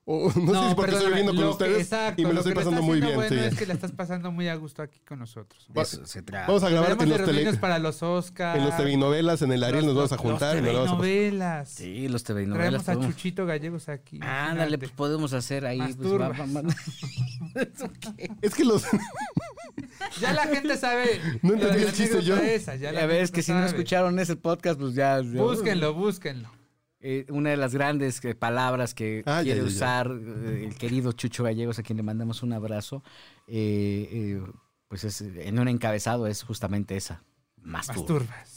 Speaker 4: o- no, sé si porque estoy
Speaker 3: perdóname,
Speaker 4: viviendo con
Speaker 3: lo que-
Speaker 4: ustedes
Speaker 3: exacto,
Speaker 4: y me lo
Speaker 3: que
Speaker 4: estoy
Speaker 3: le
Speaker 4: pasando
Speaker 3: estás
Speaker 4: muy bien.
Speaker 3: haciendo Bueno,
Speaker 4: sí.
Speaker 3: es que la estás pasando muy a gusto aquí con nosotros.
Speaker 4: Va- Eso se trata. vamos a grabar
Speaker 3: Hablamos
Speaker 4: en
Speaker 3: de
Speaker 4: los
Speaker 3: reuniones
Speaker 4: tele-
Speaker 3: para los Oscars.
Speaker 4: En los telenovelas, en el Ariel nos vamos a juntar. y nos vamos a-
Speaker 3: novelas.
Speaker 2: Sí, los TV novelas.
Speaker 3: Traemos a Chuchito Gallegos aquí.
Speaker 2: Ándale, pues podemos hacer ahí. pues,
Speaker 3: Masturba.
Speaker 2: va- va- va-
Speaker 4: Es que los.
Speaker 3: Ya la gente sabe.
Speaker 4: No entendí
Speaker 3: la
Speaker 4: el chiste yo.
Speaker 3: anécdota esa, ya la
Speaker 2: Ya ves
Speaker 3: gente
Speaker 2: que
Speaker 3: lo
Speaker 2: si no
Speaker 3: sabe.
Speaker 2: escucharon ese podcast, pues ya. ya-
Speaker 3: Búsquenlo, búsquenlo.
Speaker 2: Eh, una de las grandes eh, palabras que
Speaker 4: Ah, ya,
Speaker 2: quiere
Speaker 4: ya, ya.
Speaker 2: usar eh, el querido Chucho Gallegos, a quien le mandamos un abrazo, eh, eh, pues es, eh, en un encabezado es justamente esa. Masturba.
Speaker 3: Masturbas.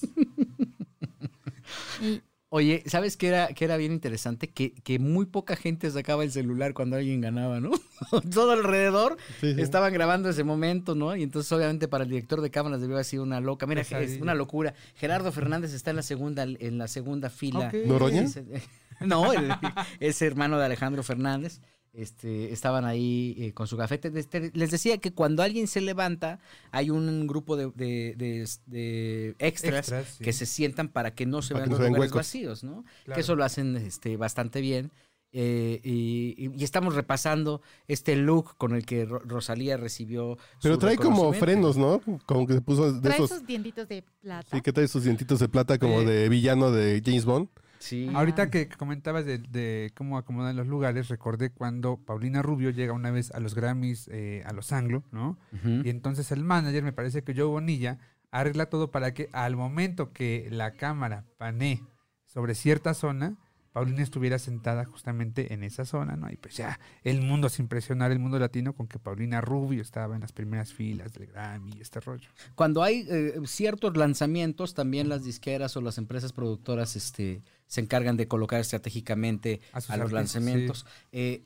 Speaker 2: Oye, ¿sabes qué era, qué era bien interesante? Que, que muy poca gente sacaba el celular cuando alguien ganaba, ¿no? Todo alrededor
Speaker 4: Sí, sí.
Speaker 2: estaban grabando ese momento, ¿no? Y entonces, obviamente, para el director de cámaras debió haber sido una loca. Mira, es
Speaker 3: Pesadilla.
Speaker 2: una locura. Gerardo Fernández está en la segunda, en la segunda fila.
Speaker 3: Ok.
Speaker 4: ¿Noroña?
Speaker 2: Ese- No, el- es hermano de Alejandro Fernández. Este, estaban ahí eh, con su gafete. Les- te- Les decía que cuando alguien se levanta, hay un grupo de, de- de- de extras,
Speaker 3: Extras, sí.
Speaker 2: que se sientan para que no se vean
Speaker 4: Para que no
Speaker 2: los
Speaker 4: se vean
Speaker 2: lugares
Speaker 4: huecos.
Speaker 2: vacíos, ¿no?
Speaker 3: Claro.
Speaker 2: Que eso lo hacen este, bastante bien. Eh, y, y- y estamos repasando este look con el que Ro- Rosalía recibió.
Speaker 4: Pero
Speaker 2: su
Speaker 4: trae como
Speaker 2: reconocimiento.
Speaker 4: frenos, ¿no? Como que se puso de
Speaker 5: Trae
Speaker 4: esos.
Speaker 5: sus dientitos de plata.
Speaker 4: Sí, que trae sus dientitos de plata como
Speaker 3: Sí.
Speaker 4: de villano de James Bond.
Speaker 2: Sí.
Speaker 3: Ahorita que comentabas de, de cómo acomodan los lugares, recordé cuando Paulina Rubio llega una vez a los Grammys, eh, a los Anglo, ¿no?
Speaker 2: Ujú.
Speaker 3: Y entonces el manager, me parece que Joe Bonilla, arregla todo para que al momento que la cámara panee sobre cierta zona, Paulina estuviera sentada justamente en esa zona, ¿no? Y pues ya, el mundo se impresionar, el mundo latino, con que Paulina Rubio estaba en las primeras filas del Grammy y este rollo.
Speaker 2: Cuando hay eh, ciertos lanzamientos, también las disqueras o las empresas productoras este, se encargan de colocar estratégicamente a,
Speaker 3: A sus
Speaker 2: los
Speaker 3: artistas,
Speaker 2: lanzamientos. Eh,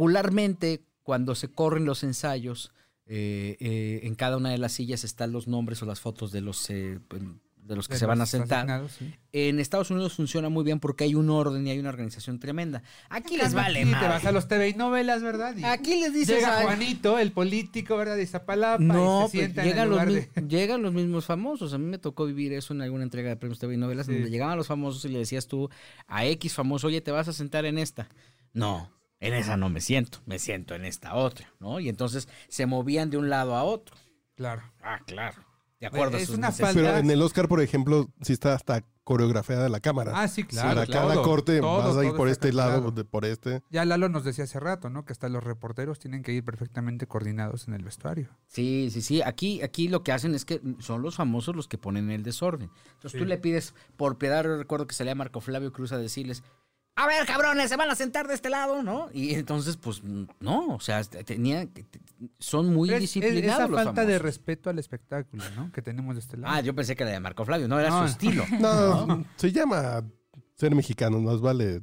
Speaker 2: regularmente, cuando se corren los ensayos, eh, eh, en cada una de las sillas están los nombres o las fotos de los, eh, de los que
Speaker 3: De
Speaker 2: se van a
Speaker 3: los
Speaker 2: sentar.
Speaker 3: asignados, sí.
Speaker 2: En Estados Unidos funciona muy bien porque hay un orden y hay una organización tremenda. Aquí les
Speaker 3: Cambio,
Speaker 2: vale
Speaker 3: aquí
Speaker 2: madre.
Speaker 3: te vas a los TV y novelas, ¿verdad? Y
Speaker 2: Aquí les dices...
Speaker 3: llega
Speaker 2: "Ay,
Speaker 3: Juanito, el político, ¿verdad? De Iztapalapa,
Speaker 2: No,
Speaker 3: y se
Speaker 2: pues,
Speaker 3: sienta en
Speaker 2: llegan,
Speaker 3: el
Speaker 2: los
Speaker 3: lugar
Speaker 2: mi-
Speaker 3: de...
Speaker 2: llegan los mismos famosos. A mí me tocó vivir eso en alguna entrega de premios TV y novelas,
Speaker 3: Sí.
Speaker 2: donde llegaban los famosos y le decías tú a X famoso, oye, ¿te vas a sentar en esta? No, en esa no me siento, me siento en esta otra, ¿no? Y entonces se movían de un lado a otro.
Speaker 3: Claro.
Speaker 2: Ah, claro. De
Speaker 3: Oye,
Speaker 2: acuerdo. a
Speaker 3: es
Speaker 2: sus
Speaker 3: una
Speaker 2: necesidades.
Speaker 3: falta-
Speaker 4: Pero en el Oscar, por ejemplo, sí está hasta coreografiada la cámara.
Speaker 3: Ah, sí, claro,
Speaker 4: Para
Speaker 3: claro.
Speaker 4: cada corte
Speaker 3: Todo,
Speaker 4: vas a ir
Speaker 3: todo
Speaker 4: por
Speaker 3: está
Speaker 4: este lado,
Speaker 3: calculado.
Speaker 4: de- por este.
Speaker 3: Ya Lalo nos decía hace rato, ¿no? Que hasta los reporteros tienen que ir perfectamente coordinados en el vestuario.
Speaker 2: Sí, sí, sí. Aquí, aquí lo que hacen es que son los famosos los que ponen el desorden. Entonces tú
Speaker 3: Sí.
Speaker 2: le pides, por piedad, yo recuerdo que salía Marco Flavio Cruz a decirles, a ver, cabrones, se van a sentar de este lado, ¿no? Y entonces, pues, no, o sea, te- tenía, te- te- son muy
Speaker 3: Es- es-
Speaker 2: disciplinados
Speaker 3: esa
Speaker 2: los
Speaker 3: falta de
Speaker 2: famosos.
Speaker 3: respeto al espectáculo, ¿no? Que tenemos de este lado.
Speaker 2: Ah, yo pensé que era de Marco Flavio, no, era
Speaker 3: No,
Speaker 2: su
Speaker 3: no.
Speaker 2: estilo.
Speaker 4: No, se llama ser mexicano, nos vale.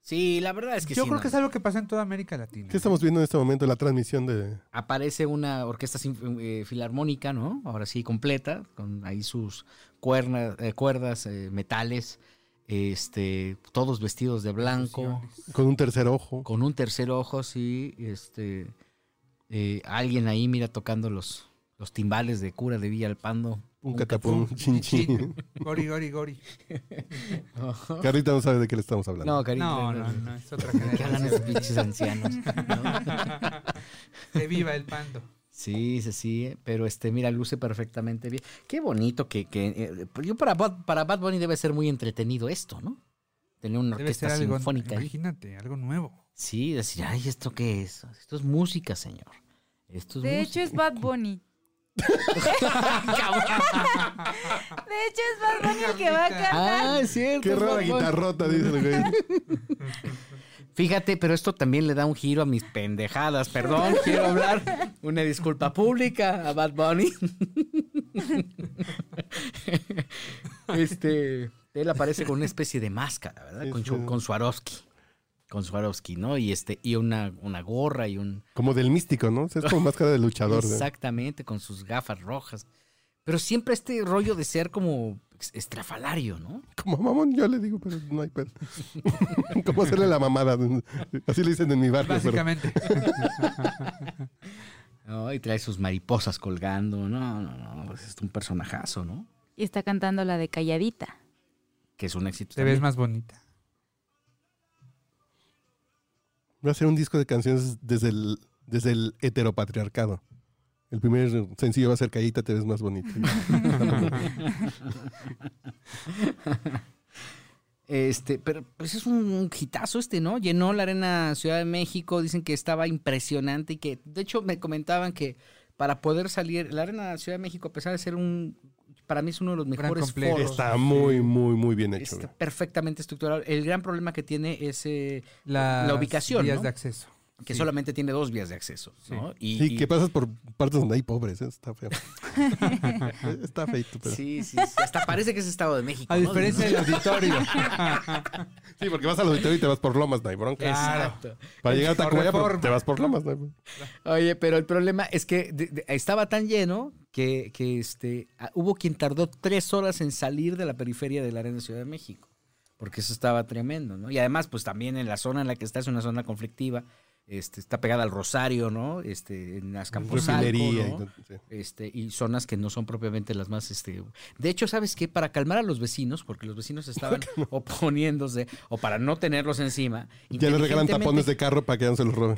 Speaker 2: Sí, la verdad es que
Speaker 3: yo
Speaker 2: sí,
Speaker 3: creo
Speaker 2: no.
Speaker 3: que es algo que pasa en toda América Latina.
Speaker 4: ¿Qué estamos viendo en este momento? La transmisión de.
Speaker 2: aparece una orquesta sin- eh, filarmónica, ¿no? Ahora sí, completa, con ahí sus cuerna- eh, cuerdas, eh, metales, este, todos vestidos de blanco,
Speaker 4: Con un tercer ojo.
Speaker 2: con un tercer ojo, sí, este, eh, alguien ahí, mira, tocando los, los timbales de cura de Villa Alpando.
Speaker 4: Un catapum. Chin, chin.
Speaker 3: Gori, gori, gori.
Speaker 4: Carlita no sabe de qué le estamos hablando.
Speaker 2: No, cariño.
Speaker 3: No, no, no, es otra
Speaker 2: Que hagan esos
Speaker 3: generación.
Speaker 2: pinches ancianos. ¿no?
Speaker 3: que viva el pando.
Speaker 2: Sí, sí, sí, eh, pero este, mira, luce perfectamente bien. Qué bonito que, que eh, pues yo para Bad, para Bad Bunny debe ser muy entretenido esto, ¿no? Tener una
Speaker 3: Debe
Speaker 2: orquesta
Speaker 3: ser algo,
Speaker 2: sinfónica. ahí.
Speaker 3: imagínate, algo nuevo.
Speaker 2: Sí, decir, ay, ¿esto qué es? Esto es música, señor. Esto es
Speaker 5: De
Speaker 2: música.
Speaker 5: hecho, es Bad Bunny. De hecho, es Bad Bunny el que va a cantar.
Speaker 2: Ah, es cierto.
Speaker 4: Qué
Speaker 2: es
Speaker 4: rara
Speaker 2: Bad Bunny.
Speaker 4: guitarrota, dice el güey.
Speaker 2: Fíjate, pero esto también le da un giro a mis pendejadas. Perdón, quiero hablar una disculpa pública a Bad Bunny. Este, él aparece con una especie de máscara, ¿verdad? Con, su-
Speaker 4: Este-
Speaker 2: con Swarovski. Con Swarovski, ¿no? Y este y una, una gorra y un
Speaker 4: Como del místico, ¿no? O sea, es como máscara de luchador. ¿no?
Speaker 2: Exactamente, con sus gafas rojas. Pero siempre este rollo de ser como ex- estrafalario, ¿no?
Speaker 4: Como mamón, yo le digo, pero no hay pedo. ¿Cómo hacerle la mamada? Así le dicen en mi barrio. pero-
Speaker 3: Básicamente.
Speaker 2: ¿no? Y trae sus mariposas colgando. No, no, no. Pues es un personajazo, ¿no?
Speaker 5: Y está cantando la de Calladita.
Speaker 2: Que es un éxito.
Speaker 3: Te ves más bonita.
Speaker 4: Va a ser un disco de canciones desde el, desde el heteropatriarcado. El primer sencillo va a ser Callita, te ves más bonita.
Speaker 2: Este, pero pues es un, un hitazo este, ¿no? Llenó la arena Ciudad de México, dicen que estaba impresionante y que, de hecho, me comentaban que para poder salir, la arena Ciudad de México, a pesar de ser un, para mí es uno de los mejores
Speaker 4: complejo.
Speaker 2: foros.
Speaker 4: Está muy, muy, muy bien hecho.
Speaker 2: Está
Speaker 4: güey.
Speaker 2: perfectamente estructurado. El gran problema que tiene es eh,
Speaker 3: Las
Speaker 2: la ubicación,
Speaker 3: vías
Speaker 2: ¿no?
Speaker 3: de acceso.
Speaker 2: Que
Speaker 3: Sí.
Speaker 2: solamente tiene dos vías de acceso, ¿no?
Speaker 4: Sí, que pasas por partes donde hay pobres, ¿eh? está feo. está feito, pero.
Speaker 2: Sí, sí, sí. Hasta parece que es Estado de México.
Speaker 4: A
Speaker 2: ¿no?
Speaker 4: diferencia del auditorio. Sí, porque vas al auditorio y te vas por Lomas, no hay bronca.
Speaker 2: Exacto.
Speaker 4: Para llegar a Tacubaya por-
Speaker 2: Reforma.
Speaker 4: te vas por Lomas, no hay bronca.
Speaker 2: Oye, pero el problema es que de- de- estaba tan lleno que, que, este, ah, hubo quien tardó tres horas en salir de la periferia de la Arena Ciudad de México. Porque eso estaba tremendo, ¿no? Y además, pues también en la zona en la que está es una zona conflictiva. Este, está pegada al Rosario, ¿no? Este, en las Camposalco,
Speaker 4: Refinería y
Speaker 2: ¿no?
Speaker 4: todo, sí.
Speaker 2: este, y zonas que no son propiamente las más, este, de hecho, ¿sabes qué? Para calmar a los vecinos, porque los vecinos estaban oponiéndose, o para no tenerlos encima.
Speaker 4: Ya le regalan
Speaker 2: inteligentemente-
Speaker 4: tapones de carro para que ya no se los roben.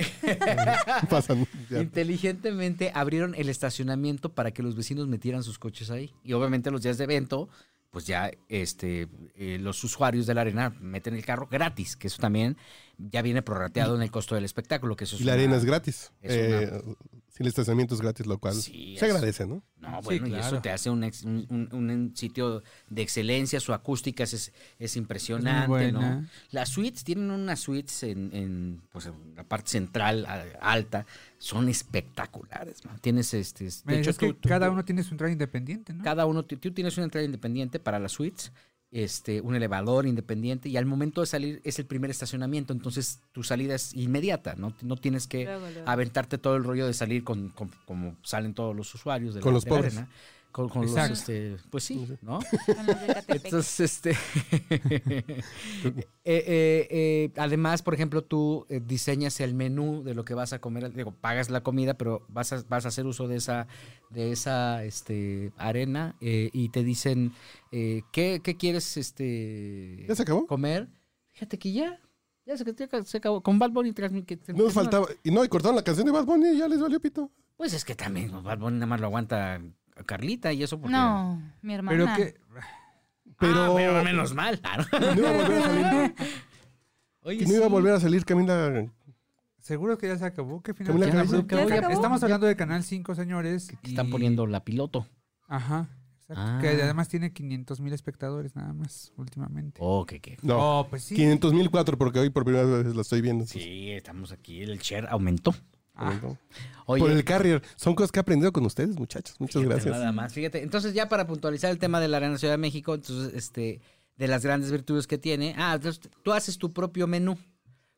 Speaker 4: Pasan. ya.
Speaker 2: Inteligentemente abrieron el estacionamiento para que los vecinos metieran sus coches ahí. Y obviamente los días de evento, pues ya este, eh, los usuarios de la arena meten el carro gratis, que eso también ya viene prorrateado en el costo del espectáculo. Que eso es
Speaker 4: Y la
Speaker 2: una-
Speaker 4: arena es gratis.
Speaker 2: es una-
Speaker 4: Eh, si el estacionamiento es gratis, lo cual
Speaker 2: Sí,
Speaker 4: se
Speaker 2: es-
Speaker 4: agradece, ¿no?
Speaker 2: No, bueno, y eso te hace un, ex- un- un- un sitio de excelencia, su acústica es, es impresionante,
Speaker 3: Es muy buena.
Speaker 2: ¿no? Las suites tienen unas suites en, en, pues, en la parte central a- alta, son espectaculares, ¿no? Tienes este, de
Speaker 3: Me
Speaker 2: hecho,
Speaker 3: decías que
Speaker 2: tú- tú-
Speaker 3: cada uno tiene su entrada independiente, ¿no?
Speaker 2: cada uno, tú tú tienes una entrada independiente para las suites, este, un elevador independiente y al momento de salir es el primer estacionamiento, entonces tu salida es inmediata, no, no tienes que
Speaker 5: Luego, luego.
Speaker 2: aventarte todo el rollo de salir con, con- como salen todos los usuarios de la,
Speaker 4: Con los
Speaker 2: de la
Speaker 4: pobres.
Speaker 2: arena. Con, con los,
Speaker 4: Exacto.
Speaker 2: este, pues sí, ¿no?
Speaker 5: los de Catepec.
Speaker 2: Entonces, este, eh, eh, eh, además, por ejemplo, tú eh, diseñas el menú de lo que vas a comer, digo, pagas la comida, pero vas a, vas a hacer uso de esa, de esa este, arena eh, y te dicen eh, ¿qué, qué quieres este,
Speaker 4: ¿Ya se acabó?
Speaker 2: comer. Fíjate que ya, ya se, ya se acabó. Con Bad Bunny transmi- que-
Speaker 4: No nos
Speaker 2: que-
Speaker 4: faltaba. Y no, y cortaron la canción de Bad Bunny y ya les valió pito.
Speaker 2: Pues es que también Bad Bunny nada más lo aguanta a Carlita y eso porque...
Speaker 5: No, mi
Speaker 3: Pero
Speaker 5: hermana.
Speaker 3: que.
Speaker 2: Pero,
Speaker 3: Ah,
Speaker 4: Pero-
Speaker 2: pero menos mal. claro.
Speaker 4: No iba a volver a salir.
Speaker 2: Oye,
Speaker 4: no iba a
Speaker 2: sí.
Speaker 4: volver a salir Camila.
Speaker 3: Seguro que ya se acabó. ¿Qué final?
Speaker 4: Camila
Speaker 3: tan
Speaker 4: Cabello. Ya se
Speaker 3: abrupto?
Speaker 2: acabó.
Speaker 3: Estamos hablando de Canal 5, señores.
Speaker 2: Que Están poniendo la piloto.
Speaker 3: Ajá. exacto,
Speaker 2: Ah.
Speaker 3: Que además tiene 500 mil espectadores nada más últimamente.
Speaker 2: Oh, que que.
Speaker 4: No.
Speaker 3: Oh, pues sí.
Speaker 4: 500.004 porque hoy por primera vez la estoy viendo.
Speaker 2: Sí, estamos aquí. El share aumentó.
Speaker 3: Ah,
Speaker 4: ¿no?
Speaker 2: Oye,
Speaker 4: Por el carrier. Son cosas que he aprendido con ustedes, muchachos. Muchas
Speaker 2: fíjate
Speaker 4: gracias.
Speaker 2: Nada más, fíjate. Entonces, ya para puntualizar el tema de la Arena Ciudad de México, entonces, este, de las grandes virtudes que tiene. Ah, entonces, tú haces tu propio menú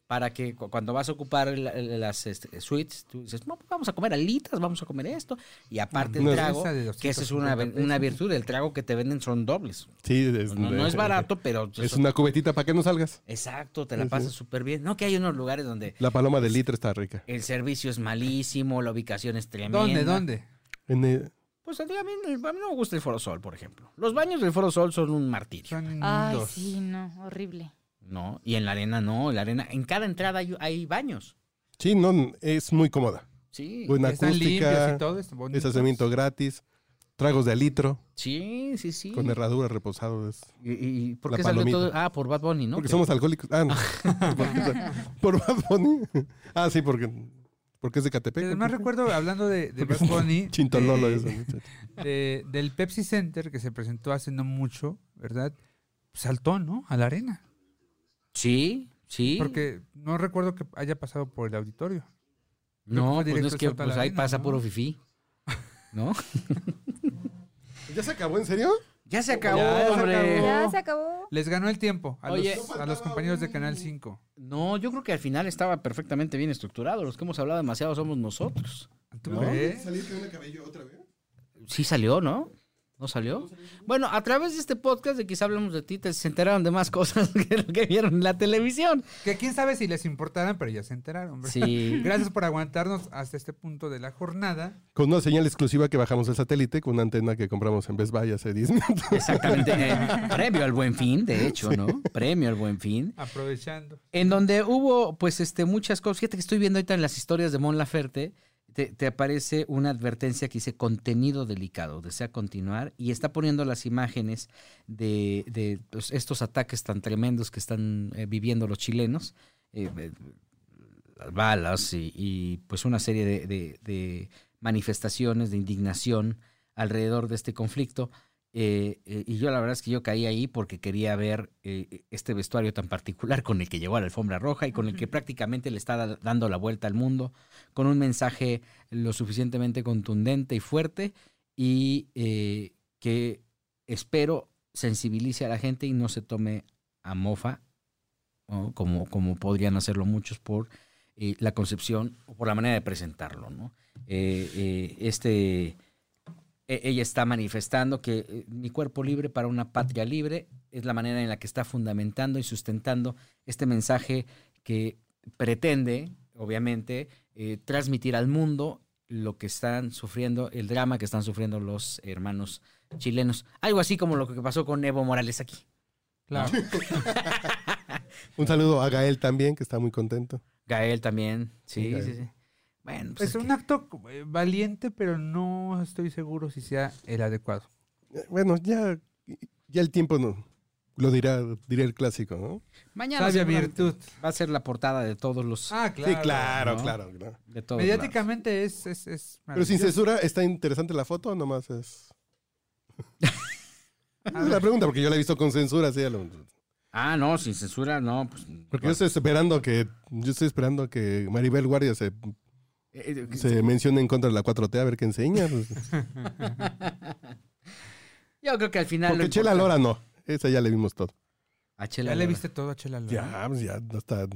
Speaker 2: para que cu- cuando vas a ocupar el- el- las este, suites, tú dices, "No, pues, vamos a comer alitas, vamos a comer esto. Y aparte el
Speaker 4: Una
Speaker 2: trago,
Speaker 3: mesa de
Speaker 2: que esa es
Speaker 3: 250
Speaker 2: una, ve-
Speaker 3: pesos.
Speaker 2: una virtud. El trago que te venden son dobles.
Speaker 4: Sí,
Speaker 2: No, no es barato, pues pero...
Speaker 4: Es una cubetita para que no salgas.
Speaker 2: Exacto, te la pasas súper bien. No, que hay unos lugares donde
Speaker 4: La paloma del litro está rica.
Speaker 2: el servicio es malísimo, la ubicación es tremenda.
Speaker 3: ¿Dónde? ¿Dónde?
Speaker 4: En el-
Speaker 2: Pues a mí, a mí no me gusta el Foro Sol, por ejemplo. Los baños del Foro Sol son un martirio,
Speaker 3: Son
Speaker 5: Ay,
Speaker 3: inmundos.
Speaker 5: sí, no, horrible.
Speaker 2: ¿no? Y en la arena no, en la arena, en cada entrada hay, hay baños.
Speaker 4: Sí, no, es muy cómoda.
Speaker 2: Sí,
Speaker 4: Buena
Speaker 3: Están limpios
Speaker 4: acústica.
Speaker 3: y todo. están bonitos.
Speaker 4: Estacionamiento gratis. Tragos de alitro.
Speaker 2: sí, sí, sí.
Speaker 4: Con herradura reposado. es-
Speaker 2: ¿Y, y- y por
Speaker 4: La
Speaker 2: qué salió
Speaker 4: palomita.
Speaker 2: todo? Ah, por Bad Bunny, ¿no?
Speaker 4: Porque
Speaker 2: Que-
Speaker 4: somos alcohólicos. Ah, no. por Bad Bunny. Ah, sí, porque, porque es de Catepec.
Speaker 3: Y además
Speaker 4: porque-
Speaker 3: recuerdo, hablando de, de
Speaker 4: porque
Speaker 3: Bad
Speaker 4: es
Speaker 3: Bunny,
Speaker 4: Chintololo
Speaker 3: de-
Speaker 4: eso, muchacho.
Speaker 3: de- del Pepsi Center que se presentó hace no mucho, ¿verdad? Saltó, ¿no? A la arena.
Speaker 2: Sí, sí.
Speaker 3: Porque no recuerdo que haya pasado por el auditorio. fue
Speaker 2: no, pues no es
Speaker 3: directo
Speaker 2: que
Speaker 3: salto a la
Speaker 2: pues ahí
Speaker 3: arena,
Speaker 2: pasa
Speaker 3: ¿no?
Speaker 2: puro fifí. ¿No?
Speaker 4: ¿Ya se acabó, en serio?
Speaker 2: Ya se acabó,
Speaker 3: Ya se
Speaker 2: hombre.
Speaker 3: acabó.
Speaker 5: Ya
Speaker 3: Oh.
Speaker 5: se acabó.
Speaker 3: Les ganó el tiempo a,
Speaker 2: Oye.
Speaker 3: los, a los compañeros de Canal 5.
Speaker 2: No, yo creo que al final estaba perfectamente bien estructurado. Los que hemos hablado demasiado somos nosotros.
Speaker 3: ¿Tú
Speaker 2: ¿No?
Speaker 3: crees?
Speaker 4: ¿Saliste de cabello otra vez?
Speaker 2: Sí salió, ¿no? ¿No salió? Bueno, a través de este podcast de Quizá Hablemos de Ti, te- se enteraron de más cosas que lo que vieron en la televisión.
Speaker 3: Que quién sabe si les importaran, pero ya se enteraron. ¿verdad?
Speaker 2: Sí.
Speaker 3: Gracias por aguantarnos hasta este punto de la jornada.
Speaker 4: Con una señal exclusiva que bajamos el satélite con una antena que compramos en Best Buy hace 10 minutos.
Speaker 2: Exactamente. eh, premio al buen fin, de hecho, ¿no? Premio al buen fin.
Speaker 3: Aprovechando.
Speaker 2: En donde hubo, pues, este, muchas cosas. Fíjate que estoy viendo ahorita en las historias de Mon Laferte, te, te aparece una advertencia que dice contenido delicado, desea continuar, y está poniendo las imágenes de, de, pues, estos ataques tan tremendos que están eh, viviendo los chilenos. eh, eh, las balas y, y, pues una serie de, de- de manifestaciones de indignación alrededor de este conflicto. Eh, eh, y yo la verdad es que yo caí ahí porque quería ver eh, este vestuario tan particular con el que llegó a la alfombra roja y con el que prácticamente le está da- dando la vuelta al mundo, con un mensaje lo suficientemente contundente y fuerte y eh, que espero sensibilice a la gente y no se tome a mofa, ¿no? como, como podrían hacerlo muchos por eh, la concepción o por la manera de presentarlo. ¿no? Eh, eh, este, e- ella está manifestando que eh, mi cuerpo libre para una patria libre es la manera en la que está fundamentando y sustentando este mensaje que pretende, obviamente, eh, transmitir al mundo lo que están sufriendo, el drama que están sufriendo los hermanos chilenos. Algo así como lo que pasó con Evo Morales aquí.
Speaker 3: Claro.
Speaker 4: Un saludo a Gael también, que está muy contento.
Speaker 2: Gael también.
Speaker 4: Sí,
Speaker 2: Sí,
Speaker 4: Gael.
Speaker 2: sí, sí. Bueno, pues
Speaker 3: Es un acto eh, valiente, pero no estoy seguro si sea el adecuado.
Speaker 4: Eh, Bueno, ya, ya el tiempo no, lo dirá, dirá el clásico, ¿no?
Speaker 2: Mañana
Speaker 3: Sabia
Speaker 2: seguramente va a ser la portada de todos los.
Speaker 3: Ah, claro. Sí,
Speaker 4: claro,
Speaker 2: ¿no?
Speaker 4: claro, claro.
Speaker 2: De todos lados.
Speaker 3: Mediáticamente es, es, es
Speaker 4: Pero sin
Speaker 3: maravilloso.
Speaker 4: censura, ¿está interesante la foto o nomás es...?
Speaker 3: A
Speaker 4: Es la
Speaker 3: ver.
Speaker 4: pregunta, porque yo la he visto con censura, sí. a lo-
Speaker 2: Ah, no, sin censura, no. Pues,
Speaker 4: Porque yo estoy esperando que, yo estoy esperando que Maribel Guardia se,
Speaker 2: Eh, eh,
Speaker 4: se mencione en contra de la 4T, a ver qué enseña. pues.
Speaker 2: Yo creo que al final.
Speaker 4: Porque Chela Lora no, esa ya le vimos todo.
Speaker 2: A Chela
Speaker 3: Ya le
Speaker 2: Lora.
Speaker 3: viste todo a Chela Lora.
Speaker 4: Ya, pues ya, hasta...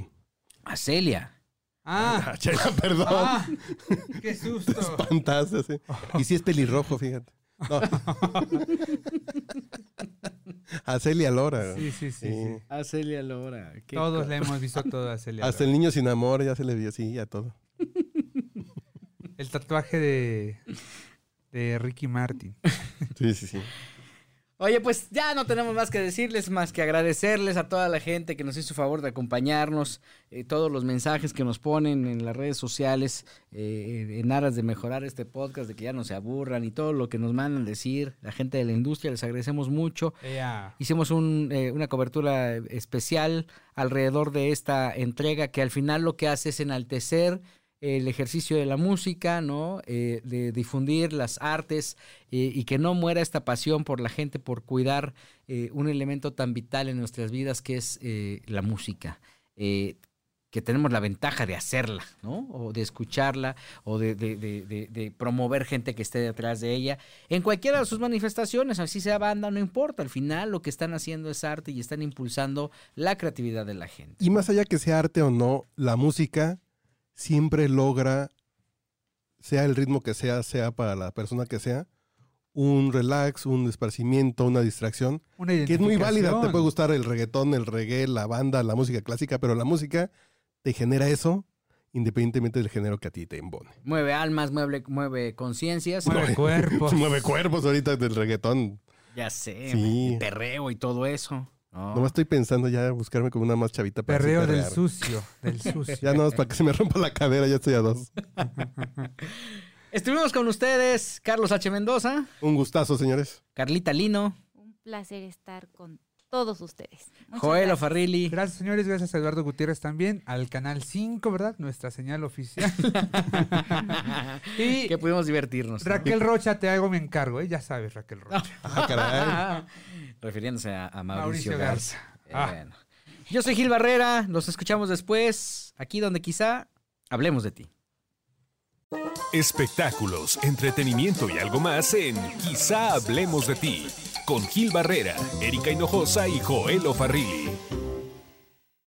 Speaker 2: A Celia.
Speaker 3: Ah,
Speaker 4: Chela, perdón.
Speaker 3: ah, qué susto.
Speaker 4: Espantaste, sí. Y si es pelirrojo, fíjate. No. A Celia Lora.
Speaker 3: Sí, sí, sí, sí.
Speaker 2: A Celia Lora. Qué
Speaker 3: Todos
Speaker 2: co-
Speaker 3: le hemos visto todo a Celia.
Speaker 4: Hasta
Speaker 3: Lora.
Speaker 4: el niño sin amor ya se le vio así, a todo.
Speaker 3: el... tatuaje de, de Ricky Martin.
Speaker 4: Sí, sí, sí.
Speaker 2: Oye, pues ya no tenemos más que decirles, más que agradecerles a toda la gente que nos hizo favor de acompañarnos, eh, todos los mensajes que nos ponen en las redes sociales, eh, en aras de mejorar este podcast, de que ya no se aburran y todo lo que nos mandan decir, la gente de la industria, les agradecemos mucho.
Speaker 3: Ea.
Speaker 2: Hicimos un, eh, una cobertura especial alrededor de esta entrega que al final lo que hace es enaltecer el ejercicio de la música, ¿no? Eh, de difundir las artes eh, y que no muera esta pasión por la gente, por cuidar eh, un elemento tan vital en nuestras vidas que es eh, la música. Eh, que tenemos la ventaja de hacerla, ¿no? O de escucharla, o de, de- de- de- de promover gente que esté detrás de ella. En cualquiera de sus manifestaciones, así sea banda, no importa. Al final lo que están haciendo es arte y están impulsando la creatividad de la gente.
Speaker 4: Y más allá que sea arte o no, la música siempre logra, sea el ritmo que sea, sea para la persona que sea, un relax, un esparcimiento, una distracción,
Speaker 3: Una
Speaker 4: que es muy válida. Te
Speaker 3: identificación.
Speaker 4: puede gustar el reggaetón, el reggae, la banda, la música clásica, pero la música te genera eso independientemente del género que a ti te embone.
Speaker 2: Mueve almas, mueve, mueve conciencias.
Speaker 3: Mueve cuerpos.
Speaker 4: Mueve cuerpos ahorita del reggaetón.
Speaker 2: Ya sé,
Speaker 4: Sí.
Speaker 2: y perreo y todo eso. ¿no?
Speaker 4: Nomás estoy pensando ya buscarme como una más chavita para
Speaker 3: Perreo
Speaker 4: así
Speaker 3: del
Speaker 4: perrear.
Speaker 3: sucio. Del sucio.
Speaker 4: Ya no, para que se me rompa la cadera, ya estoy a dos.
Speaker 2: Estuvimos con ustedes, Carlos H. Mendoza,
Speaker 4: Un gustazo, señores.
Speaker 2: Carlita Lino,
Speaker 5: Un placer estar con todos ustedes. Muchas
Speaker 2: Joel
Speaker 5: gracias.
Speaker 2: Ofarrilli.
Speaker 3: Gracias, señores. Gracias a Eduardo Gutiérrez también. Al canal 5, ¿verdad? Nuestra señal oficial. y
Speaker 2: que pudimos divertirnos. ¿no?
Speaker 3: Raquel Rocha, te hago mi encargo, ¿eh? Ya sabes, Raquel Rocha.
Speaker 4: Ah, caray.
Speaker 2: Refiriéndose a, a Mauricio,
Speaker 3: Mauricio
Speaker 2: Garza.
Speaker 3: Garza. Ah.
Speaker 2: Eh, bueno. Yo soy Gil Barrera, nos escuchamos después, aquí donde quizá hablemos de ti.
Speaker 1: Espectáculos, entretenimiento y algo más en Quizá hablemos de ti. Con Gil Barrera, Erika Hinojosa y Joel Farrilli.